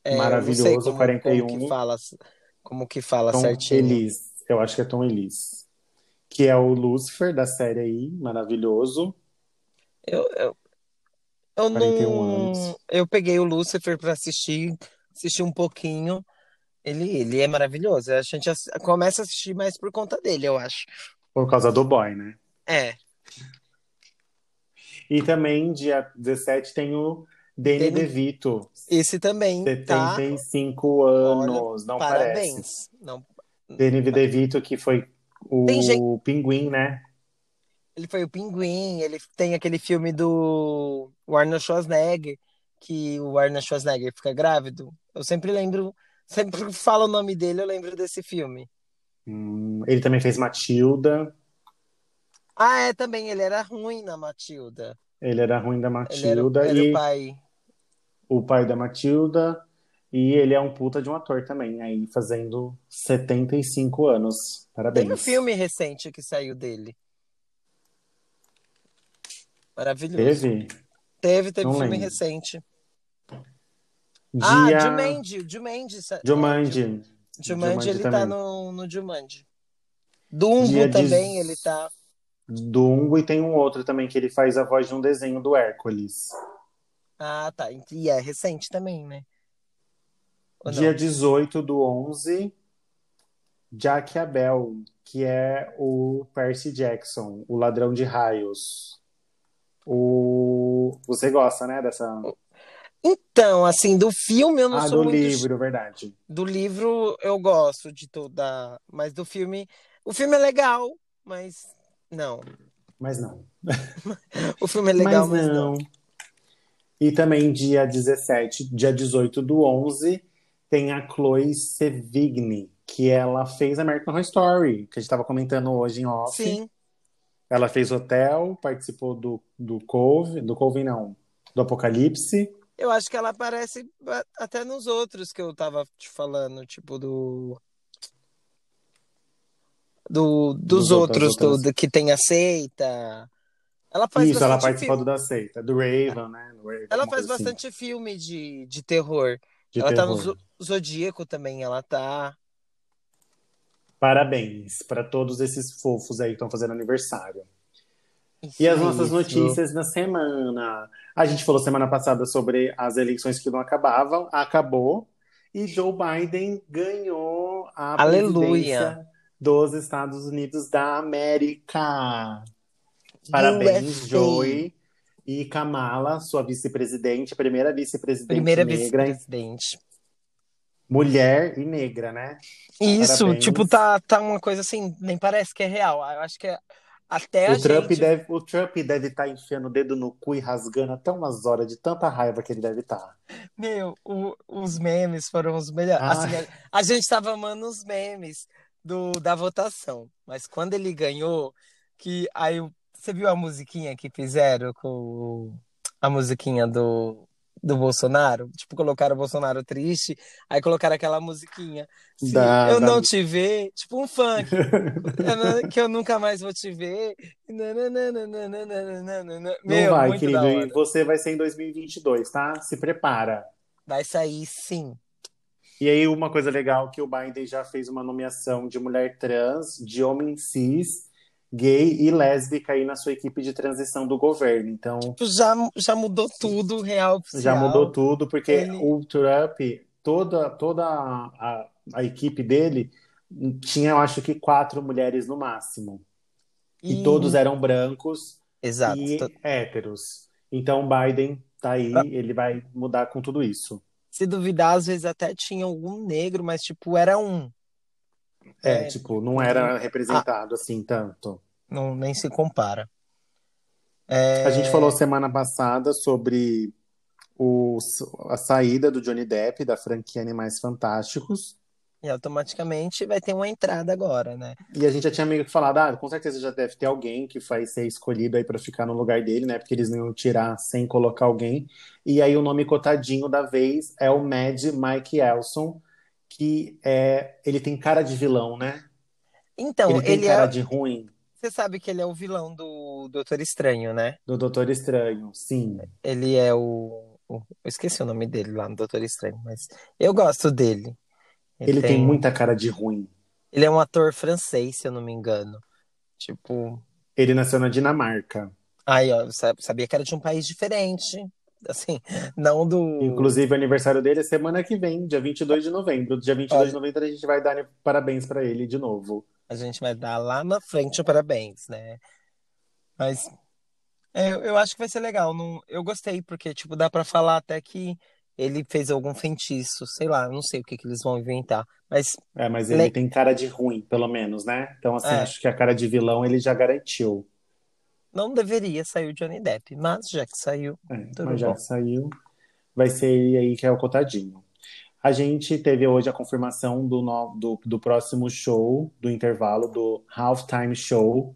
Speaker 1: É, eu não
Speaker 2: Maravilhoso,
Speaker 1: sei como,
Speaker 2: 41.
Speaker 1: Como que fala, como que fala
Speaker 2: Tom
Speaker 1: certinho.
Speaker 2: Elise, eu acho que é Tom Elise. Que é o Lucifer da série aí, maravilhoso.
Speaker 1: Eu, eu, eu
Speaker 2: 41
Speaker 1: não.
Speaker 2: anos.
Speaker 1: Eu peguei o Lucifer pra assistir, assisti um pouquinho. Ele, ele é maravilhoso. A gente ass- começa a assistir mais por conta dele, eu acho.
Speaker 2: Por causa do boy, né?
Speaker 1: É.
Speaker 2: E também, dia 17, tem o Danny
Speaker 1: Danny-
Speaker 2: DeVito,
Speaker 1: Esse também, tá?
Speaker 2: 75 anos, não parece.
Speaker 1: Parabéns. Não,
Speaker 2: Danny DeVito, que foi o
Speaker 1: Tem
Speaker 2: pinguim, né?
Speaker 1: ele foi o Pinguim, ele tem aquele filme do Arnold Schwarzenegger, que o Arnold Schwarzenegger fica grávido. Eu sempre lembro, sempre que fala o nome dele, eu lembro desse filme.
Speaker 2: Hum, ele também fez Matilda,
Speaker 1: Ah, é, também, ele era ruim na Matilda.
Speaker 2: ele era ruim da
Speaker 1: Ele era,
Speaker 2: Matilda,
Speaker 1: era
Speaker 2: e
Speaker 1: o pai.
Speaker 2: o pai da Matilda, e ele é um puta de um ator também, aí fazendo 75 anos. Parabéns.
Speaker 1: Teve um filme recente que saiu dele. Maravilhoso.
Speaker 2: Teve?
Speaker 1: Teve, teve
Speaker 2: Não
Speaker 1: filme
Speaker 2: lembro.
Speaker 1: recente. Ah,
Speaker 2: Dia
Speaker 1: Jumanji, Jumanji. sa-
Speaker 2: Jumanji.
Speaker 1: Jumanji,
Speaker 2: Jumanji
Speaker 1: ele
Speaker 2: também.
Speaker 1: tá no, no Jumanji. Dumbo
Speaker 2: Dia de-
Speaker 1: também, ele tá.
Speaker 2: Dumbo e tem um outro também que ele faz a voz de um desenho do Hércules.
Speaker 1: Ah, tá. E é recente também, né? Ou não?
Speaker 2: Dia 18 do 11, Jack Abel, que é o Percy Jackson, o ladrão de raios. O... Você gosta, né, dessa...
Speaker 1: Então, assim, do filme eu não
Speaker 2: Ah,
Speaker 1: sou
Speaker 2: do
Speaker 1: muito.
Speaker 2: livro, verdade.
Speaker 1: Do livro eu gosto de toda. Mas do filme. O filme é legal, mas. Não.
Speaker 2: Mas não.
Speaker 1: O filme é legal,
Speaker 2: mas, não. E também dia 17, dia 18 do 11, tem a Chloe Sevigny, que ela fez American Horror Story, que a gente estava comentando hoje em off.
Speaker 1: Sim.
Speaker 2: Ela fez Hotel, participou do, do Cove, do Cove não, do Apocalipse.
Speaker 1: Eu acho que ela aparece ba- até nos outros que eu tava te falando, tipo do. do dos
Speaker 2: Dos outros,
Speaker 1: outros, do-
Speaker 2: outras.
Speaker 1: do que tem a seita. Ela faz
Speaker 2: Isso, ela
Speaker 1: bastante
Speaker 2: participou do
Speaker 1: filme.
Speaker 2: da seita, do Raven, né? do Raven,
Speaker 1: Ela
Speaker 2: uma
Speaker 1: faz
Speaker 2: coisa assim,
Speaker 1: bastante filme de, de terror.
Speaker 2: de
Speaker 1: ela tá no
Speaker 2: terror.
Speaker 1: Zo- Zodíaco também, ela tá.
Speaker 2: Parabéns para todos esses fofos aí que estão fazendo aniversário. E as nossas
Speaker 1: Isso.
Speaker 2: notícias da semana. A gente falou semana passada sobre as eleições que não acabavam, acabou. E Joe Biden ganhou a
Speaker 1: Aleluia.
Speaker 2: presidência dos Estados Unidos da América. Parabéns,
Speaker 1: USA.
Speaker 2: Joe. E Kamala, sua vice-presidente, primeira vice-presidente
Speaker 1: Primeira
Speaker 2: negra,
Speaker 1: vice-presidente.
Speaker 2: mulher e negra, né?
Speaker 1: Isso,
Speaker 2: Parabéns.
Speaker 1: tipo, tá, tá uma coisa assim, nem parece que é real. Eu acho que é- até a
Speaker 2: o, Trump
Speaker 1: gente.
Speaker 2: deve, o Trump deve estar enfiando o dedo no cu e rasgando até umas horas de tanta raiva que ele deve tá. estar.
Speaker 1: Meu, o- os memes foram os melhores.
Speaker 2: Ah.
Speaker 1: Assim, a, a gente tava amando os memes do, da votação. Mas quando ele ganhou, que aí o- você viu a musiquinha que fizeram com o- a musiquinha do, do Bolsonaro? Tipo, colocaram o Bolsonaro triste, aí colocaram aquela musiquinha. Se
Speaker 2: Da-
Speaker 1: eu
Speaker 2: da-
Speaker 1: não te ver, tipo um funk. Eu não- que eu nunca mais vou te ver. Nananana.
Speaker 2: Não
Speaker 1: Meu,
Speaker 2: vai,
Speaker 1: muito
Speaker 2: querido.
Speaker 1: da
Speaker 2: E
Speaker 1: hora.
Speaker 2: você vai ser em 2022, tá? Se prepara.
Speaker 1: Vai sair sim.
Speaker 2: E aí, uma coisa legal que o Biden já fez uma nomeação de mulher trans, de homem cis, gay e lésbica aí na sua equipe de transição do governo. Então,
Speaker 3: Tipo, já, já mudou tudo, real oficial.
Speaker 2: já mudou tudo, porque
Speaker 3: Ele-
Speaker 2: o Trump, toda, toda a, a- a equipe dele tinha, eu acho que, quatro mulheres no máximo.
Speaker 1: Uhum.
Speaker 2: E todos eram brancos
Speaker 1: Exato.
Speaker 2: e
Speaker 1: To-
Speaker 2: héteros. Então, o Biden tá aí, ele vai mudar com tudo isso.
Speaker 3: Se duvidar, às vezes até tinha algum negro, mas tipo, era um.
Speaker 2: É,
Speaker 3: É.
Speaker 2: tipo, não era representado assim tanto.
Speaker 1: Não, nem se compara.
Speaker 2: A gente falou semana passada sobre o, a saída do Johnny Depp da franquia Animais Fantásticos.
Speaker 1: E automaticamente vai ter uma entrada agora, né?
Speaker 2: E a gente já tinha meio que falado, ah, com certeza já deve ter alguém que vai ser escolhido aí pra ficar no lugar dele, né? Porque eles não iam tirar sem colocar alguém. E aí o nome cotadinho da vez é o Mad Mike Elson, que é, ele tem cara de vilão, né?
Speaker 1: Então,
Speaker 2: ele tem
Speaker 1: ele
Speaker 2: cara
Speaker 1: é.
Speaker 2: de ruim
Speaker 1: Você sabe que ele é o vilão do Doutor Estranho, né?
Speaker 2: do Doutor Estranho, sim.
Speaker 1: Ele é o. o- Eu esqueci o nome dele lá no Doutor Estranho, mas eu gosto dele.
Speaker 2: Ele, tem... muita cara de ruim.
Speaker 1: Ele é um ator francês, se eu não me engano. Tipo,
Speaker 2: Ele nasceu na Dinamarca.
Speaker 1: aí, ó, eu sa- sabia que era de um país diferente. Assim, não do.
Speaker 2: Inclusive, o aniversário dele é semana que vem, dia 22 de novembro. Dia 22 de novembro a gente vai dar parabéns pra ele de novo.
Speaker 1: A gente vai dar lá na frente o parabéns, né? Mas é, eu acho que vai ser legal. Não, eu gostei, porque, tipo, dá pra falar até que ele fez algum feitiço, sei lá, eu não sei o que que eles vão inventar. Mas
Speaker 2: É, mas ele
Speaker 1: Le-
Speaker 2: tem cara de ruim, pelo menos, né? Então, assim,
Speaker 1: É.
Speaker 2: acho que a cara de vilão ele já garantiu.
Speaker 1: não deveria sair o Johnny Depp. Mas já que saiu,
Speaker 2: É,
Speaker 1: Tudo
Speaker 2: mas já
Speaker 1: Então tá bom.
Speaker 2: que saiu, vai ser ele aí que é o cotadinho. A gente teve hoje a confirmação do, no- do, do próximo show, do intervalo, do Halftime Show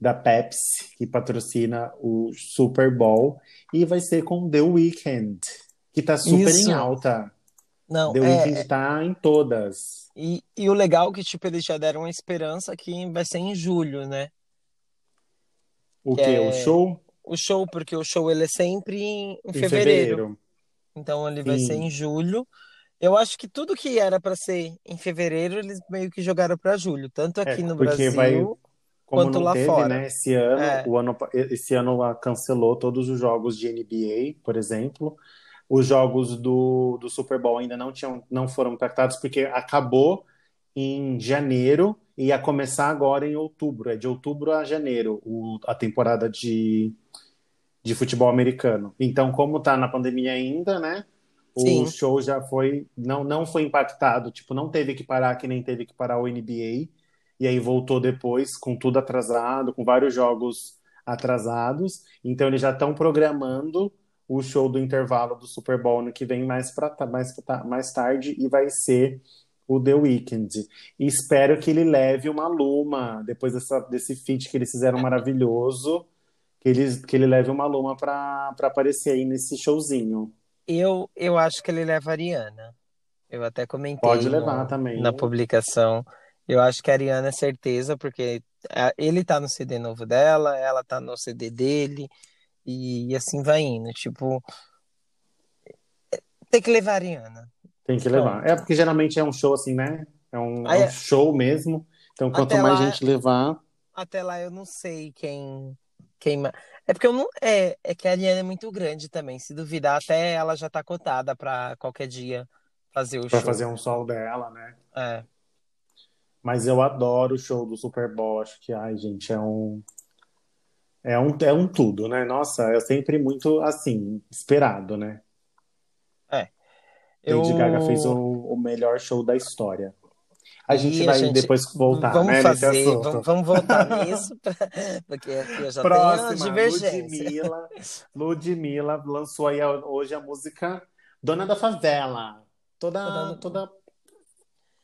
Speaker 2: da Pepsi, que patrocina o Super Bowl. E vai ser com The Weeknd, que tá super
Speaker 1: Isso.
Speaker 2: em alta.
Speaker 1: não,
Speaker 2: The
Speaker 1: é.
Speaker 2: Weeknd tá em todas.
Speaker 1: E, e o legal é que, tipo, eles já deram uma esperança que vai ser em julho, né?
Speaker 2: O
Speaker 1: Que
Speaker 2: que?
Speaker 1: é
Speaker 2: O show?
Speaker 1: O show, porque o show ele é sempre em, em
Speaker 2: Em
Speaker 1: fevereiro.
Speaker 2: fevereiro.
Speaker 1: Então ele vai
Speaker 2: Sim.
Speaker 1: ser em julho. Eu acho que tudo que era para ser em fevereiro, eles meio que jogaram para julho, tanto
Speaker 2: É,
Speaker 1: aqui no
Speaker 2: porque
Speaker 1: Brasil.
Speaker 2: vai- Como
Speaker 1: Quanto
Speaker 2: não
Speaker 1: lá
Speaker 2: teve,
Speaker 1: fora.
Speaker 2: né, esse ano,
Speaker 1: É.
Speaker 2: o ano, esse ano ah, cancelou todos os jogos de NBA, por exemplo. Os jogos do, do Super Bowl ainda não, tinham, não foram impactados, porque acabou em janeiro e ia começar agora em outubro. É de outubro a janeiro o- a temporada de, de futebol americano. Então, como tá na pandemia ainda, né? O
Speaker 1: Sim.
Speaker 2: show já foi, não, não foi impactado, tipo, não teve que parar que nem teve que parar o NBA. E aí voltou depois com tudo atrasado, com vários jogos atrasados. Então eles já estão programando o show do intervalo do Super Bowl ano que vem mais para mais, pra ta- mais tarde e vai ser o The Weeknd. E espero que ele leve uma luma depois dessa, desse feat que eles fizeram maravilhoso, que ele, que ele leve uma luma para aparecer aí nesse showzinho.
Speaker 1: Eu, eu acho que ele leva a Ariana. Eu até comentei
Speaker 2: Pode
Speaker 1: no-
Speaker 2: levar também.
Speaker 1: na publicação. Eu acho que a Ariana é certeza, porque ah, ele tá no CD novo dela, ela tá no CD dele, e, e assim vai indo. Tipo, é, tem que levar a Ariana.
Speaker 2: Tem que levar. É porque geralmente é um show assim, né? É um,
Speaker 1: Ah,
Speaker 2: é um
Speaker 1: é.
Speaker 2: show mesmo. Então, quanto
Speaker 1: Até
Speaker 2: mais
Speaker 1: lá-
Speaker 2: gente levar,
Speaker 1: Até lá eu não sei quem, quem. ma- É porque eu não. É, é que a Ariana é muito grande também. Se duvidar, até ela já tá cotada pra qualquer dia fazer o
Speaker 2: pra
Speaker 1: show.
Speaker 2: fazer um sol dela, né?
Speaker 1: É.
Speaker 2: Mas eu adoro o show do Super Bowl. Acho que, ai, gente, é um. É um, é um tudo, né? Nossa, é sempre muito assim, esperado, né?
Speaker 1: Eu...
Speaker 2: Lady Gaga fez o, o melhor show da história. A gente
Speaker 1: E a
Speaker 2: vai
Speaker 1: gente-
Speaker 2: depois voltar,
Speaker 1: vamos
Speaker 2: né?
Speaker 1: fazer,
Speaker 2: nesse assunto.
Speaker 1: vamos, vamos voltar nisso, pra- porque aqui eu já tenho
Speaker 2: Próxima,
Speaker 1: divergência.
Speaker 2: Ludmilla. Ludmilla lançou aí a- hoje a música Dona da Favela. Toda,
Speaker 1: Dona-
Speaker 2: toda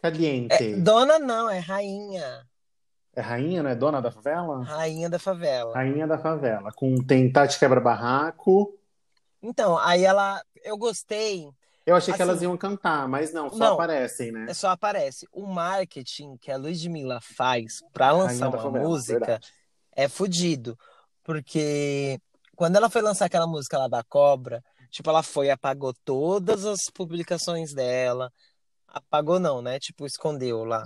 Speaker 2: caliente.
Speaker 1: É,
Speaker 2: É,
Speaker 1: dona não, é rainha. É,
Speaker 2: rainha, né? Dona da Favela?
Speaker 1: Rainha da favela.
Speaker 2: Rainha da Favela. Com tem Tati Quebra-Barraco.
Speaker 1: Então, aí ela. Eu gostei.
Speaker 2: Eu achei que
Speaker 1: Assim-
Speaker 2: elas iam cantar, mas não, só
Speaker 1: Não.
Speaker 2: aparecem, né?
Speaker 1: É Só aparece. O marketing que a Ludmilla faz pra lançar
Speaker 2: Rainha da
Speaker 1: uma
Speaker 2: Favela,
Speaker 1: música
Speaker 2: verdade.
Speaker 1: é fudido. Porque quando ela foi lançar aquela música lá da Cobra, tipo, ela foi e apagou todas as publicações dela, Apagou não, né? Tipo, escondeu lá.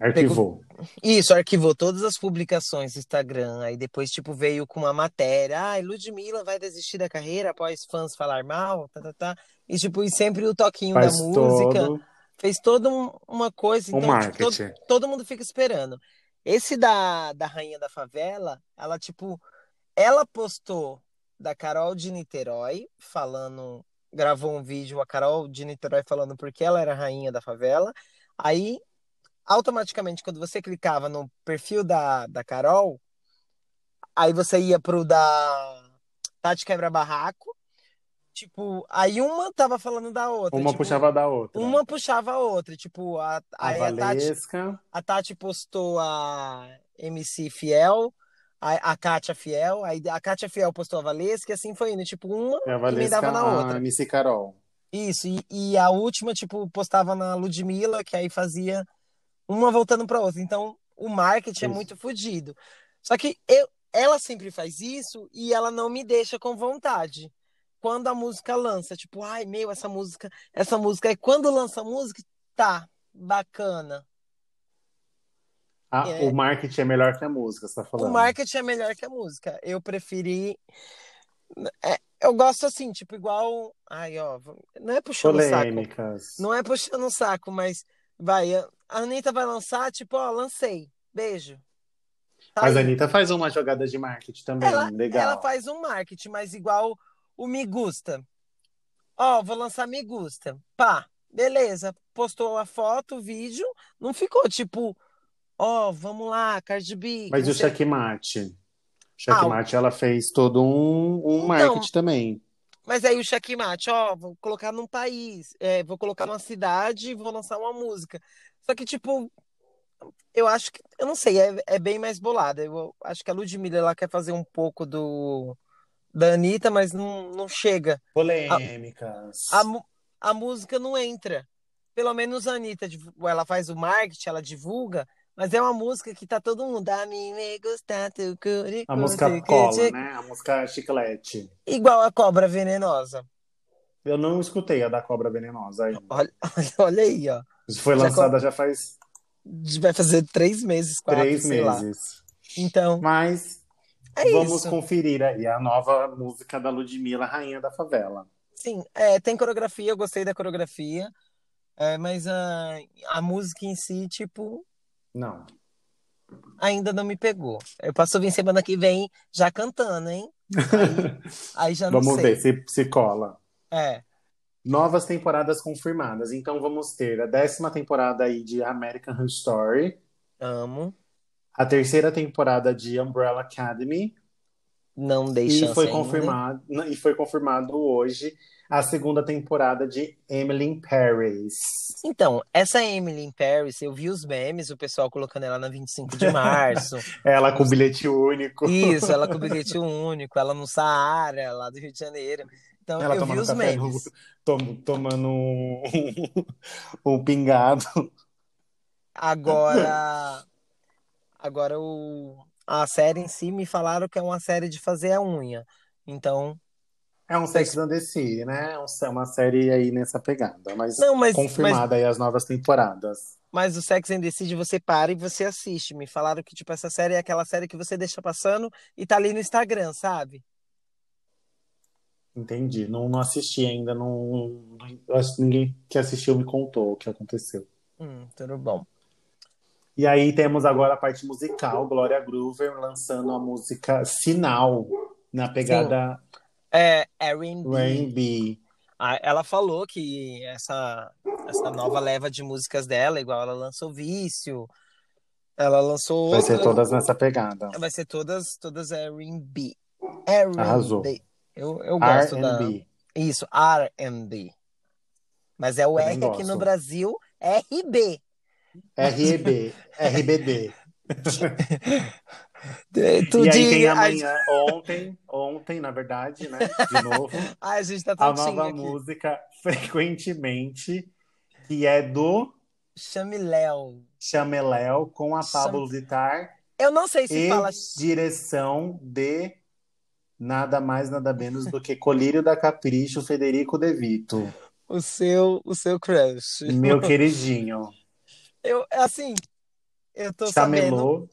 Speaker 1: um
Speaker 2: Arquivou.
Speaker 1: Isso, arquivou todas as publicações do Instagram. Aí depois, tipo, veio com uma matéria. Ah, Ludmilla vai desistir da carreira após fãs falar mal, tá, tá, tá. E, tipo, e sempre o toquinho
Speaker 2: Faz
Speaker 1: da música.
Speaker 2: todo
Speaker 1: Fez toda um- uma coisa.
Speaker 2: o
Speaker 1: Então, tipo, todo,
Speaker 2: marketing.
Speaker 1: todo mundo fica esperando. Esse da, da Rainha da Favela, ela, tipo, ela postou da Carol de Niterói, falando, gravou um vídeo, a Carol de Niterói falando porque ela era a rainha da favela. Aí, automaticamente, quando você clicava no perfil da, da Carol, aí você ia pro da Tati Quebra Barraco. Tipo, aí uma tava falando da outra.
Speaker 2: Uma
Speaker 1: tipo,
Speaker 2: puxava da outra.
Speaker 1: Uma puxava a outra. Tipo, a,
Speaker 2: a
Speaker 1: aí a Tati
Speaker 2: Valesca.
Speaker 1: a Tati postou a MC Fiel, a, a Kátia Fiel, aí a Kátia Fiel postou a Valesca, e assim foi indo, tipo, uma.
Speaker 2: E a Valesca,
Speaker 1: dava na
Speaker 2: a
Speaker 1: outra.
Speaker 2: MC Carol.
Speaker 1: Isso, e, e a última, tipo, postava na Ludmilla, que aí fazia uma voltando pra outra. Então, o marketing é
Speaker 2: Isso.
Speaker 1: muito fodido. Só que eu, ela sempre faz isso e ela não me deixa com vontade. Quando a música lança, tipo, ai meu, essa música, essa música. Aí quando lança a música, tá, bacana.
Speaker 2: Ah,
Speaker 1: É.
Speaker 2: O marketing é melhor que a música, você tá falando.
Speaker 1: O marketing é melhor que a música. Eu preferi. é, eu gosto assim, tipo, igual. Ai, ó, não é puxando o saco.
Speaker 2: Polêmicas.
Speaker 1: Não é puxando o saco, mas vai. A Anitta vai lançar, tipo, ó, lancei. Beijo. Tá
Speaker 2: Mas a
Speaker 1: aí.
Speaker 2: Anitta faz uma jogada de marketing também, legal.
Speaker 1: Ela faz um marketing, mas igual o Me Gusta. Ó, vou lançar Me Gusta. Pá, beleza. Postou a foto, o vídeo. Não ficou tipo, ó, vamos lá, Cardi B.
Speaker 2: Mas e
Speaker 1: não
Speaker 2: o
Speaker 1: sei
Speaker 2: checkmate? Checkmate, ela fez todo um, um
Speaker 1: Ah, Então-
Speaker 2: marketing também.
Speaker 1: Mas aí o checkmate, ó, vou colocar num país, é, vou colocar numa cidade e vou lançar uma música. Só que, tipo, eu acho que, eu não sei, é, é bem mais bolada. Eu acho que a Ludmilla, ela quer fazer um pouco do da Anitta, mas não, não chega.
Speaker 2: Polêmicas.
Speaker 1: A, mu- a música não entra. Pelo menos a Anitta, divu- ela faz o marketing, ela divulga, mas é uma música que tá todo mundo. A mim me gusta tu curi-
Speaker 2: A música
Speaker 1: curi-
Speaker 2: cola, né? A música chiclete.
Speaker 1: Igual a cobra venenosa.
Speaker 2: Eu não escutei a da Cobra Venenosa ainda.
Speaker 1: Olha, olha aí, ó.
Speaker 2: Isso Foi
Speaker 1: Já
Speaker 2: lançada já faz
Speaker 1: Vai fazer três meses, quatro,
Speaker 2: três
Speaker 1: sei lá.
Speaker 2: meses.
Speaker 1: Então,
Speaker 2: Mas
Speaker 1: é
Speaker 2: vamos
Speaker 1: isso.
Speaker 2: conferir aí a nova música da Ludmilla, Rainha da Favela.
Speaker 1: Sim, é, tem coreografia, eu gostei da coreografia. é, mas a, a música em si, tipo,
Speaker 2: Não.
Speaker 1: ainda não me pegou. Eu posso vir semana que vem já cantando, hein? Aí, aí já não
Speaker 2: vamos
Speaker 1: sei.
Speaker 2: ver se, se cola.
Speaker 1: É,
Speaker 2: Novas temporadas confirmadas. Então vamos ter a décima temporada aí de American Horror Story,
Speaker 1: amo.
Speaker 2: a terceira temporada de Umbrella Academy
Speaker 1: Não dei
Speaker 2: e
Speaker 1: chance
Speaker 2: foi
Speaker 1: ainda.
Speaker 2: confirmado não, e foi confirmado hoje a segunda temporada de Emily in Paris.
Speaker 1: Então, essa Emily in Paris, eu vi os memes, o pessoal colocando ela na 25 de março.
Speaker 2: Ela com bilhete único.
Speaker 1: Isso, ela com bilhete único, ela no Saara, lá do Rio de Janeiro. Então,
Speaker 2: Ela
Speaker 1: eu vi
Speaker 2: tomando
Speaker 1: os
Speaker 2: café no-
Speaker 1: memes.
Speaker 2: tom- tomando um, um pingado.
Speaker 1: Agora, agora o, a série em si me falaram que é uma série de fazer a unha. Então,
Speaker 2: É um Sex and the City, né? É um- é uma série aí nessa pegada, mas
Speaker 1: não, mas, mas,
Speaker 2: confirmada aí as novas temporadas.
Speaker 1: mas o Sex and the City você para e você assiste. Me falaram que tipo essa série é aquela série que você deixa passando e tá ali no Instagram, sabe?
Speaker 2: Entendi. Não, não assisti ainda. Não, não- eu acho que ninguém que assistiu me contou o que aconteceu.
Speaker 1: Hum, tudo bom.
Speaker 2: E aí temos agora a parte musical, Glória Groover lançando a música Sinal, na pegada
Speaker 1: É, é R&B.
Speaker 2: R&B.
Speaker 1: Ah, Ela falou que essa, essa nova leva de músicas dela, igual ela lançou Vício, ela lançou
Speaker 2: Vai ser
Speaker 1: outra-
Speaker 2: todas nessa pegada.
Speaker 1: Vai ser todas, todas R&B.
Speaker 2: Arrasou.
Speaker 1: R&B. Eu, eu gosto da...
Speaker 2: R&B.
Speaker 1: Isso, R&B. Mas é o
Speaker 2: Também
Speaker 1: R aqui no
Speaker 2: gosto.
Speaker 1: Brasil, é RB.
Speaker 2: R&B. RBD.
Speaker 1: Tu
Speaker 2: e aí
Speaker 1: diga-
Speaker 2: tem
Speaker 1: Ai,
Speaker 2: amanhã, ontem, ontem, na verdade, né? De novo,
Speaker 1: Ai, a gente tá
Speaker 2: a
Speaker 1: tantinho
Speaker 2: nova
Speaker 1: aqui.
Speaker 2: música Frequentemente, que é do
Speaker 1: Chame Léo.
Speaker 2: Chameléu com a
Speaker 1: Chame-
Speaker 2: Pablo Vittar.
Speaker 1: Eu não sei se
Speaker 2: e
Speaker 1: fala... assim?
Speaker 2: direção de nada mais, nada menos do que Colírio da Capricho, Federico De Vito.
Speaker 1: o seu, o seu crush.
Speaker 2: Meu queridinho.
Speaker 1: Hum. Eu, assim, eu tô sabendo.
Speaker 2: Camelô.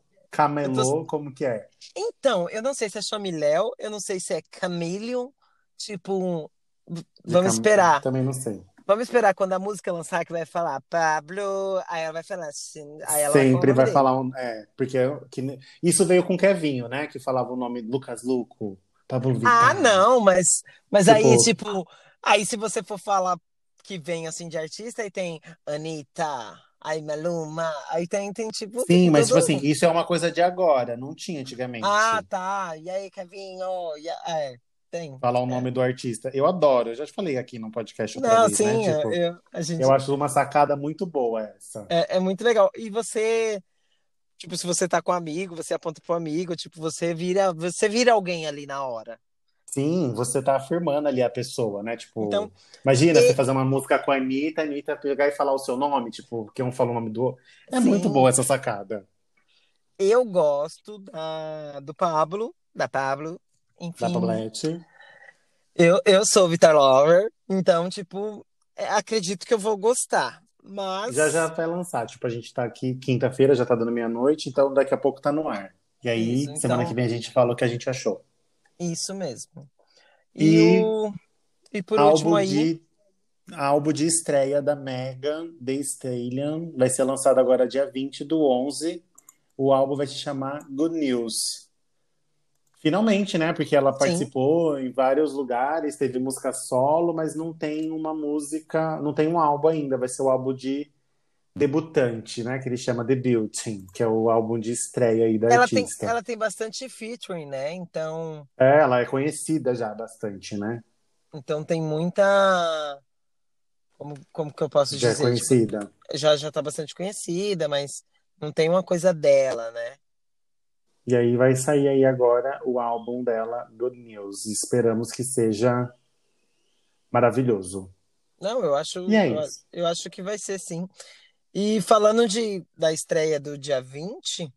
Speaker 2: Camelô,
Speaker 1: Eu
Speaker 2: como que é?
Speaker 1: Então, eu não sei se é Chamiléu, eu não sei se é Chameleon, tipo, v- vamos
Speaker 2: Cam-
Speaker 1: esperar.
Speaker 2: Também não sei.
Speaker 1: Vamos esperar quando a música lançar que vai falar Pablo, aí ela vai falar assim, aí ela
Speaker 2: Sempre vai
Speaker 1: vai falar o nome dele.
Speaker 2: falar um. É, porque eu- que ne- isso veio com Kevinho, né? Que falava o nome Lucas Luco, Pablo Vittar.
Speaker 1: Ah, não, mas mas
Speaker 2: Tipo-
Speaker 1: aí tipo, aí se você for falar que vem assim de artista, aí tem Anitta, aí Maluma, aí tem tem tipo
Speaker 2: Sim,
Speaker 1: tem
Speaker 2: mas tipo
Speaker 1: todo
Speaker 2: assim,
Speaker 1: mundo.
Speaker 2: isso é uma coisa de agora, não tinha antigamente.
Speaker 1: Ah, tá. E aí, Kevinho? E a- é, tem.
Speaker 2: Falar o nome do artista. Eu adoro, eu já te falei aqui no podcast outra
Speaker 1: Não,
Speaker 2: vez,
Speaker 1: sim, é,
Speaker 2: né? Tipo,
Speaker 1: eu, a gente
Speaker 2: eu acho uma sacada muito boa essa.
Speaker 1: É, é muito legal. E você, tipo, se você tá com um amigo, você aponta pro amigo, tipo, você vira, você vira alguém ali na hora.
Speaker 2: Sim, você tá afirmando ali a pessoa, né? Tipo,
Speaker 1: Então,
Speaker 2: imagina
Speaker 1: e-
Speaker 2: você fazer uma música com a Anitta, a Anitta pegar e falar o seu nome, tipo, porque um fala o nome do outro. É
Speaker 1: Sim.
Speaker 2: muito boa essa sacada.
Speaker 1: Eu gosto da, do Pablo, da Pablo,
Speaker 2: Da
Speaker 1: enfim.
Speaker 2: Pablete.
Speaker 1: Eu, eu sou Vitar Lover, então, tipo, é, acredito que eu vou gostar. Mas
Speaker 2: Já já vai lançar. Tipo, a gente tá aqui quinta-feira, já tá dando meia-noite, então daqui a pouco tá no ar. E aí,
Speaker 1: Isso, então-
Speaker 2: semana que vem a gente fala o que a gente achou.
Speaker 1: isso mesmo.
Speaker 2: E-
Speaker 1: E, o, e por último aí,
Speaker 2: de álbum de estreia da Megan The Stallion vai ser lançado agora dia 20 do 11. O álbum vai se chamar Good News. Finalmente, né? Porque ela participou em vários lugares, teve música solo, mas não tem uma música, não tem um álbum ainda. Vai ser o álbum de debutante, né? Que ele chama Debuting, que é o álbum de estreia aí da
Speaker 1: ela tem,
Speaker 2: artista.
Speaker 1: ela tem bastante featuring, né? Então,
Speaker 2: É, ela é conhecida já bastante, né?
Speaker 1: então tem muita. Como, como que eu posso
Speaker 2: Já é
Speaker 1: dizer? Tipo,
Speaker 2: conhecida.
Speaker 1: já já tá bastante conhecida, mas não tem uma coisa dela, né?
Speaker 2: E aí vai sair aí agora o álbum dela, Good News. Esperamos que seja maravilhoso.
Speaker 1: Não, eu acho,
Speaker 2: E é
Speaker 1: eu,
Speaker 2: isso.
Speaker 1: eu acho que vai ser sim. E falando de da estreia do dia 20,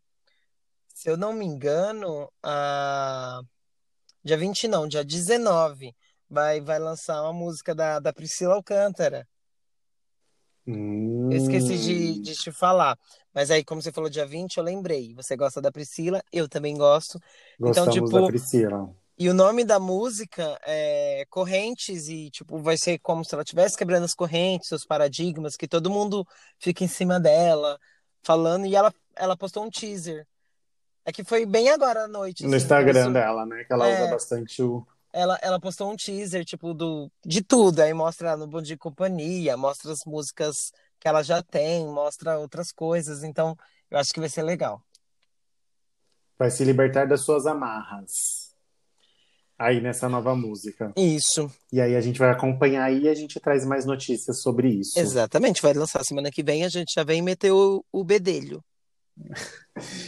Speaker 1: se eu não me engano, a dia 20 não, dia 19 vai vai lançar uma música da, da Priscila Alcântara.
Speaker 2: Hum.
Speaker 1: Eu esqueci de, de te falar, mas aí como você falou dia 20, eu lembrei. Você gosta da Priscila, eu também gosto.
Speaker 2: Hum, Gostamos
Speaker 1: então, tipo,
Speaker 2: da Priscila.
Speaker 1: E o nome da música é Correntes, e tipo, vai ser como se ela estivesse quebrando as correntes, os paradigmas, que todo mundo fica em cima dela, falando, e ela, ela postou um teaser. É que foi bem agora à noite.
Speaker 2: No
Speaker 1: assim,
Speaker 2: Instagram
Speaker 1: começou-
Speaker 2: dela, né? Que ela
Speaker 1: É.
Speaker 2: usa bastante o.
Speaker 1: ela, ela postou um teaser, tipo, do, de tudo. Aí mostra ela no Bom Dia e Companhia, mostra as músicas que ela já tem, mostra outras coisas. Então, eu acho que vai ser legal.
Speaker 2: Vai se libertar das suas amarras. Aí nessa nova música.
Speaker 1: Isso,
Speaker 2: E aí a gente vai acompanhar aí e a gente traz mais notícias sobre isso.
Speaker 1: exatamente. Vai lançar semana que vem, a gente já vem meter o, o bedelho.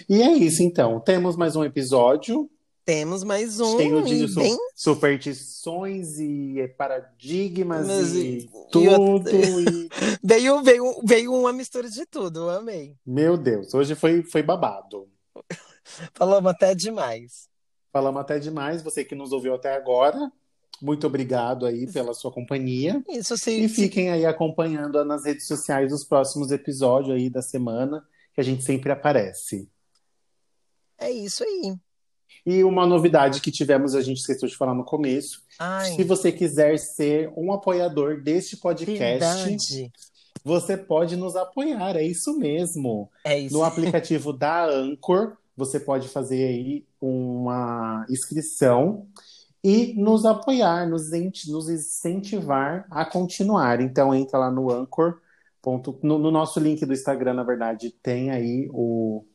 Speaker 2: E é isso então. Temos mais um episódio.
Speaker 1: Temos mais um.
Speaker 2: Tem o
Speaker 1: e
Speaker 2: de su-
Speaker 1: bem
Speaker 2: superstições e paradigmas
Speaker 1: Mas
Speaker 2: e,
Speaker 1: e-
Speaker 2: tudo. e-
Speaker 1: Veio, veio, veio uma mistura de tudo, eu amei.
Speaker 2: Meu Deus, hoje foi, foi babado.
Speaker 1: Falamos até demais.
Speaker 2: Falamos até demais, você que nos ouviu até agora. Muito obrigado aí pela sua companhia.
Speaker 1: Isso se,
Speaker 2: E fiquem aí acompanhando nas redes sociais os próximos episódios aí da semana, que a gente sempre aparece.
Speaker 1: é isso aí.
Speaker 2: E uma novidade que tivemos, a gente esqueceu de falar no começo.
Speaker 1: Ai,
Speaker 2: Se você quiser ser um apoiador deste podcast,
Speaker 1: verdade.
Speaker 2: você pode nos apoiar, é isso mesmo.
Speaker 1: É isso.
Speaker 2: No aplicativo da Anchor, você pode fazer aí uma inscrição e nos apoiar, nos, enti- nos incentivar a continuar. Então entra lá no Anchor. ponto- No, no nosso link do Instagram, na verdade, tem aí o,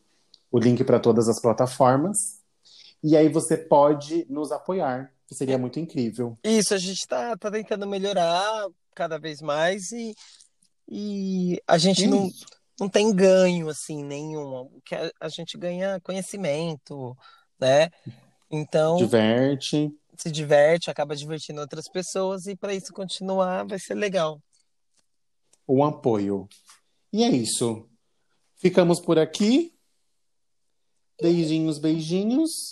Speaker 2: o link para todas as plataformas. E aí você pode nos apoiar, que seria muito incrível.
Speaker 1: Isso, a gente tá, tá tentando melhorar cada vez mais e, e a gente
Speaker 2: É
Speaker 1: não, não tem ganho, assim, nenhum. O que a, a gente ganha é conhecimento, né? Então,
Speaker 2: Diverte.
Speaker 1: se diverte, acaba divertindo outras pessoas e para isso continuar vai ser legal.
Speaker 2: um apoio. E é isso. Ficamos por aqui. Beijinhos, beijinhos.